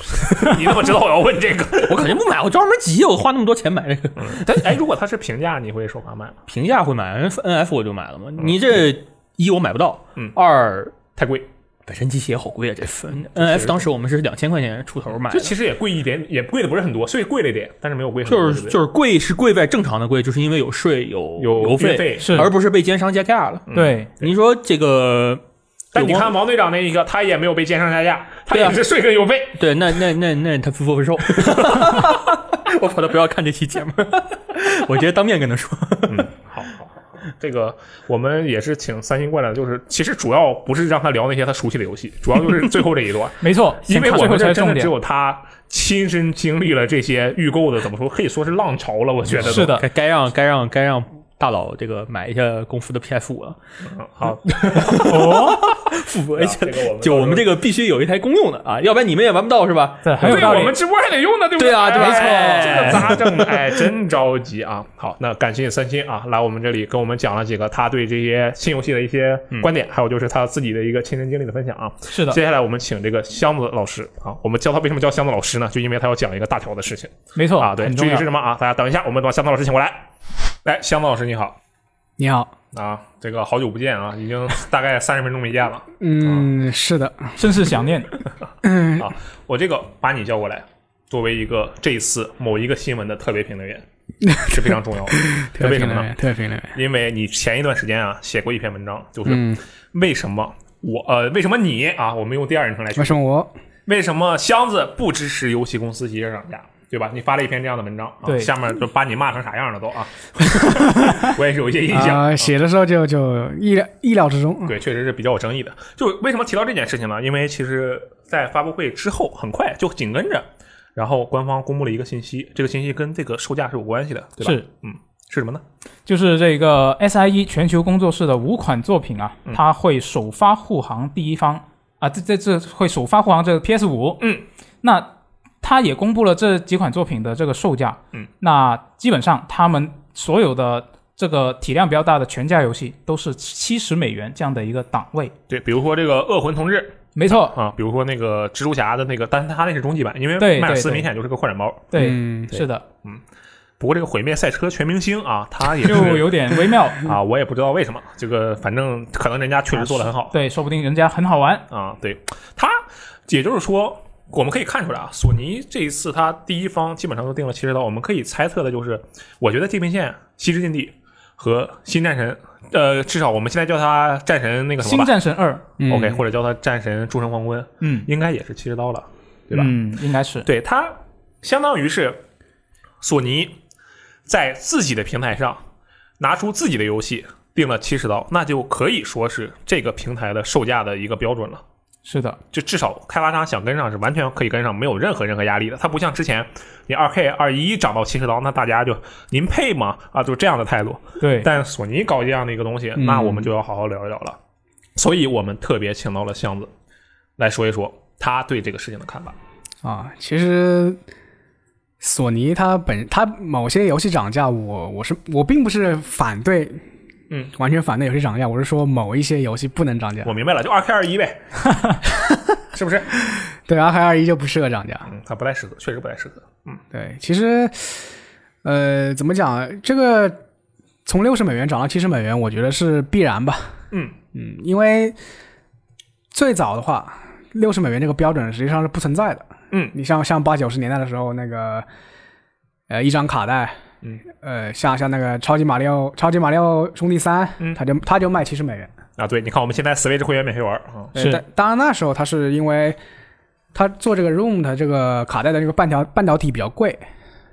Speaker 1: 你怎么知道我要问这个？
Speaker 4: 我肯定不买，我着什么急？啊我花那么多钱买这个，
Speaker 1: 但哎，如果它是平价，你会首发买吗？
Speaker 4: 平价会买，NF 我就买了嘛。你这一我买不到
Speaker 1: 嗯，
Speaker 4: 二
Speaker 1: 太贵，
Speaker 4: 本身机器也好贵啊，这分 NF 当时我们是两千块钱出头买
Speaker 1: 就
Speaker 4: 的，
Speaker 1: 其实也贵一点，也贵的不是很多，所以贵了一点，但是没有贵很多，
Speaker 4: 就
Speaker 1: 对
Speaker 4: 是
Speaker 1: 不对
Speaker 4: 就是贵是贵在正常的贵，就是因为有税有
Speaker 1: 有
Speaker 4: 邮
Speaker 1: 运
Speaker 4: 费，
Speaker 1: 费。
Speaker 2: 是
Speaker 4: 而不是被奸商加价
Speaker 1: 嗯
Speaker 4: 了。
Speaker 2: 对，
Speaker 4: 你说这个，
Speaker 1: 但你
Speaker 4: 有
Speaker 1: 看王队长那一个，他也没有被奸商下架，他
Speaker 4: 对啊
Speaker 1: 也是税跟邮 费。
Speaker 4: 对，那那那那他自作自 受。 我跑他不要看这期节目， 我直接当面跟他说。
Speaker 1: 嗯好好好，这个我们也是请三星过来的，就是其实主要不是让他聊那些他熟悉的游戏，主要就是最后这一 段，
Speaker 2: 没错，
Speaker 1: 因为
Speaker 2: 先看
Speaker 1: 我
Speaker 2: 最后
Speaker 1: 们
Speaker 2: 才
Speaker 1: 这
Speaker 2: 是
Speaker 1: 真
Speaker 2: 重
Speaker 1: 的只
Speaker 2: 点。
Speaker 1: 有他亲身经历了这些预购的，怎么说可以说是浪潮了，我觉得都
Speaker 2: 是的，
Speaker 4: 该该让该让该让大佬这个买一下公司的 PS 五了，
Speaker 1: 嗯好，哦
Speaker 4: 复播一下
Speaker 1: 啊这个我们。
Speaker 4: 就我们这个必须有一台公用的啊，要不然你们也玩不到是吧？
Speaker 2: 对，很有
Speaker 1: 对
Speaker 2: 道
Speaker 1: 我
Speaker 2: 理
Speaker 1: 们。直播还得用呢，对不
Speaker 4: 对啊对
Speaker 1: 哎
Speaker 4: 没错
Speaker 1: 这个咋整呢？哎，真着急啊！好，那感谢三星啊，来我们这里跟我们讲了几个他对这些新游戏的一些观点，还有就是他自己的一个亲身经历的分享啊。
Speaker 2: 是的，
Speaker 1: 接下来我们请这个箱子老师啊，我们叫他为什么叫箱子老师呢？就因为他要讲一个大条的事情
Speaker 2: 没错
Speaker 1: 啊。对，
Speaker 2: 哦很
Speaker 1: 具
Speaker 2: 重
Speaker 1: 体
Speaker 2: 要
Speaker 1: 是。什么啊？大家等一下，我们把箱子老师请过来。来，箱子老师你好
Speaker 5: 你好，
Speaker 1: 啊，这个好久不见啊，已经大概三十分钟没见了。
Speaker 5: 嗯，是的，
Speaker 2: 甚是想念。
Speaker 1: 我这个把你叫过来，作为一个这一次某一个新闻的特别评论 员是非常重要的。
Speaker 5: 特
Speaker 1: 为
Speaker 5: 别
Speaker 1: 什
Speaker 5: 评
Speaker 1: 么
Speaker 5: 论
Speaker 1: 呢？
Speaker 5: 员，特别评论员，
Speaker 1: 因为你前一段时间啊写过一篇文章，就是
Speaker 5: 嗯，
Speaker 1: 为什么我呃为什么你啊，我们用第二人称来
Speaker 5: 为
Speaker 1: 说，
Speaker 5: 什么我？
Speaker 1: 为什么箱子不支持游戏公司直接涨价？对吧？你发了一篇这样的文章，啊、
Speaker 2: 对
Speaker 1: 下面就把你骂成啥样了 都啊！我也是有一些印象。哦
Speaker 5: 啊，写的时候就就意料意料之中。
Speaker 1: 对，确实是比较有争议的。就为什么提到这件事情呢？因为其实，在发布会之后，很快就紧跟着，然后官方公布了一个信息，这个信息跟这个售价是有关系的，对吧？
Speaker 2: 是，
Speaker 1: 嗯，是什么呢？
Speaker 2: 就是这个 SIE 全球工作室的五款作品啊，
Speaker 1: 嗯
Speaker 2: 它会首发护航第一方啊，这这这会首发护航这个 PS 五，
Speaker 1: 嗯，
Speaker 2: 那它也公布了这几款作品的这个售价，
Speaker 1: 嗯，
Speaker 2: 那基本上他们所有的这个体量比较大的全价游戏都是七十美元这样的一个档位，
Speaker 1: 对，比如说这个《恶魂同志
Speaker 2: 没错》，
Speaker 1: 啊，比如说那个蜘蛛侠的那个，但是它那是终极版，因为
Speaker 2: 对
Speaker 1: 迈尔
Speaker 2: 对
Speaker 1: 斯
Speaker 2: 对
Speaker 1: 明显就是个快闪包。
Speaker 2: 对，
Speaker 5: 嗯，
Speaker 2: 是的，
Speaker 1: 不过这个毁灭赛车全明星啊，它也
Speaker 2: 就是有点 微妙，
Speaker 1: 啊，我也不知道为什么，这个反正可能人家确实做的很好
Speaker 2: 对，说不定人家很好玩，
Speaker 1: 啊。对，它也就是说，我们可以看出来啊，索尼这一次它第一方基本上都定了七十刀，我们可以猜测的就是，我觉得《地平线：西之禁地》和《新战神》，呃，至少我们现在叫它战神那个
Speaker 2: 《
Speaker 1: 什
Speaker 2: 新
Speaker 1: 么吧
Speaker 2: 战神二》，
Speaker 5: 嗯
Speaker 1: ，OK，或者叫它战神诸神黄昏，
Speaker 2: 嗯，
Speaker 1: 应该也是七十刀了，对吧？
Speaker 2: 嗯，应该是，
Speaker 1: 对，它相当于是索尼在自己的平台上拿出自己的游戏定了七十刀，那就可以说是这个平台的售价的一个标准了。
Speaker 2: 是的，
Speaker 1: 就至少开发商想跟上是完全可以跟上，没有任何任何压力的。它不像之前你二 K 二一涨到七十刀，那大家就您配吗？啊，就这样的态度。
Speaker 2: 对，
Speaker 1: 但索尼搞这样的一个东西，
Speaker 5: 嗯
Speaker 1: 那我们就要好好聊一聊了。所以我们特别请到了箱子来说一说他对这个事情的看法。
Speaker 5: 啊，其实索尼它本它某些游戏涨价，我我是我并不是反对，
Speaker 1: 嗯，
Speaker 5: 完全反对游戏涨价，我是说某一些游戏不能涨价
Speaker 1: 我。明白了，就二 K 二一呗，是不是？
Speaker 5: 对，阿海二一就不适合涨价。
Speaker 1: 嗯，它不太适合，确实不太适合。
Speaker 5: 对，其实，呃，怎么讲？这个从六十美元涨到七十美元，我觉得是必然吧。
Speaker 1: 嗯
Speaker 5: 嗯，因为最早的话，六十美元这个标准实际上是不存在的。
Speaker 1: 嗯，
Speaker 5: 你像像八九十年代的时候，那个呃一张卡带，
Speaker 1: 嗯，
Speaker 5: 呃像像那个超级马里奥、超级马里奥兄弟三，
Speaker 1: 嗯
Speaker 5: 它就它就卖七十美元。
Speaker 1: 啊，对，你看我们现在 Switch 会员免费玩啊，
Speaker 5: 对
Speaker 4: 是
Speaker 5: 但当然那时候它是因为它做这个 ROM 的这个卡带的这个半条半导体比较贵，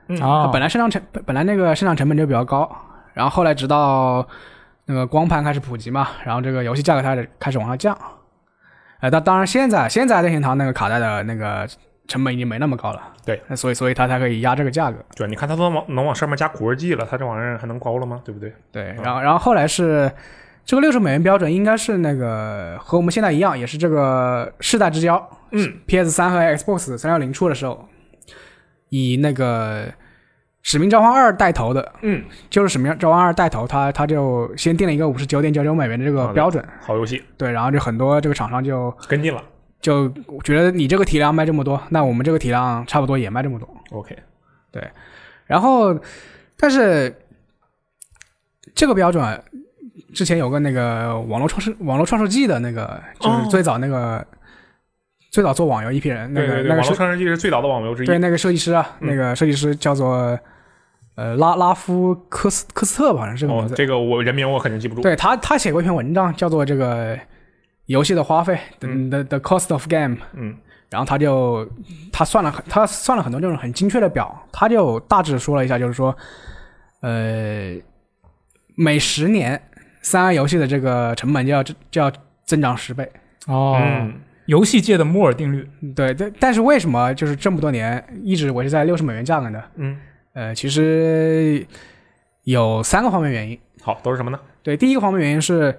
Speaker 1: 嗯
Speaker 2: 啊，
Speaker 5: 本
Speaker 2: 来
Speaker 5: 来生产成本来那个生产成本就比较高，然后后来直到那个光盘开始普及嘛，然后这个游戏价格开始开始往下降。呃，但当然现在现在任天堂那个卡带的那个成本已经没那么高了，
Speaker 1: 对
Speaker 5: 那所以所以它才可以压这个价格。
Speaker 1: 对，你看它都往能往上面加果汁剂了，它这玩意儿还能高了吗？对不对？
Speaker 5: 对，
Speaker 1: 嗯
Speaker 5: 然后然后后来是这个六十美元标准应该是那个和我们现在一样，也是这个世代之交，
Speaker 1: 嗯
Speaker 5: ，PS 三和 Xbox 三六零出的时候，以那个《使命召唤二》带头的，
Speaker 1: 嗯，
Speaker 5: 就是《使命召唤二》带头，它它就先定了一个五十九点九九美元的这
Speaker 1: 好
Speaker 5: 个
Speaker 1: 的
Speaker 5: 标准，
Speaker 1: 好游戏
Speaker 5: 对，然后就很多这个厂商就
Speaker 1: 跟进了
Speaker 5: 就觉得你这个体量卖这么多，那我们这个体量差不多也卖这么多，
Speaker 1: ，OK，
Speaker 5: 然后，但是这个标准之前有个那个网络创世网络创世纪的那个，就是
Speaker 1: 哦
Speaker 5: 最早那个、最早做网游一批人，那个
Speaker 1: 对对对，
Speaker 5: 那
Speaker 1: 网
Speaker 5: 个
Speaker 1: 络
Speaker 5: 设
Speaker 1: 创世纪是最早的网游之一，
Speaker 5: 对那个设计师啊，
Speaker 1: 嗯
Speaker 5: 那个设计师叫做呃拉拉夫科斯科斯特吧，好像是这个名
Speaker 1: 哦
Speaker 5: 字。，
Speaker 1: 这个我人名我肯定记不住，
Speaker 5: 嗯对他，他写过一篇文章，叫做这个游戏的花费，the、
Speaker 1: 嗯
Speaker 5: the the cost of game。
Speaker 1: 嗯，
Speaker 5: 然后他就他算了很他算了很多这种很精确的表，他就大致说了一下，就是说，呃，每十年三 A 游戏的这个成本就要就要增长十倍。
Speaker 2: 哦，
Speaker 1: 嗯，
Speaker 2: 游戏界的摩尔定律，
Speaker 5: 对，但但是为什么就是这么多年一直维持在六十美元价格呢？
Speaker 1: 嗯，
Speaker 5: 呃，其实有三个方面原因。
Speaker 1: 好，都是什么呢？
Speaker 5: 对，第一个方面原因是，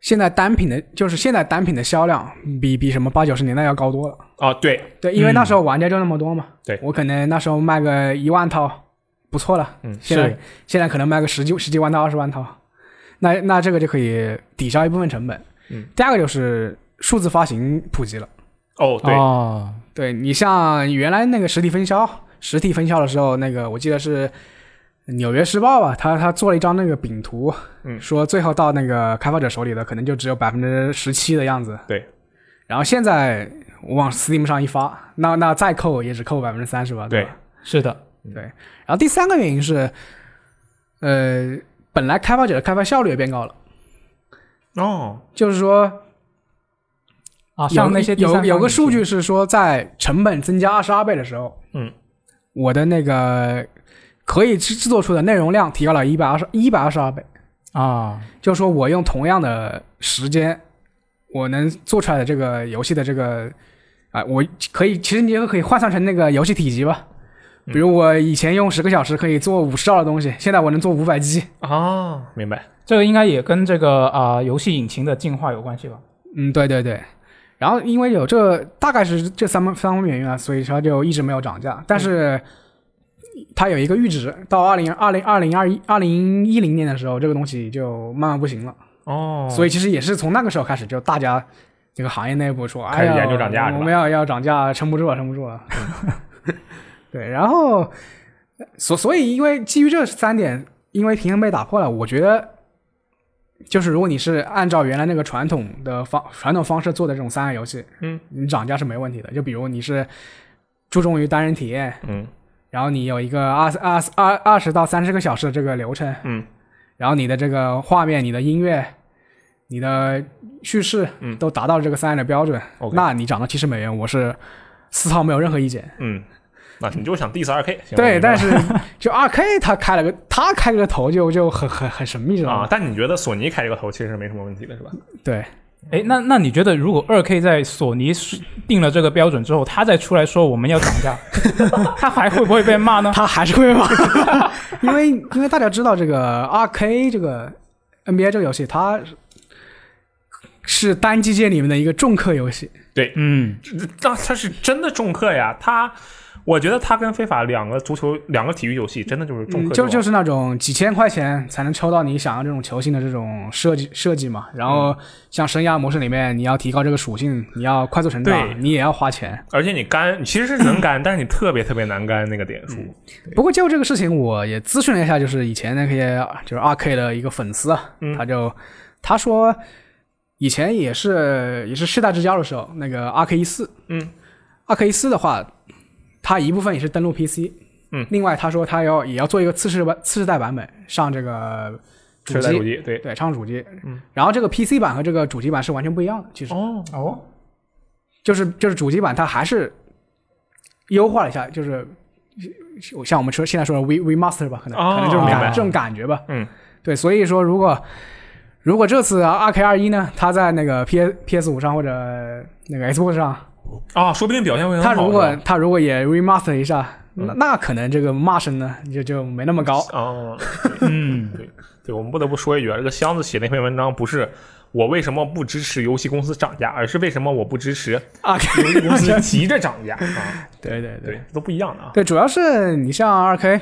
Speaker 5: 现在单品的，就是现在单品的销量比比什么八九十年代要高多了。
Speaker 1: 啊，对，
Speaker 5: 对，因为那时候玩家就那么多嘛。
Speaker 1: 对
Speaker 5: 我可能那时候卖个一万套，不错了。
Speaker 1: 嗯
Speaker 5: 现在
Speaker 2: 是
Speaker 5: 现在可能卖个十几十几万套、二十万套，那那这个就可以抵消一部分成本。
Speaker 1: 嗯，
Speaker 5: 第二个就是数字发行普及了。
Speaker 1: 哦，对，
Speaker 2: 哦，
Speaker 5: 对你像原来那个实体分销，实体分销的时候，那个我记得是《纽约时报》吧，他他做了一张那个饼图，
Speaker 1: 嗯
Speaker 5: 说最后到那个开发者手里的可能就只有百分之十七的样子。
Speaker 1: 对，
Speaker 5: 然后现在往 Steam 上一发，那那再扣也只扣百分之三十吧。
Speaker 1: 对
Speaker 5: 吧
Speaker 2: 是的，
Speaker 5: 然后第三个原因是，呃，本来哦开发者的开发效率也变高了。
Speaker 1: 哦，
Speaker 5: 就是说，
Speaker 2: 啊，像那些第
Speaker 5: 有
Speaker 2: 三
Speaker 5: 有
Speaker 2: 方
Speaker 5: 个
Speaker 2: 游戏
Speaker 5: 数据是说，在成本增加二十二倍的时候，
Speaker 1: 嗯，
Speaker 5: 我的那个可以制制作出的内容量提高了一百二十一百二十二倍，
Speaker 2: 啊，
Speaker 5: 就是说我用同样的时间，我能做出来的这个游戏的这个啊、我可以其实你也可以换算成那个游戏体积吧。
Speaker 2: 嗯
Speaker 5: 比如我以前用十个小时可以做五十兆的东西，现在我能做五百 G。
Speaker 1: 啊，明白。
Speaker 2: 这个应该也跟这个啊、游戏引擎的进化有关系吧？
Speaker 5: 嗯，对对对。然后因为有这大概是这三方三方面原因啊，所以它就一直没有涨价。但是它有一个阈值，到二零二零二零二一二零一零年的时候，这个东西就慢慢不行了。
Speaker 1: 哦，
Speaker 5: 所
Speaker 1: 以
Speaker 5: 以其实也是从那个时候开始，就大家这个行业内部说，
Speaker 1: 开始
Speaker 5: 哎呀，
Speaker 1: 研究涨价是吧
Speaker 5: 我们要要涨价，撑不住了，撑不住了。 对，然后所所以因为基于这三点，因为平衡被打破了，我觉得就是如果你是按照原来那个传统的方传统方式做的这种三 A 游戏，
Speaker 1: 嗯，
Speaker 5: 你涨价是没问题的。就比如你是注重于单人体验，
Speaker 1: 嗯
Speaker 5: 然后你有一个二二二二十到三十个小时的这个流程，
Speaker 1: 嗯，
Speaker 5: 然后你的这个画面、你的音乐、你的叙事，
Speaker 1: 嗯
Speaker 5: 都达到这个三 A 的标准，
Speaker 1: OK
Speaker 5: 那你涨到七十美元，我是丝毫没有任何意见。
Speaker 1: 嗯，那你就想 diss 二 K
Speaker 5: 对，但是就二 K 他开了个他开这个头就就很很很神秘，知道
Speaker 1: 啊
Speaker 5: 吗，？
Speaker 1: 但你觉得索尼开这个头其实是没什么问题的，是吧？
Speaker 5: 对，
Speaker 2: 哎，那那你觉得如果二 K 在索尼是定了这个标准之后，他再出来说我们要涨 价，他还会不会被骂呢？
Speaker 5: 他还是会骂， 因为因为大家知道这个二 K 这个 NBA 这个游戏，它是单机界里面的一个重氪游戏。
Speaker 2: 嗯，
Speaker 1: 那他是真的重氪呀，他。我觉得他跟非法两个足球、两个体育游戏真的就是重氪、
Speaker 5: 嗯，就就是那种几千块钱才能抽到你想要这种球星的这种设计设计嘛。然
Speaker 1: 嗯
Speaker 5: 后像生涯模式里面，你要提高这个属性，你要快速成
Speaker 1: 对
Speaker 5: 长，你也要花钱。
Speaker 1: 而且你干，你其实是能干，但是你特别特别难干那个点
Speaker 5: 嗯
Speaker 1: 数。
Speaker 5: 不过就这个事情，我也咨询了一下，就是以前那些就是二 K 的一个粉丝啊，
Speaker 1: 嗯
Speaker 5: 他就他说以前也是也是世代之交的时候，那个二 K 一四，
Speaker 1: 嗯，
Speaker 5: 二 K 一四的话，它一部分也是登录 PC，
Speaker 1: 嗯
Speaker 5: 另外他说他要也要做一个次世代次世代版本上这个主
Speaker 1: 是在
Speaker 5: 机
Speaker 1: 主，机对
Speaker 5: 对，上主机，
Speaker 1: 嗯，
Speaker 5: 然后这个 PC 版和这个主机版是完全不一样的，其实
Speaker 1: 哦，
Speaker 2: 哦，
Speaker 5: 就是就是主机版它还是优化了一下，就是像我们说现在说的 V V Master 吧，可能、
Speaker 1: 哦
Speaker 5: 可能这种
Speaker 1: 明白
Speaker 5: 感这种感觉吧。
Speaker 1: 嗯，
Speaker 5: 对，所以说如果如果这次二 K 二一呢，它在那个 P S P S 五上或者那个 Xbox 上，
Speaker 1: 啊，说不定表现会很好。
Speaker 5: 它如果
Speaker 1: 是吧嗯
Speaker 5: 它如果也 remaster 一下，那那可能这个骂声呢就就没那么高。
Speaker 1: 哦，
Speaker 2: 嗯，
Speaker 1: 对，我们不得不说一句，啊，这个箱子写那篇文章不是我为什么不支持游戏公司涨价，而是为什么我不支 持
Speaker 5: 二 K
Speaker 1: 游戏公司急着涨价啊？
Speaker 5: 对对对
Speaker 1: 对，都不一样的啊。
Speaker 5: 对，主要是你像二 K，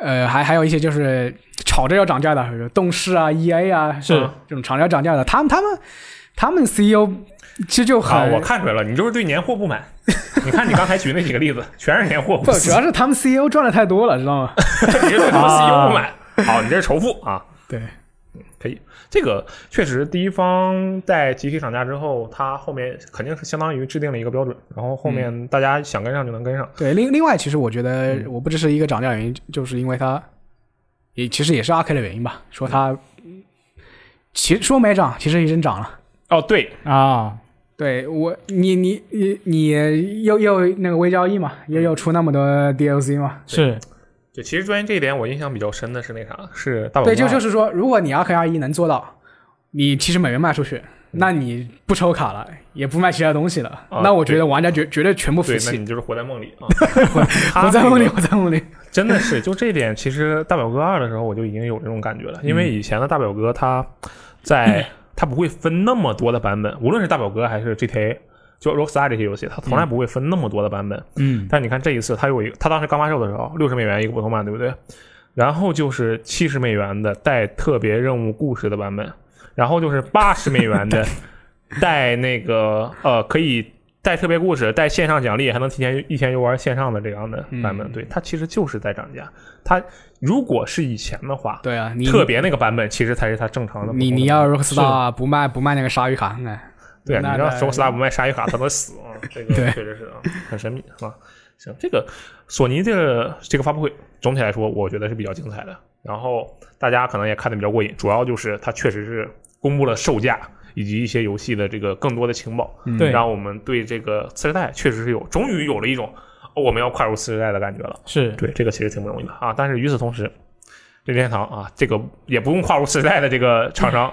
Speaker 5: 呃，还还有一些就是吵着要涨价的，比如动视啊、EA 啊，
Speaker 2: 是
Speaker 5: 嗯这种吵着要涨价的，他们他们他们 CEO 其实就很、
Speaker 1: 啊，我看出来了，你就是对年货不 满。你看你刚才举那几个例子，全是年货，
Speaker 5: 不，主要是他们 CEO 赚的太多了，知 道吗？
Speaker 1: 你是对什么 CEO 不
Speaker 5: 啊
Speaker 1: 满？好，你这是仇富啊。
Speaker 5: 对，
Speaker 1: 可以，这个确实，第一方在集体涨价之后，它后面肯定是相当于制定了一个标准，然后后
Speaker 5: 嗯
Speaker 1: 面大家想跟上就能跟上。
Speaker 5: 对，另另外，其实我觉
Speaker 1: 嗯
Speaker 5: 得我不支持一个涨价原因，就是因为它也其实也是二 K 的原因吧，说它其实说没涨，其实已经涨了。
Speaker 1: 哦，对，
Speaker 2: 啊，
Speaker 5: 对我，你你你你又又那个微交易嘛，又又出那么多 DLC 嘛，
Speaker 2: 是
Speaker 1: 对，其实关于这一点，我印象比较深的是那啥，是大宝
Speaker 5: 对，就就是是说，如果你二 K 二一能做到，你七十美元卖出去，那你不抽卡了，也不卖其他东西了，
Speaker 1: 啊
Speaker 5: 那我觉得玩家绝绝对全部服
Speaker 1: 对，啊那
Speaker 5: 气。
Speaker 1: 你就是活在梦 里啊！
Speaker 5: 我在梦里，
Speaker 1: 他
Speaker 5: 我在梦里。
Speaker 1: 真的是就这一点，其实大表哥二的时候我就已经有这种感觉了，因为
Speaker 5: 嗯
Speaker 1: 以前的大表哥他在他不会分那么多的版本，无论是大表哥还是 GTA，就 Rockstar 这些游戏，他从来不会分那么多的版本。
Speaker 2: 嗯
Speaker 1: 但你看这一次，它有一个，它当时刚发售的时候，六十美元一个普通版，对不对？然后就是七十美元的带特别任务故事的版本，然后就是八十美元的带那个呃可以带特别故事、带线上奖励，还能提前一天游玩线上的这样的版本。对，它其实就是在涨价。它如果是以前的话，
Speaker 5: 对啊，你
Speaker 1: 特别那个版本其实才是它正常的普通的版本。
Speaker 5: 你你要 Rockstar 不卖不卖那个鲨鱼卡，哎，
Speaker 1: 对啊，
Speaker 5: 那
Speaker 1: 你让
Speaker 5: 那
Speaker 1: s o s t a 不卖鲨鱼卡，他能死啊！ 这个
Speaker 5: 对
Speaker 1: 确实是啊，很神秘啊。行，这个索尼的这个发布会总体来说，我觉得是比较精彩的。然后大家可能也看得比较过瘾，主要就是它确实是公布了售价，以及一些游戏的这个更多的情报，
Speaker 5: 嗯
Speaker 2: 对
Speaker 1: 让我们对这个次世代确实是有，终于有了一种哦我们要跨入次世代的感觉了。
Speaker 2: 是
Speaker 1: 对，这个其实挺不容易的啊。但是与此同时，任天堂啊，这个也不用跨入时代的这个厂商，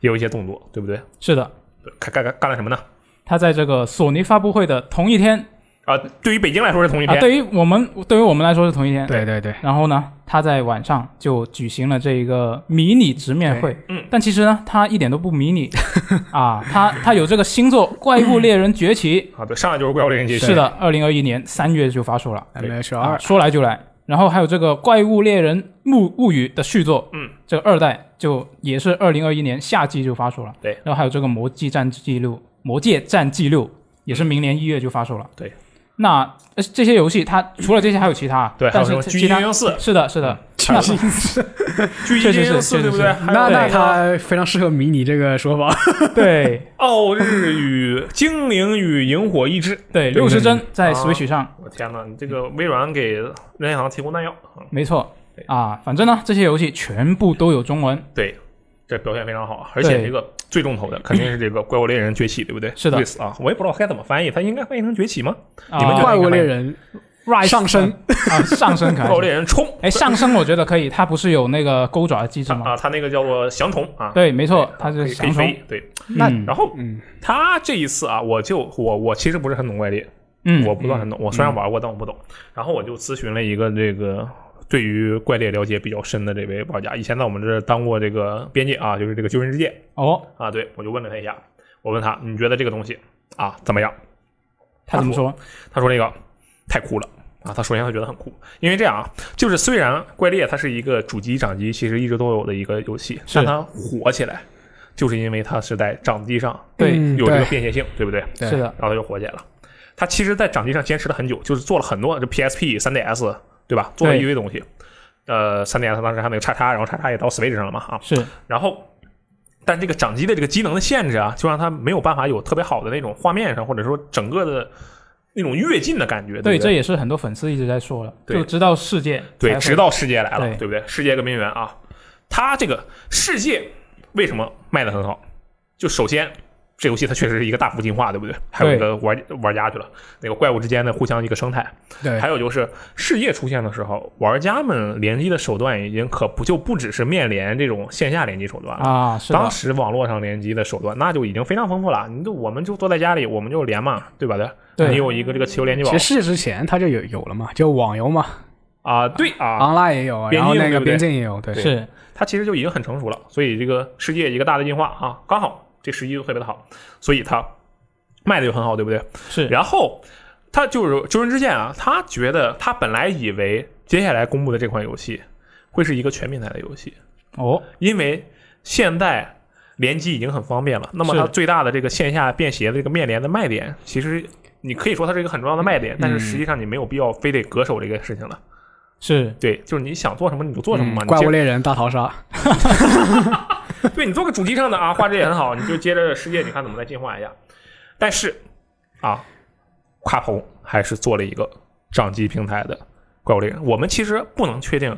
Speaker 1: 也有一些动作，对不对？
Speaker 2: 是的，
Speaker 1: 干干干干了什么呢？
Speaker 2: 他在这个索尼发布会的同一天
Speaker 1: 啊，对于北京来说是同一
Speaker 2: 啊，
Speaker 1: 天，
Speaker 2: 对于我们对于我们来说是同一天。
Speaker 5: 对对对，
Speaker 2: 然后呢，他在晚上就举行了这一个迷你直面会。
Speaker 1: 嗯，
Speaker 2: 但其实呢，他一点都不迷你啊，他他有这个星座《怪物猎人崛起
Speaker 1: 啊，对，上来就是怪物猎人崛》，起，
Speaker 2: 是的，二零二一年三月就发售了，
Speaker 1: 对
Speaker 5: M H
Speaker 2: 啊，
Speaker 5: R
Speaker 2: 说来就来。然后还有这个《怪物猎人物物语》的续作，
Speaker 1: 嗯，
Speaker 2: 这个二代就也是二零二一年夏季就发售了。
Speaker 1: 对，
Speaker 2: 然后还有这个《魔界战记录》，《魔界战记录》也是明年一月就发售了。
Speaker 1: 对，
Speaker 2: 那呃这些游戏它除了这些还有其他，啊
Speaker 1: 对，还
Speaker 2: 但
Speaker 1: 有什
Speaker 2: 是
Speaker 1: 么狙
Speaker 2: 其
Speaker 1: 击精
Speaker 2: 他
Speaker 1: 英四，
Speaker 2: 是的，是
Speaker 1: 嗯
Speaker 2: 的，
Speaker 5: 巨星四，
Speaker 1: 狙击
Speaker 2: 确实
Speaker 1: 精英
Speaker 2: 是
Speaker 1: 四，
Speaker 2: 确实
Speaker 1: 对不对？还有
Speaker 5: 那那
Speaker 1: 个
Speaker 5: 他非常适合迷你这个说法。
Speaker 2: 对
Speaker 1: 奥日与精灵与萤火意志，
Speaker 2: 对，六十帧在
Speaker 1: 啊
Speaker 2: Switch 上，
Speaker 1: 我天哪，你这个微软给任天堂提供弹药啊，
Speaker 2: 没错
Speaker 1: 对
Speaker 2: 啊，反正呢，这些游戏全部都有中文，
Speaker 1: 对。这表现非常好，而且
Speaker 2: 对
Speaker 1: 这个最重头的肯定是这个《怪物猎人崛起》，对不对？
Speaker 2: 是的
Speaker 1: Risk 啊，我也不知道该怎么翻译，它应该翻译成崛起吗？
Speaker 2: 啊
Speaker 1: 你们觉得
Speaker 5: 怪物猎人
Speaker 2: Rise
Speaker 5: 上升，
Speaker 2: 啊上升可
Speaker 1: 怪物
Speaker 2: 能，
Speaker 1: 猎人冲，
Speaker 2: 哎，上升我觉得可以，它不是有那个钩爪的机制吗？
Speaker 1: 啊，它那个叫做翔虫啊，
Speaker 2: 对，没错，
Speaker 1: 它
Speaker 2: 它
Speaker 1: 可以
Speaker 2: 是
Speaker 1: 可以
Speaker 2: 翔虫，
Speaker 1: 飞，对。
Speaker 5: 那
Speaker 2: 嗯
Speaker 1: 然后
Speaker 5: 嗯，
Speaker 1: 它这一次啊，我就我我其实不是很懂怪猎，
Speaker 2: 嗯，
Speaker 1: 我不算很懂，我虽然玩过，但我不懂。然后我就咨询了一个这个对于怪猎了解比较深的这位玩家，以前在我们这儿当过这个编辑啊，就是这个《救人之剑
Speaker 2: 哦，》
Speaker 1: 啊，对我就问了他一下，我问他你觉得这个东西啊怎么样？
Speaker 2: 他怎么说？
Speaker 1: 他说那个太酷了。啊，他首先他觉得很酷，因为这样啊，就是虽然《怪猎》它是一个主机、掌机其实一直都有的一个游戏，
Speaker 2: 是
Speaker 1: 但它火起来，就是因为它是在掌机上
Speaker 2: 对，
Speaker 5: 嗯
Speaker 1: 有这个
Speaker 5: 对
Speaker 1: 便携性，对不对？
Speaker 5: 对
Speaker 2: 是的，
Speaker 1: 然后它就火起来了。它其实，在掌机上坚持了很久，就是做了很多，这 PSP、3DS，对吧？做了一堆东西。呃，3DS 当时还有那个叉叉，然后叉叉也到 Switch 上了嘛啊。
Speaker 2: 是
Speaker 1: 然后，但这个掌机的这个机能的限制啊，就让它没有办法有特别好的那种画面上，或者说整个的那种跃进的感觉。
Speaker 2: 对，
Speaker 1: 不
Speaker 2: 这也是很多粉丝一直在说了，
Speaker 1: 对
Speaker 2: 就知道世界才
Speaker 1: 对，
Speaker 2: 会
Speaker 1: 直到世界来了，
Speaker 2: 对
Speaker 1: 对不对？世界革命源啊，它这个世界为什么卖的很好？就首先这游戏它确实是一个大幅进化，对不对？还有一个玩玩家去了，那个怪物之间的互相一个生态，
Speaker 5: 对
Speaker 1: 还有就是世界出现的时候，玩家们联机的手段已经可不就不只是面连这种线下联机手段了。
Speaker 2: 啊，是
Speaker 1: 当
Speaker 2: 的，
Speaker 1: 时网络上联机的手段，那就已经非常丰富了。你就我们就坐在家里，我们就连嘛，对吧？
Speaker 2: 对
Speaker 1: 你有一个这个汽油联机宝
Speaker 5: 其实世界之前它就有有了嘛，就网游嘛
Speaker 1: 啊，对啊，
Speaker 5: ，online 也有，
Speaker 1: 边
Speaker 5: 然后
Speaker 1: 境
Speaker 5: 那
Speaker 1: 对
Speaker 5: 个
Speaker 1: 不对
Speaker 5: 边境也有，对，
Speaker 2: 是
Speaker 1: 它其实就已经很成熟了，所以这个世界一个大的进化啊，刚好这时机就特别的好，所以它卖的就很好，对不对？
Speaker 2: 是
Speaker 1: 然后他就是救人之剑啊，他觉得他本来以为接下来公布的这款游戏会是一个全平台的游戏，
Speaker 2: 哦，
Speaker 1: 因为现在联机已经很方便了，那么
Speaker 2: 是
Speaker 1: 它最大的这个线下便携的这个面连的卖点，其实你可以说它是一个很重要的卖点，但是实际上你没有必要非得恪守这个事情了。
Speaker 2: 是
Speaker 1: 对，就是你想做什么你就做什么嘛，
Speaker 5: 嗯
Speaker 1: 你
Speaker 5: 怪
Speaker 1: 接
Speaker 5: 物猎人大逃杀，
Speaker 1: 对你做个主机上的啊， 画质也很好，你就接着世界，你看怎么再进化一下。但是啊，卡普空还是做了一个掌机平台的怪物猎人。我们其实不能确定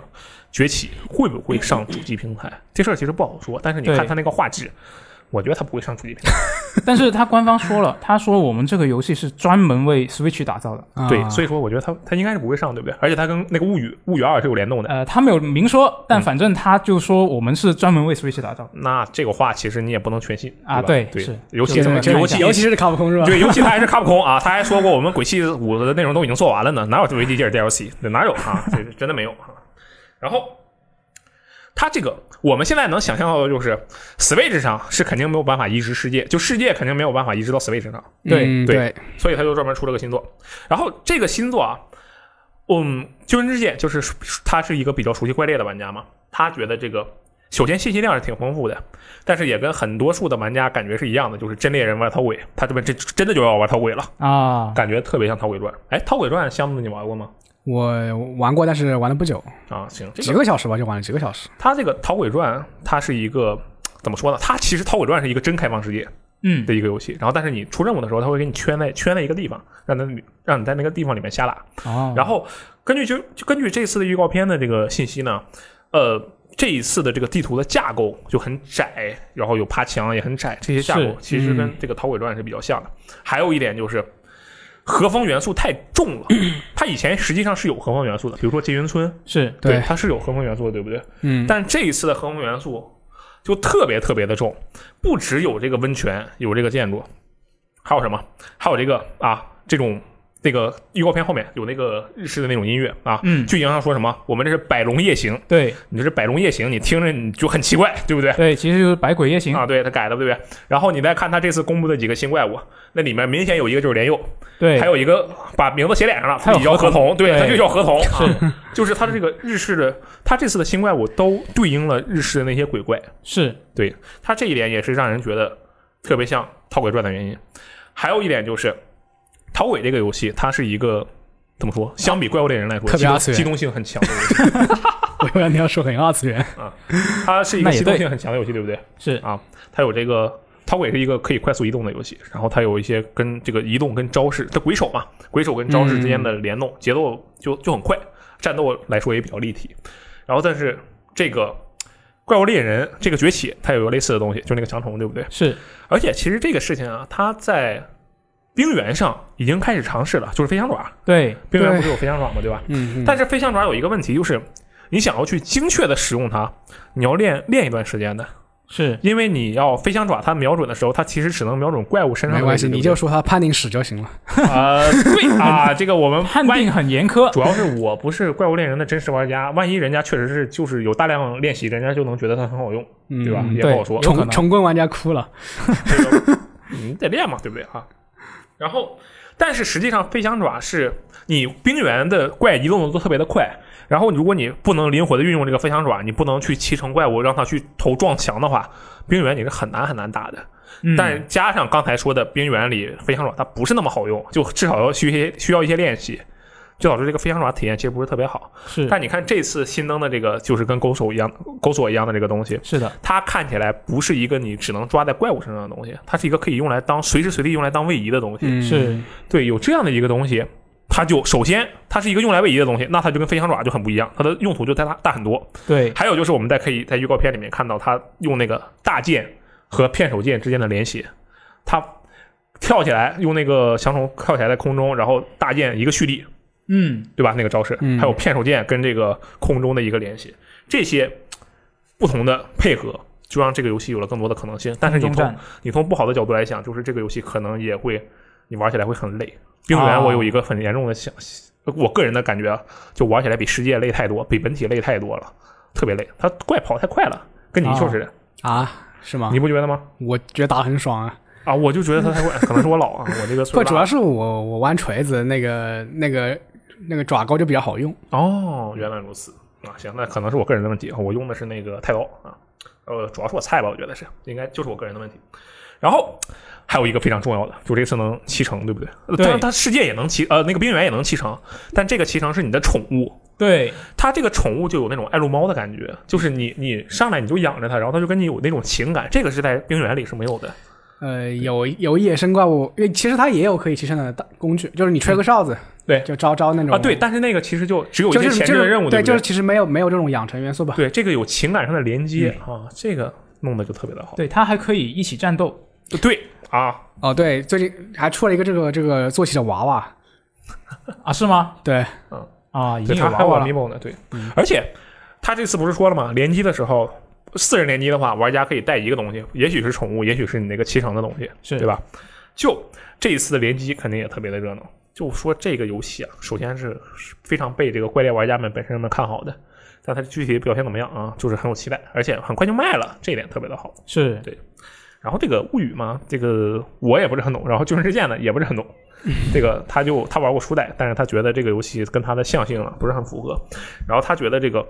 Speaker 1: 崛起会不会上主机平台，这事儿其实不好说。但是你
Speaker 2: 对
Speaker 1: 看它那个画质，我觉得它不会上主机平台。
Speaker 2: 但是他官方 说了，他说我们这个游戏是专门为 Switch 打造的。
Speaker 5: 啊
Speaker 1: 对，所以说我觉得它它应该是不会上，对不对？而且它跟那个物语物语二是有联动的。
Speaker 2: 呃，他没有明说，
Speaker 1: 嗯
Speaker 2: 但反正他就说我们是专门为 Switch 打造的。
Speaker 1: 那这个话其实你也不能全信
Speaker 2: 啊
Speaker 1: 对吧对
Speaker 2: 对是，
Speaker 1: 尤其
Speaker 2: 就
Speaker 1: 这
Speaker 2: 这
Speaker 1: 么
Speaker 2: 么
Speaker 1: 尤其
Speaker 5: 尤其是卡普空是吧？
Speaker 1: 对，尤其他还是卡普空啊， 他还说过我们《鬼泣五》的内容都已经做完了呢，哪有《维基尔 DLC》？对哪有啊？ 这真的没有啊。然后他这个我们现在能想象到的就是 Switch 上是肯定没有办法移植世界，就世界肯定没有办法移植到 Switch 上，
Speaker 5: 嗯
Speaker 1: 对
Speaker 5: 对，
Speaker 1: 所以他就专门出了个新作。然后这个新作啊，嗯，《救人之剑》就是他是一个比较熟悉怪猎的玩家嘛，他觉得这个。首先，信息量是挺丰富的，但是也跟很多数的玩家感觉是一样的，就是真猎人玩讨鬼，他这边这真的就要玩讨鬼了。
Speaker 2: 啊，
Speaker 1: 感觉特别像《逃鬼传》。哎，《逃鬼传》箱子你玩过吗？
Speaker 5: 我玩过，但是玩了不久，
Speaker 1: 啊，行，这
Speaker 5: 几
Speaker 1: 个
Speaker 5: 个小时吧，就玩了几个小时。
Speaker 1: 它这个《逃鬼传》，它是一个怎么说呢？它其实《逃鬼传》是一个真开放世界
Speaker 2: 嗯，
Speaker 1: 的一个游戏，然后但是你出任务的时候，它会给你圈在圈在一个地方，让它让你在那个地方里面瞎打。
Speaker 2: 哦，
Speaker 1: 然后根据就就根据这次的预告片的这个信息呢，呃，这一次的这个地图的架构就很窄，然后有爬墙也很窄，这些架构
Speaker 2: 是
Speaker 1: 其实跟
Speaker 5: 嗯
Speaker 1: 这个《逃鬼传》是比较像的。还有一点就是。和风元素太重了，它以前实际上是有和风元素的，比如说缙云村，
Speaker 2: 是
Speaker 5: 对，
Speaker 1: 它是有和风元素的，对不对？
Speaker 5: 嗯，
Speaker 1: 但这一次的和风元素就特别特别的重，不只有这个温泉，有这个建筑，还有什么？还有这个啊，这种那个预告片后面有那个日式的那种音乐啊。
Speaker 2: 嗯，
Speaker 1: 剧情上说什么？我们这是百龙夜行，
Speaker 2: 对
Speaker 1: 你这是百龙夜行，你听着你就很奇怪，对不对？
Speaker 2: 对，其实就是《百鬼夜行》
Speaker 1: 啊，对他改的，对不对？然后你再看他这次公布的几个新怪物，那里面明显有一个就是莲佑，
Speaker 2: 对，
Speaker 1: 还有一个把名字写脸上了，
Speaker 2: 哎还有
Speaker 1: 自己叫
Speaker 2: 合
Speaker 1: 合
Speaker 2: 同
Speaker 1: 同，对，
Speaker 2: 对
Speaker 1: 他就叫合同，啊，就是他的这个日式的，他这次的新怪物都对应了日式的那些鬼怪，
Speaker 2: 是
Speaker 1: 他这一点也是让人觉得特别像《逃鬼传》的原因。还有一点就是，《逃鬼》这个游戏它是一个怎么说？相比《怪物猎人》来说，
Speaker 5: 特别
Speaker 1: 机动
Speaker 5: 二次元
Speaker 1: 机动性很强的游戏，
Speaker 5: 我以为你要说很二次元，
Speaker 1: 它是一
Speaker 2: 那
Speaker 1: 个
Speaker 2: 也
Speaker 1: 机动
Speaker 2: 对
Speaker 1: 性很强的游戏，对不对？
Speaker 2: 是
Speaker 1: 它有这个。逃鬼是一个可以快速移动的游戏，然后它有一些跟这个移动跟招式，它鬼手嘛，鬼手跟招式之间的联动，节奏就就很快，战斗来说也比较立体。然后，但是这个怪物猎人这个崛起，它有一个类似的东西，就那个强虫，对不对？
Speaker 2: 是，
Speaker 1: 而且其实这个事情啊，它在冰原上已经开始尝试了，就是飞翔爪。
Speaker 2: 对
Speaker 1: 冰原
Speaker 5: 对
Speaker 1: 不是有飞翔爪吗？对吧？
Speaker 5: 嗯，
Speaker 1: 但是飞翔爪有一个问题，就是你想要去精确的使用它，你要练练一段时间的，
Speaker 2: 是
Speaker 1: 因为你要飞翔爪，它瞄准的时候，它其实只能瞄准怪物身上
Speaker 5: 没
Speaker 1: 的
Speaker 5: 关
Speaker 1: 位置。
Speaker 5: 系，你就说他判定史就行了。
Speaker 1: 对不对啊、对啊，这个我们
Speaker 2: 判
Speaker 1: 万一
Speaker 2: 定很严苛，
Speaker 1: 主要是我不是怪物猎人的真实玩家，万一人家确实是就是有大量练习，人家就能觉得它很好用，对吧？
Speaker 5: 嗯
Speaker 1: 也不好
Speaker 2: 对
Speaker 1: 说。
Speaker 2: 有可
Speaker 5: 穷
Speaker 2: 能
Speaker 5: 穷棍玩家哭了，
Speaker 1: 这个你得练嘛，对不对啊？然后，但是实际上飞翔爪是你冰原的怪移动的都特别的快，然后如果你不能灵活的运用这个飞翔爪，你不能去骑乘怪物让它去头撞墙的话，冰原你是很难很难打的。
Speaker 2: 嗯
Speaker 1: 但加上刚才说的冰原里飞翔爪它不是那么好用，就至少要需一些需要一些练习。就导致这个飞翔爪体验其实不是特别好，
Speaker 2: 是
Speaker 1: 但你看这次新增的这个就是跟钩手一样、钩锁一样的这个东西，
Speaker 2: 是的，
Speaker 1: 它看起来不是一个你只能抓在怪物身上的东西，它是一个可以用来当随时随地用来当位移的东西。
Speaker 5: 嗯，
Speaker 2: 是
Speaker 1: 对，有这样的一个东西，它就首先它是一个用来位移的东西，那它就跟飞翔爪就很不一样，它的用途就大大大很多。
Speaker 2: 对
Speaker 1: 还有就是我们在可以在预告片里面看到它用那个大剑和片手剑之间的联携，它跳起来用那个翔虫跳起来在空中，然后大剑一个蓄力，
Speaker 2: 嗯
Speaker 1: 对吧？那个招式，
Speaker 5: 嗯
Speaker 1: 还有片手剑跟这个空中的一个联系，这些不同的配合，就让这个游戏有了更多的可能性。但是你
Speaker 2: 中
Speaker 1: 从
Speaker 2: 战
Speaker 1: 你从不好的角度来想，就是这个游戏可能也会你玩起来会很累。冰
Speaker 5: 哦
Speaker 1: 原，
Speaker 2: 啊
Speaker 1: 我有一个很严重的想，我个人的感觉啊，就玩起来比世界累太多，比本体累太多了，特别累。它怪跑太快了，跟
Speaker 5: 哦
Speaker 1: 泥鳅似的，
Speaker 5: 啊，是吗
Speaker 1: 你？不觉得吗？
Speaker 5: 我觉得打得很爽啊，
Speaker 1: 啊，我就觉得它太 快，可能是我老啊，我这个
Speaker 5: 不，
Speaker 1: 岁数
Speaker 5: 主
Speaker 1: 大
Speaker 5: 要是我我玩锤子那个那个那个爪钩就比较好用，
Speaker 1: 哦，原来如此啊！行，那可能是我个人的问题，我用的是那个太刀啊，呃，主要是我菜吧，我觉得是，应该就是我个人的问题。然后还有一个非常重要的，就这次能骑乘，对不对？呃
Speaker 2: 对
Speaker 1: 当然，它世界也能骑，呃，那个冰原也能骑乘，但这个骑乘是你的宠物，
Speaker 2: 对
Speaker 1: 它这个宠物就有那种爱撸猫的感觉，就是你你上来你就养着它，然后它就跟你有那种情感，这个是在冰原里是没有的。
Speaker 5: 呃，有有野生怪物，因为其实它也有可以骑乘的大工具，就是你吹个哨子，
Speaker 1: 对
Speaker 5: 就招招那种
Speaker 1: 啊，对，，但是那个其实就只有一
Speaker 5: 就
Speaker 1: 些
Speaker 5: 是
Speaker 1: 前置
Speaker 5: 就
Speaker 1: 的
Speaker 5: 是
Speaker 1: 任务，
Speaker 5: 对，
Speaker 1: 不
Speaker 5: 就
Speaker 1: 对
Speaker 5: 是？其实没有没有这种养成元素吧，
Speaker 1: 对，这个有情感上的连接、
Speaker 5: 嗯
Speaker 1: 啊，这个弄的就特别的好。
Speaker 2: 对，它还可以一起战斗，
Speaker 1: 对啊，
Speaker 5: 哦，对，最近还出了一个这个这个坐骑的娃娃，
Speaker 2: 啊，是吗？
Speaker 5: 对，
Speaker 2: 啊，已
Speaker 1: 对，
Speaker 2: 经有
Speaker 1: 他还
Speaker 2: 娃
Speaker 1: 有
Speaker 2: 娃了，嗯
Speaker 1: amiibo 呢，对，而且他这次不是说了吗？联机的时候，四人联机的话，玩家可以带一个东西，也许是宠物，也许是你那个骑乘的东西，
Speaker 2: 是
Speaker 1: 对吧？就这一次的联机肯定也特别的热闹。就说这个游戏啊，首先是非常被这个怪猎玩家们本身们看好的，但它具体表现怎么样啊，就是很有期待，而且很快就卖了，这一点特别的好。
Speaker 2: 是
Speaker 1: 然后这个物语嘛，这个我也不是很懂，然后巨人之剑呢也不是很懂。这个他就他玩过初代，但是他觉得这个游戏跟他的象性啊不是很符合，然后他觉得这个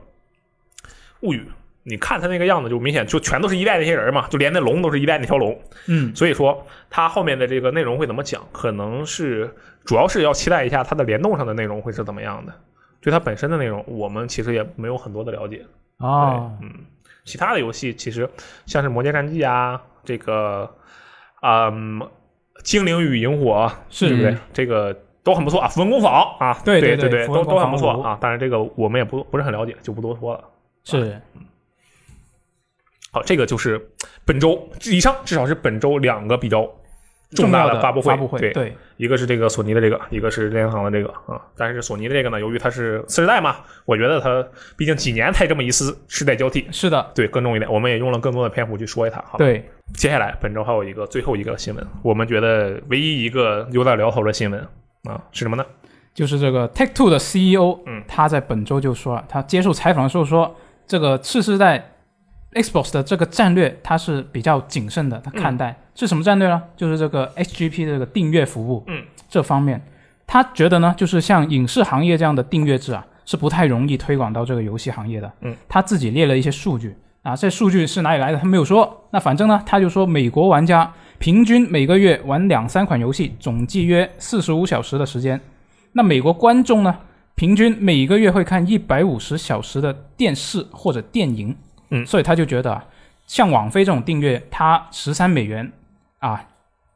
Speaker 1: 物语，你看他那个样子就明显就全都是一代那些人嘛，就连那龙都是一代那条龙，
Speaker 2: 嗯
Speaker 1: 所以说它后面的这个内容会怎么讲，可能是主要是要期待一下它的联动上的内容会是怎么样的。对它本身的内容，我们其实也没有很多的了解，
Speaker 2: 啊，
Speaker 1: 嗯其他的游戏其实像是《魔界战记》啊，这个，嗯，《精灵与萤火》
Speaker 2: 是嗯
Speaker 1: 对不对？这个都很不错啊，《符文工坊》啊，
Speaker 2: 对
Speaker 1: 对
Speaker 2: 对
Speaker 1: 对，
Speaker 2: 对符
Speaker 1: 都
Speaker 2: 文
Speaker 1: 都
Speaker 2: 工
Speaker 1: 很
Speaker 2: 坊
Speaker 1: 不错啊
Speaker 2: 五
Speaker 1: 啊。但是这个我们也不不是很了解，就不多说了。
Speaker 2: 是
Speaker 1: 好，这个就是本周以上至少是本周两个比较重
Speaker 2: 重
Speaker 1: 大
Speaker 2: 要的
Speaker 1: 发布会，
Speaker 2: 发布会，
Speaker 1: 对，
Speaker 2: 对，
Speaker 1: 一个是这个索尼的这个，一个是任天堂的这个啊。但是索尼的这个呢，由于它是次世代嘛，我觉得它毕竟几年才这么一次世代交替，
Speaker 2: 是的，
Speaker 1: 对，更重一点。我们也用了更多的篇幅去说一它，好吧？
Speaker 2: 对，
Speaker 1: 接下来本周还有一个最后一个新闻，我们觉得唯一一个有点聊头的新闻啊是什么呢？
Speaker 2: 就是这个 Take Two 的 CEO，
Speaker 1: 嗯
Speaker 2: 他在本周就说了，他接受采访的时候说，这个次世代 Xbox 的这个战略，他是比较谨慎的，他看
Speaker 1: 嗯
Speaker 2: 待、是什么战略呢？就是这个 XGP 的这个订阅服务，
Speaker 1: 嗯，
Speaker 2: 这方面，他觉得呢，就是像影视行业这样的订阅制啊，是不太容易推广到这个游戏行业的，
Speaker 1: 嗯，
Speaker 2: 他自己列了一些数据啊，这数据是哪里来的？他没有说，那反正呢，他就说美国玩家。平均每个月玩两三款游戏，总计约四十五小时的时间。那美国观众呢，平均每个月会看一百五十小时的电视或者电影，
Speaker 1: 嗯
Speaker 2: 所以他就觉得啊，像网飞这种订阅，他十三美元啊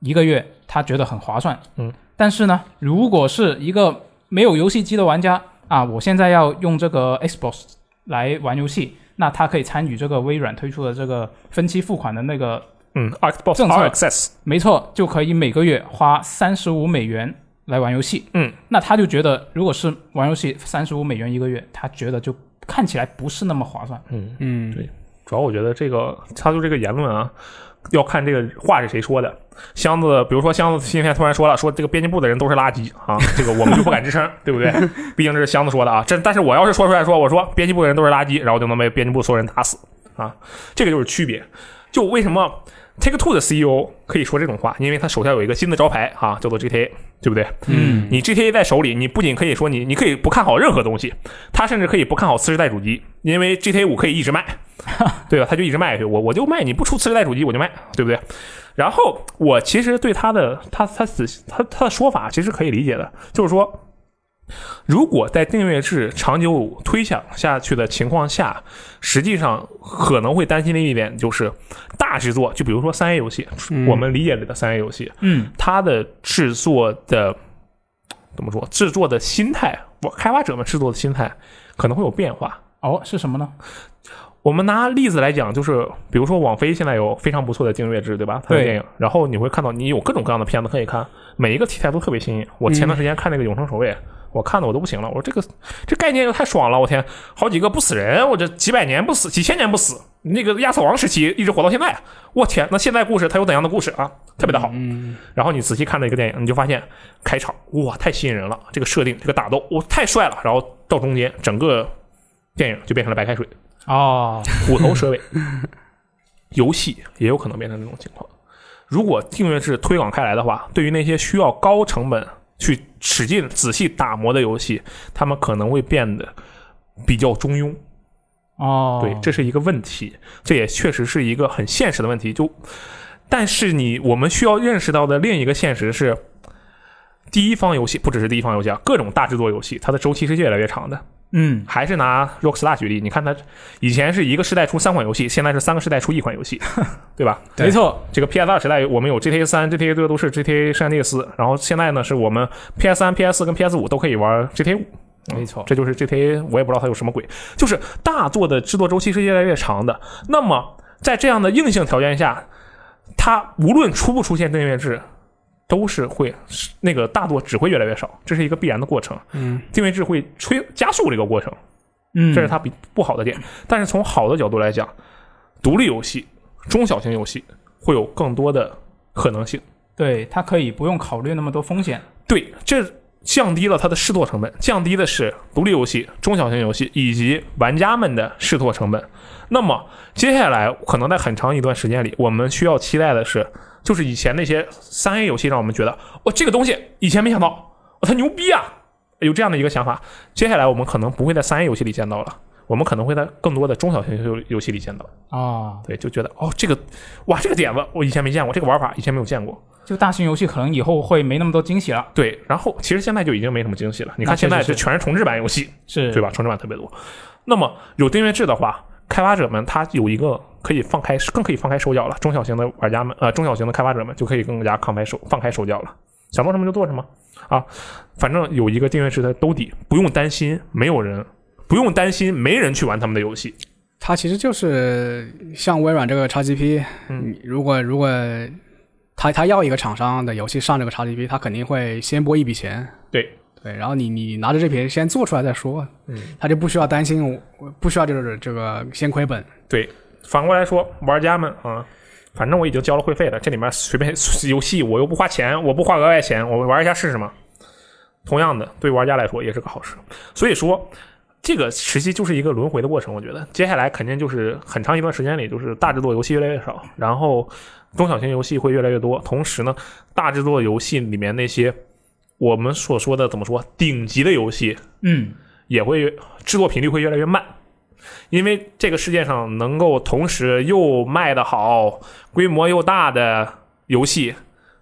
Speaker 2: 一个月，他觉得很划算，
Speaker 1: 嗯。
Speaker 2: 但是呢，如果是一个没有游戏机的玩家啊，我现在要用这个 Xbox 来玩游戏，那他可以参与这个微软推出的这个分期付款的那个
Speaker 1: 嗯，Xbox
Speaker 2: 政策
Speaker 1: All Access，
Speaker 2: 没错，就可以每个月花三十五美元来玩游戏。
Speaker 1: 嗯，
Speaker 2: 那他就觉得，如果是玩游戏三十五美元一个月，他觉得就看起来不是那么划算。
Speaker 1: 嗯，
Speaker 5: 嗯，
Speaker 1: 对主要我觉得这个他就这个言论啊，要看这个话是谁说的。箱子，比如说箱子今天突然说了，说这个编辑部的人都是垃圾啊，这个我们就不敢吱声，对不对？毕竟这是箱子说的啊。这但是我要是说出来说，我说编辑部的人都是垃圾，然后就能被编辑部所有人打死啊，这个就是区别。就为什么 Take Two 的 CEO 可以说这种话，因为他手下有一个新的招牌啊，叫做 GTA，对不对？
Speaker 5: 嗯
Speaker 1: 你 GTA 在手里，你不仅可以说你，你可以不看好任何东西，他甚至可以不看好次世代主机，因为 GTA 五可以一直卖，对吧？他就一直卖下去，我我就卖，你不出次世代主机我就卖，对不对？然后我其实对他的他他仔细他他的说法其实可以理解的，就是说，如果在订阅制长久推想下去的情况下，实际上可能会担心的一点就是大制作，就比如说三 A 游戏，
Speaker 5: 嗯
Speaker 1: 我们理解里的三 A 游戏，
Speaker 2: 嗯，
Speaker 1: 它的制作的怎么说？制作的心态，我开发者们制作的心态可能会有变化。
Speaker 2: 哦，是什么呢？
Speaker 1: 我们拿例子来讲，就是比如说网飞现在有非常不错的订阅制，对吧？它的
Speaker 2: 对
Speaker 1: 电影，然后你会看到你有各种各样的片子可以看，每一个题材都特别新颖。我前段时间看那个《永生守卫》。我看的我都不行了，我说这个这概念又太爽了，我天，好几个不死人，我这几百年不死，几千年不死，那个亚瑟王时期一直活到现在，我天，那现在故事它有怎样的故事啊？特别的好，
Speaker 5: 嗯，
Speaker 1: 然后你仔细看了一个电影，你就发现开场哇太吸引人了，这个设定这个打斗哇太帅了，然后到中间整个电影就变成了白开水，
Speaker 2: 哦，
Speaker 1: 虎头蛇尾。 游戏也有可能变成这种情况。如果订阅制推广开来的话，对于那些需要高成本去使劲仔细打磨的游戏，他们可能会变得比较中庸。
Speaker 2: 哦，
Speaker 1: 对，这是一个问题，这也确实是一个很现实的问题。就，但是你我们需要认识到的另一个现实是，第一方游戏不只是第一方游戏啊，各种大制作游戏，它的周期是越来越长的。
Speaker 2: 嗯，
Speaker 1: 还是拿 Rockstar 举例，你看它以前是一个世代出三款游戏，现在是三个世代出一款游 戏，对吧？
Speaker 5: 对
Speaker 2: 没错，
Speaker 1: 这个 PS 二时代，我们有 GTA 三、GTA 这个都是 GTA 圣地斯，然后现在呢，是我们 PS 三、PS 四跟 PS 五都可以玩 GTA 五。嗯
Speaker 2: 没错，
Speaker 1: 这就是 GTA，我也不知道它有什么鬼，就是大作的制作周期是越来越长的。那么在这样的硬性条件下，它无论出不出现订阅制，都是会是那个大作只会越来越少，这是一个必然的过程。
Speaker 5: 嗯，
Speaker 1: 订阅制会催加速这个过程，
Speaker 2: 嗯，
Speaker 1: 这是它比不好的点。但是从好的角度来讲，独立游戏、中小型游戏会有更多的可能性。
Speaker 2: 对他可以不用考虑那么多风险。
Speaker 1: 对，这降低了它的试错成本，降低的是独立游戏、中小型游戏以及玩家们的试错成本。那么接下来可能在很长一段时间里，我们需要期待的是，就是以前那些三 A 游戏让我们觉得，哦，这个东西以前没想到，哦，它牛逼啊，有这样的一个想法。接下来我们可能不会在三 A 游戏里见到了。我们可能会在更多的中小型游游戏里见到，
Speaker 2: 啊，
Speaker 1: 对，就觉得哦，这个，哇，这个点子我以前没见过，这个玩法以前没有见过，
Speaker 2: 就大型游戏可能以后会没那么多惊喜了，
Speaker 1: 对，然后其实现在就已经没什么惊喜了。你看
Speaker 2: 那确
Speaker 1: 现在
Speaker 2: 实
Speaker 1: 这
Speaker 2: 是
Speaker 1: 全是重置版游戏，
Speaker 2: 是
Speaker 1: 对吧？重置版特别多。那么有订阅制的话，开发者们他有一个可以放开，更可以放开手脚了。中小型的玩家们，呃，中小型的开发者们就可以更加放开手，放开手脚了。想做什么就做什么啊，反正有一个订阅制的兜底，不用担心没有人，不用担心没人去玩他们的游戏。
Speaker 5: 它其实就是像微软这个 XGP，
Speaker 1: 嗯
Speaker 5: 你如果如果他他要一个厂商的游戏上这个 XGP，他肯定会先拨一笔钱，
Speaker 1: 对
Speaker 5: 对，然后你你拿着这笔钱先做出来再说，
Speaker 1: 嗯，
Speaker 5: 他就不需要担心我，我不需要就是这个先亏本，
Speaker 1: 对，反过来说，玩家们啊，反正我已经交了会费了，这里面随便 游戏我又不花钱，我不花额外钱，我玩一下试试嘛。同样的，对玩家来说也是个好事。所以说，这个时期就是一个轮回的过程。我觉得接下来肯定就是很长一段时间里，就是大制作游戏越来越少，然后中小型游戏会越来越多。同时呢，大制作游戏里面那些我们所说的怎么说顶级的游戏，
Speaker 2: 嗯，
Speaker 1: 也会制作频率会越来越慢，因为这个世界上能够同时又卖得好、规模又大的游戏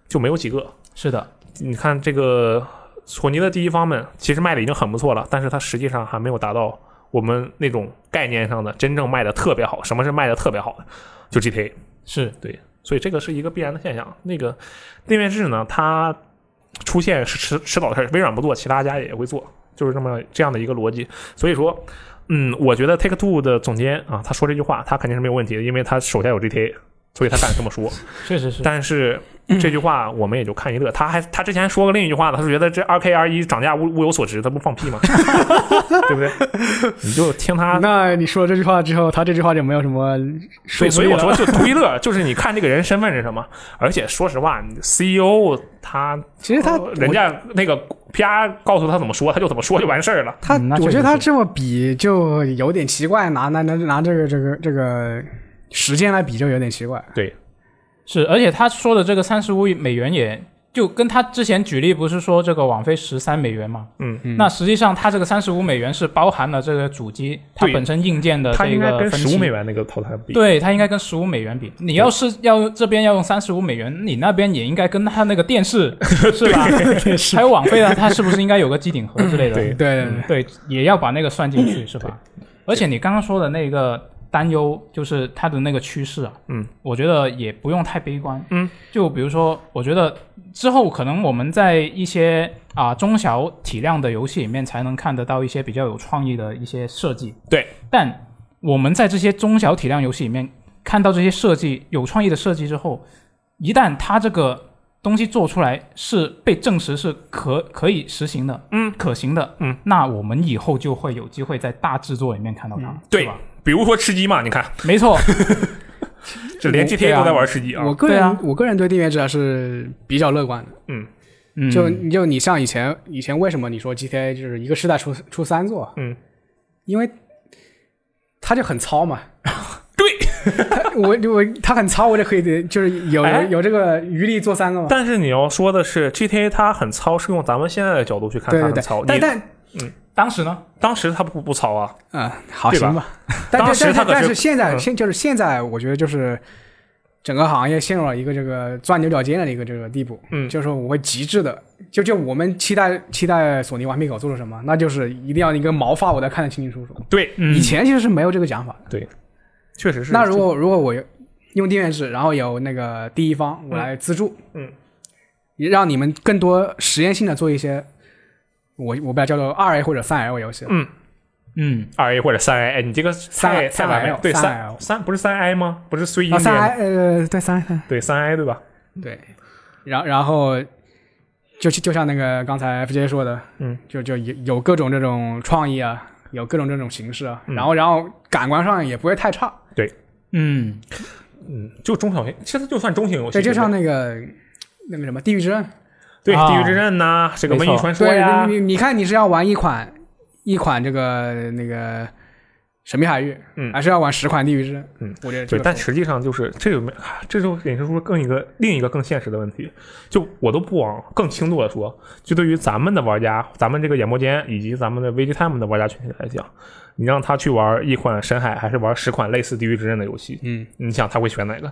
Speaker 1: 就没有几个。
Speaker 2: 是的，
Speaker 1: 你看这个索尼的第一方们，其实卖的已经很不错了，但是它实际上还没有达到我们那种概念上的真正卖的特别好。什么是卖的特别好的？就 GTA。
Speaker 2: 是
Speaker 1: 所以这个是一个必然的现象。那个订阅制呢，它出现是迟迟早的事儿，微软不做，其他家也会做，就是这么这样的一个逻辑。所以说，嗯，我觉得 Take Two 的总监啊，他说这句话，他肯定是没有问题的，因为他手下有 GTA，所以他敢这么说。
Speaker 2: 确实是，
Speaker 1: 但是这句话我们也就看一乐。他还他之前还说过另一句话呢，他是觉得这 2K 2一涨价物物有所值，他不放屁吗？对不对？你就听他
Speaker 5: 那你说了这句话之后，他这句话就没有什么说
Speaker 1: 对，
Speaker 5: 服
Speaker 1: 所
Speaker 5: 力
Speaker 1: 以我
Speaker 5: 了
Speaker 1: 说就图一乐，就是你看这个人身份是什么。而且说实话你，CEO 他
Speaker 5: 其实他
Speaker 1: 呃人家那个 PR 告诉他怎么说，他就怎么说就完事儿了。
Speaker 5: 他，
Speaker 2: 嗯那
Speaker 5: 我
Speaker 2: 确
Speaker 5: 觉得
Speaker 2: 实
Speaker 5: 他
Speaker 2: 是
Speaker 5: 这么比就有点奇怪，拿拿拿拿这个这个这个时间来比就有点奇怪。
Speaker 2: 是，而且他说的这个三十五美元也。就跟他之前举例，不是说这个网飞十三美元嘛？
Speaker 1: 嗯
Speaker 2: 那实际上他这个三十五美元是包含了这个主机它
Speaker 1: 对
Speaker 2: 本身硬件
Speaker 5: 呃
Speaker 2: 的
Speaker 1: 他
Speaker 2: 这
Speaker 1: 应该
Speaker 2: 个
Speaker 1: 跟
Speaker 2: 分
Speaker 1: 十
Speaker 2: 析
Speaker 1: 五美。元那个套餐比。
Speaker 2: 对，它应该跟十五美元比。你要是要这边要用三十五美元，你那边也应该跟他那个电 视是吧？还有网费啊，它是不是应该有个机顶盒之类的？
Speaker 1: 对嗯
Speaker 5: 对对对，
Speaker 2: 对，也要把那个算进去，是吧？而且你刚刚说的那个担忧，就是它的那个趋势啊，
Speaker 1: 嗯，
Speaker 2: 我觉得也不用太悲观，
Speaker 1: 嗯，
Speaker 2: 就比如说，我觉得之后可能我们在一些啊、中小体量的游戏里面才能看得到一些比较有创意的一些设计，
Speaker 1: 对，
Speaker 2: 但我们在这些中小体量游戏里面看到这些设计有创意的设计之后，一旦它这个东西做出来是被证实是可可以实行的，
Speaker 1: 嗯，
Speaker 2: 可行的，
Speaker 1: 嗯，
Speaker 2: 那我们以后就会有机会在大制作里面看到它，
Speaker 1: 对
Speaker 2: 是吧？
Speaker 1: 比如说吃鸡嘛，你看
Speaker 2: 没错，
Speaker 1: 这连
Speaker 5: 我
Speaker 1: GTA 都在玩吃鸡啊。
Speaker 5: 我个
Speaker 2: 对
Speaker 5: 人、
Speaker 2: 啊
Speaker 5: 我个人对订阅制是比较乐观的。
Speaker 2: 嗯，
Speaker 5: 就就你像以前以前为什么你说 GTA 就是一个时代出出三座？
Speaker 1: 嗯，
Speaker 5: 因为他就很糙 嘛。
Speaker 1: 对
Speaker 5: 它，我我 他很糙，我就可以就是有
Speaker 1: 哎
Speaker 5: 有这个余力做三个嘛。
Speaker 1: 但是你要说的是 GTA 它很糙，是用咱们现在的角度去看
Speaker 5: 对
Speaker 1: 它
Speaker 5: 对
Speaker 1: 很
Speaker 5: 对
Speaker 1: 糙。，
Speaker 5: 但
Speaker 1: 你
Speaker 5: 但
Speaker 2: 当时呢，
Speaker 1: 当时它不不糙啊，
Speaker 5: 嗯，好
Speaker 1: 对吧
Speaker 5: 行吧。但
Speaker 1: 当时
Speaker 5: 但
Speaker 1: 他
Speaker 5: 但
Speaker 1: 可
Speaker 5: 但
Speaker 1: 是
Speaker 5: 是现在
Speaker 1: 嗯
Speaker 5: 现就是现在，我觉得就是整个行业陷入了一个这个钻牛角尖的一个这个地步。
Speaker 1: 嗯
Speaker 5: 就是说我会极致的，就就我们期待期待索尼顽皮狗做了什么，那就是一定要一个毛发我才看得清清楚楚。
Speaker 1: 对，
Speaker 2: 嗯
Speaker 5: 以前其实是没有这个讲法的。
Speaker 1: 确实是。
Speaker 5: 那如果如果我用订阅制，然后有那个第一方我来资助，
Speaker 1: 嗯，
Speaker 5: 让你们更多实验性的做一些，我我把它叫做二 A 或者三 L 游戏。
Speaker 1: 嗯
Speaker 2: 嗯，
Speaker 1: 二 A 或者三 A，哎，你这个
Speaker 5: 三
Speaker 1: 太太
Speaker 5: 三
Speaker 1: 完美
Speaker 5: L，
Speaker 1: 了，对
Speaker 5: 三
Speaker 1: 三
Speaker 5: L
Speaker 1: 三不是三 I 吗？不是碎音
Speaker 5: 啊，
Speaker 1: 吗
Speaker 5: 三 I 呃，对三 I。
Speaker 1: 对三 I 对吧？
Speaker 5: 对，然然后就就像那个刚才 FJ 说的，
Speaker 1: 嗯，
Speaker 5: 就就有有各种这种创意啊，有各种这种形式啊，
Speaker 1: 嗯
Speaker 5: 然后然后感官上也不会太差。
Speaker 2: 嗯，
Speaker 1: 嗯，就中小型，其实就算中型游戏，
Speaker 5: 对，就
Speaker 1: 不
Speaker 5: 像那个那个什么《地狱之刃》，
Speaker 1: 对《
Speaker 2: 啊
Speaker 1: 地狱之刃》呐，这个《瘟
Speaker 2: 没错
Speaker 1: 疫传说》
Speaker 5: 对
Speaker 1: 呀
Speaker 5: 你，你你看你是要玩一款一款这个那个神秘海域，
Speaker 1: 嗯
Speaker 5: 还是要玩十款《地狱之刃》？
Speaker 1: 嗯，
Speaker 5: 我觉得
Speaker 1: 对，
Speaker 5: 这个
Speaker 1: 但实际上就是这就没，啊这就衍生出更一个另一个更现实的问题，就我都不往更轻度的说，就对于咱们的玩家，咱们这个演播间以及咱们的 VGTime 的玩家群体来讲，你让他去玩一款《深海》，还是玩十款类似《地狱之刃》的游戏，
Speaker 5: 嗯，
Speaker 1: 你想他会选哪个？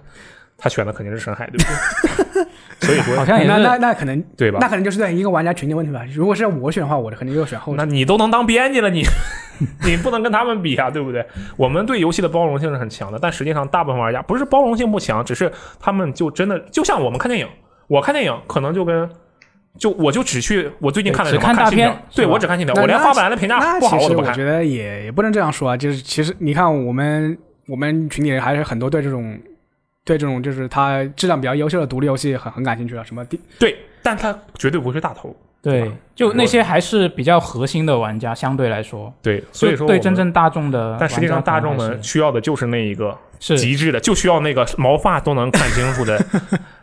Speaker 1: 他选的肯定是《深海》，对不对？所 以
Speaker 2: 好
Speaker 1: 说，
Speaker 2: 像也
Speaker 5: 那
Speaker 2: 是
Speaker 5: 那那可能
Speaker 1: 对吧
Speaker 5: 那？可能就是对一个玩家群体问题吧。如果是我选的话，我肯定就选后者
Speaker 1: 那。你都能当编辑了，你 你不能跟他们比啊，对不对？我们对游戏的包容性是很强的，但实际上大部分玩家不是包容性不强，只是他们就真的就像我们看电影，我看电影可能就跟就我就只去我最近看的
Speaker 2: 只
Speaker 1: 什么
Speaker 2: 看大
Speaker 1: 信条
Speaker 2: 片
Speaker 1: 对
Speaker 5: 是吧
Speaker 1: 我只看信条，
Speaker 5: 那
Speaker 1: 我连
Speaker 5: 那
Speaker 1: 花板的评价
Speaker 5: 那
Speaker 1: 不好
Speaker 5: 其
Speaker 1: 我都
Speaker 5: 实
Speaker 1: 不
Speaker 5: 我
Speaker 1: 看
Speaker 5: 觉。得也也不能这样说啊，就是其实你看我们我们群里人还是很多对这种对这种就是它质量比较优秀的独立游戏很很感兴趣的，什么地
Speaker 1: 对，但他绝对不是大头。
Speaker 2: 对，就那些还是比较核心的玩家，相对来说，
Speaker 1: 对，所以
Speaker 2: 就
Speaker 1: 说我
Speaker 2: 对
Speaker 1: 们
Speaker 2: 真正大众的玩家
Speaker 1: 但
Speaker 2: 可能还是，
Speaker 1: 实际上，大众们需要的就是那一个
Speaker 2: 是
Speaker 1: 极致的，就需要那个毛发都能看清楚 的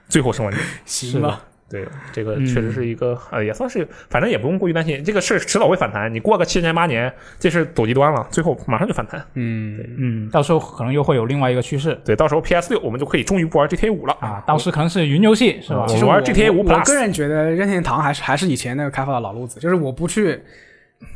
Speaker 1: 最后生还者。
Speaker 5: 形吧，
Speaker 1: 对，这个
Speaker 2: 嗯
Speaker 1: 确实是一个，呃，也算是，反正也不用过于担心，这个事儿迟早会反弹。你过个七年八年，这事儿走极端了，最后马上就反弹。
Speaker 5: 嗯，
Speaker 2: 嗯，到时候可能又会有另外一个趋势
Speaker 1: 对，到时候 PS 六我们就可以终于不玩 GTA 五了
Speaker 2: 啊，到时可能是云游戏是吧
Speaker 1: 啊？
Speaker 5: 其实
Speaker 1: 我玩
Speaker 5: 我
Speaker 1: GTA
Speaker 5: 我
Speaker 1: 5
Speaker 5: 我
Speaker 1: Plus
Speaker 5: 个人觉得任天堂还是还是以前那个开发的老路子，就是我不去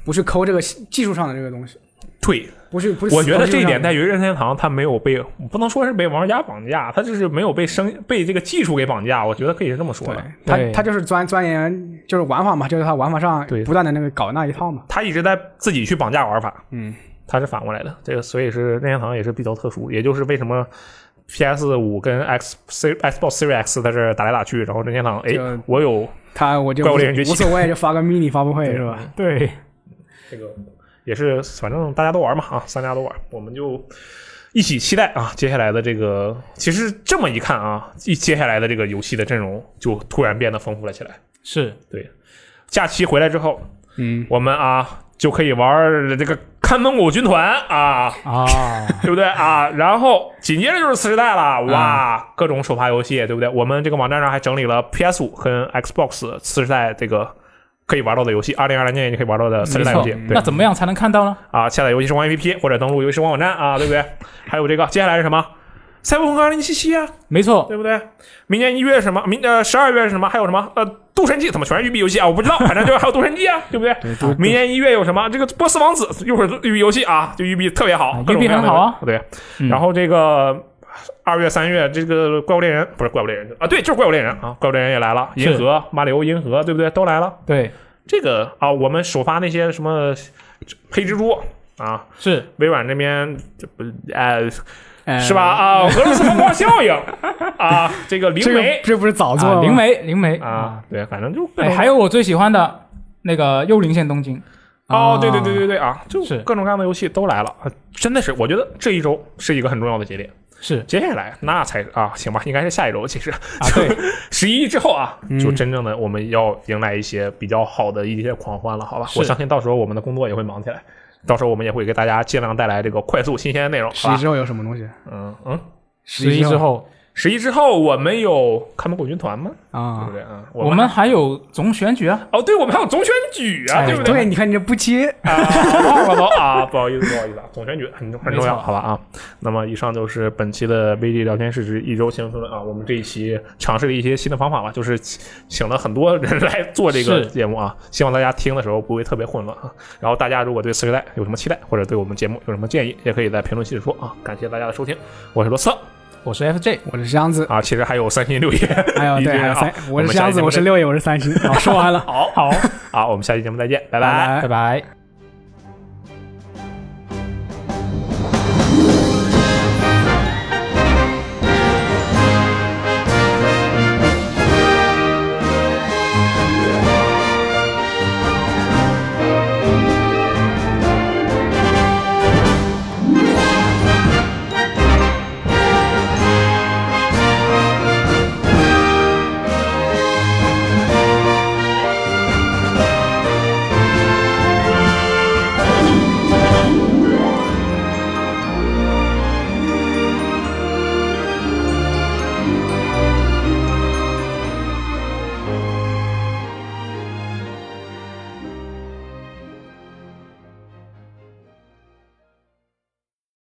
Speaker 5: 不去抠这个技术上的这个东西，
Speaker 1: 对，
Speaker 5: 不去不去。
Speaker 1: 我觉得这一
Speaker 5: 啊
Speaker 1: 点在于任天堂，它没有被不能说是被玩家绑架，它就是没有被生被这个技术给绑架，我觉得可以是这么说
Speaker 5: 对
Speaker 1: 的。，
Speaker 5: 他
Speaker 2: 对
Speaker 5: 他就是钻钻研，就是玩法嘛，就是他玩法上
Speaker 1: 对
Speaker 5: 不断的那个搞那一套嘛。
Speaker 1: 他一直在自己去绑架玩法，
Speaker 5: 嗯，
Speaker 1: 他是反过来的，这个所以是任天堂也是比较特殊，也就是为什么 PS 五跟 X C Xbox Series X 在这儿打来打去，然后任天堂哎
Speaker 5: 就，
Speaker 1: 我有
Speaker 5: 他我就
Speaker 1: 怪
Speaker 5: 无
Speaker 1: 物猎人崛起
Speaker 5: 无所谓，就发个 mini 发布会是吧？
Speaker 2: 对，
Speaker 1: 这个也是，反正大家都玩嘛啊，三家都玩，我们就一起期待啊，接下来的这个，其实这么一看啊，一接下来的这个游戏的阵容就突然变得丰富了起来。
Speaker 2: 是
Speaker 1: 假期回来之后，
Speaker 5: 嗯，
Speaker 1: 我们啊就可以玩儿这个看门狗军团啊，
Speaker 2: 啊，
Speaker 1: 对不对啊？然后紧接着就是次时代了，哇，
Speaker 2: 啊
Speaker 1: 各种首发游戏，对不对？我们这个网站上还整理了 PS 五跟 Xbox 次时代这个可以玩到的游戏，二零二零年也可以玩到的次时
Speaker 2: 没
Speaker 1: 代游
Speaker 2: 错
Speaker 1: 戏。。
Speaker 2: 那怎么样才能看到呢？
Speaker 1: 啊，下载游戏时光 APP 或者登录游戏时光网站啊，对不对？还有这个，接下来是什么？赛博朋克二零七七啊，
Speaker 2: 没错，
Speaker 1: 对不对？明年一月是什么？明呃十二月是什么？还有什么？呃，渡神记怎么全是育碧游戏啊？我不知道，反正就是还有渡神记啊，对不对？
Speaker 5: 都
Speaker 1: 明年一月有什么？这个波斯王子又是育碧游戏啊，就育碧特别好
Speaker 2: 啊，
Speaker 1: 各种
Speaker 2: 育碧很
Speaker 1: 各样的
Speaker 2: 好啊
Speaker 1: 对。
Speaker 2: 嗯
Speaker 1: 然后这个二月、三月，这个怪物猎人不是怪物猎人啊，对，就是怪物猎人啊，怪物猎人也来了，银
Speaker 2: 是
Speaker 1: 河、马里奥、银河，对不对？都来了。
Speaker 2: 对，
Speaker 1: 这个啊，我们首发那些什么黑蜘蛛啊，
Speaker 2: 是
Speaker 1: 微软这边这不呃
Speaker 5: 呃
Speaker 1: 是吧？？啊，俄罗斯风暴效应啊，这个灵
Speaker 5: 这个
Speaker 1: 媒
Speaker 5: 这不是早做
Speaker 2: 啊，
Speaker 5: 吗
Speaker 2: 灵媒，灵媒，
Speaker 1: 啊，对，反正就各
Speaker 2: 哎，
Speaker 1: 种
Speaker 2: 还有我最喜欢的那个《幽灵线：东京》，
Speaker 1: 哦，对对对对对啊，就是各种各样的游戏都来了，啊真的是，我觉得这一周是一个很重要的节点。
Speaker 2: 是
Speaker 1: 接下来那才啊，行吧，应该是下一周，其实
Speaker 2: 啊，对，
Speaker 1: 十一之后啊，就真正的我们要迎来一些比较好的一些狂欢了，好吧？
Speaker 2: 是
Speaker 1: 我相信到时候我们的工作也会忙起来，到时候我们也会给大家尽量带来这个快速新鲜的内容，
Speaker 5: 十
Speaker 1: 好
Speaker 5: 一
Speaker 1: 吧？
Speaker 5: 之后有什么东西？
Speaker 1: 嗯嗯，
Speaker 2: 十一之后，
Speaker 1: 十一之后我们有看门狗军团吗？对
Speaker 5: 啊
Speaker 1: 不，对？嗯，
Speaker 2: 我们还有总选举啊，
Speaker 1: 哦，对，我们还有总选举啊，
Speaker 2: 哎
Speaker 1: 对不对？
Speaker 5: 对，你看你这 不接，
Speaker 1: 啊，忘了都啊，不好意思，不好意思啊，总选举很很重
Speaker 2: 没
Speaker 1: 要，
Speaker 2: 错
Speaker 1: 好吧啊。那么以上就是本期的 VG 聊天室之一周新闻评论啊，我们这一期尝试了一些新的方法吧，就是请请了很多人来做这个
Speaker 2: 是
Speaker 1: 节目啊，希望大家听的时候不会特别混乱啊。然后大家如果对次时代有什么期待，或者对我们节目有什么建议，也可以在评论区里说啊。感谢大家的收听，我是罗策
Speaker 2: 我是 FJ，
Speaker 5: 我是箱子，
Speaker 1: 啊，其实还有三星六爷，
Speaker 5: 还有
Speaker 1: 一堆
Speaker 5: 哎
Speaker 1: 人
Speaker 5: 对，还有
Speaker 1: 啊
Speaker 5: 三，
Speaker 1: 我
Speaker 5: 我
Speaker 1: 们
Speaker 5: 是
Speaker 1: 下
Speaker 5: 箱
Speaker 1: 期节
Speaker 5: 子，
Speaker 1: 目
Speaker 5: 我是
Speaker 1: 再
Speaker 5: 六爷，我是三星。好，说完了，
Speaker 1: 好好好，我们下期节目再见，拜拜。
Speaker 5: 拜
Speaker 2: 拜拜。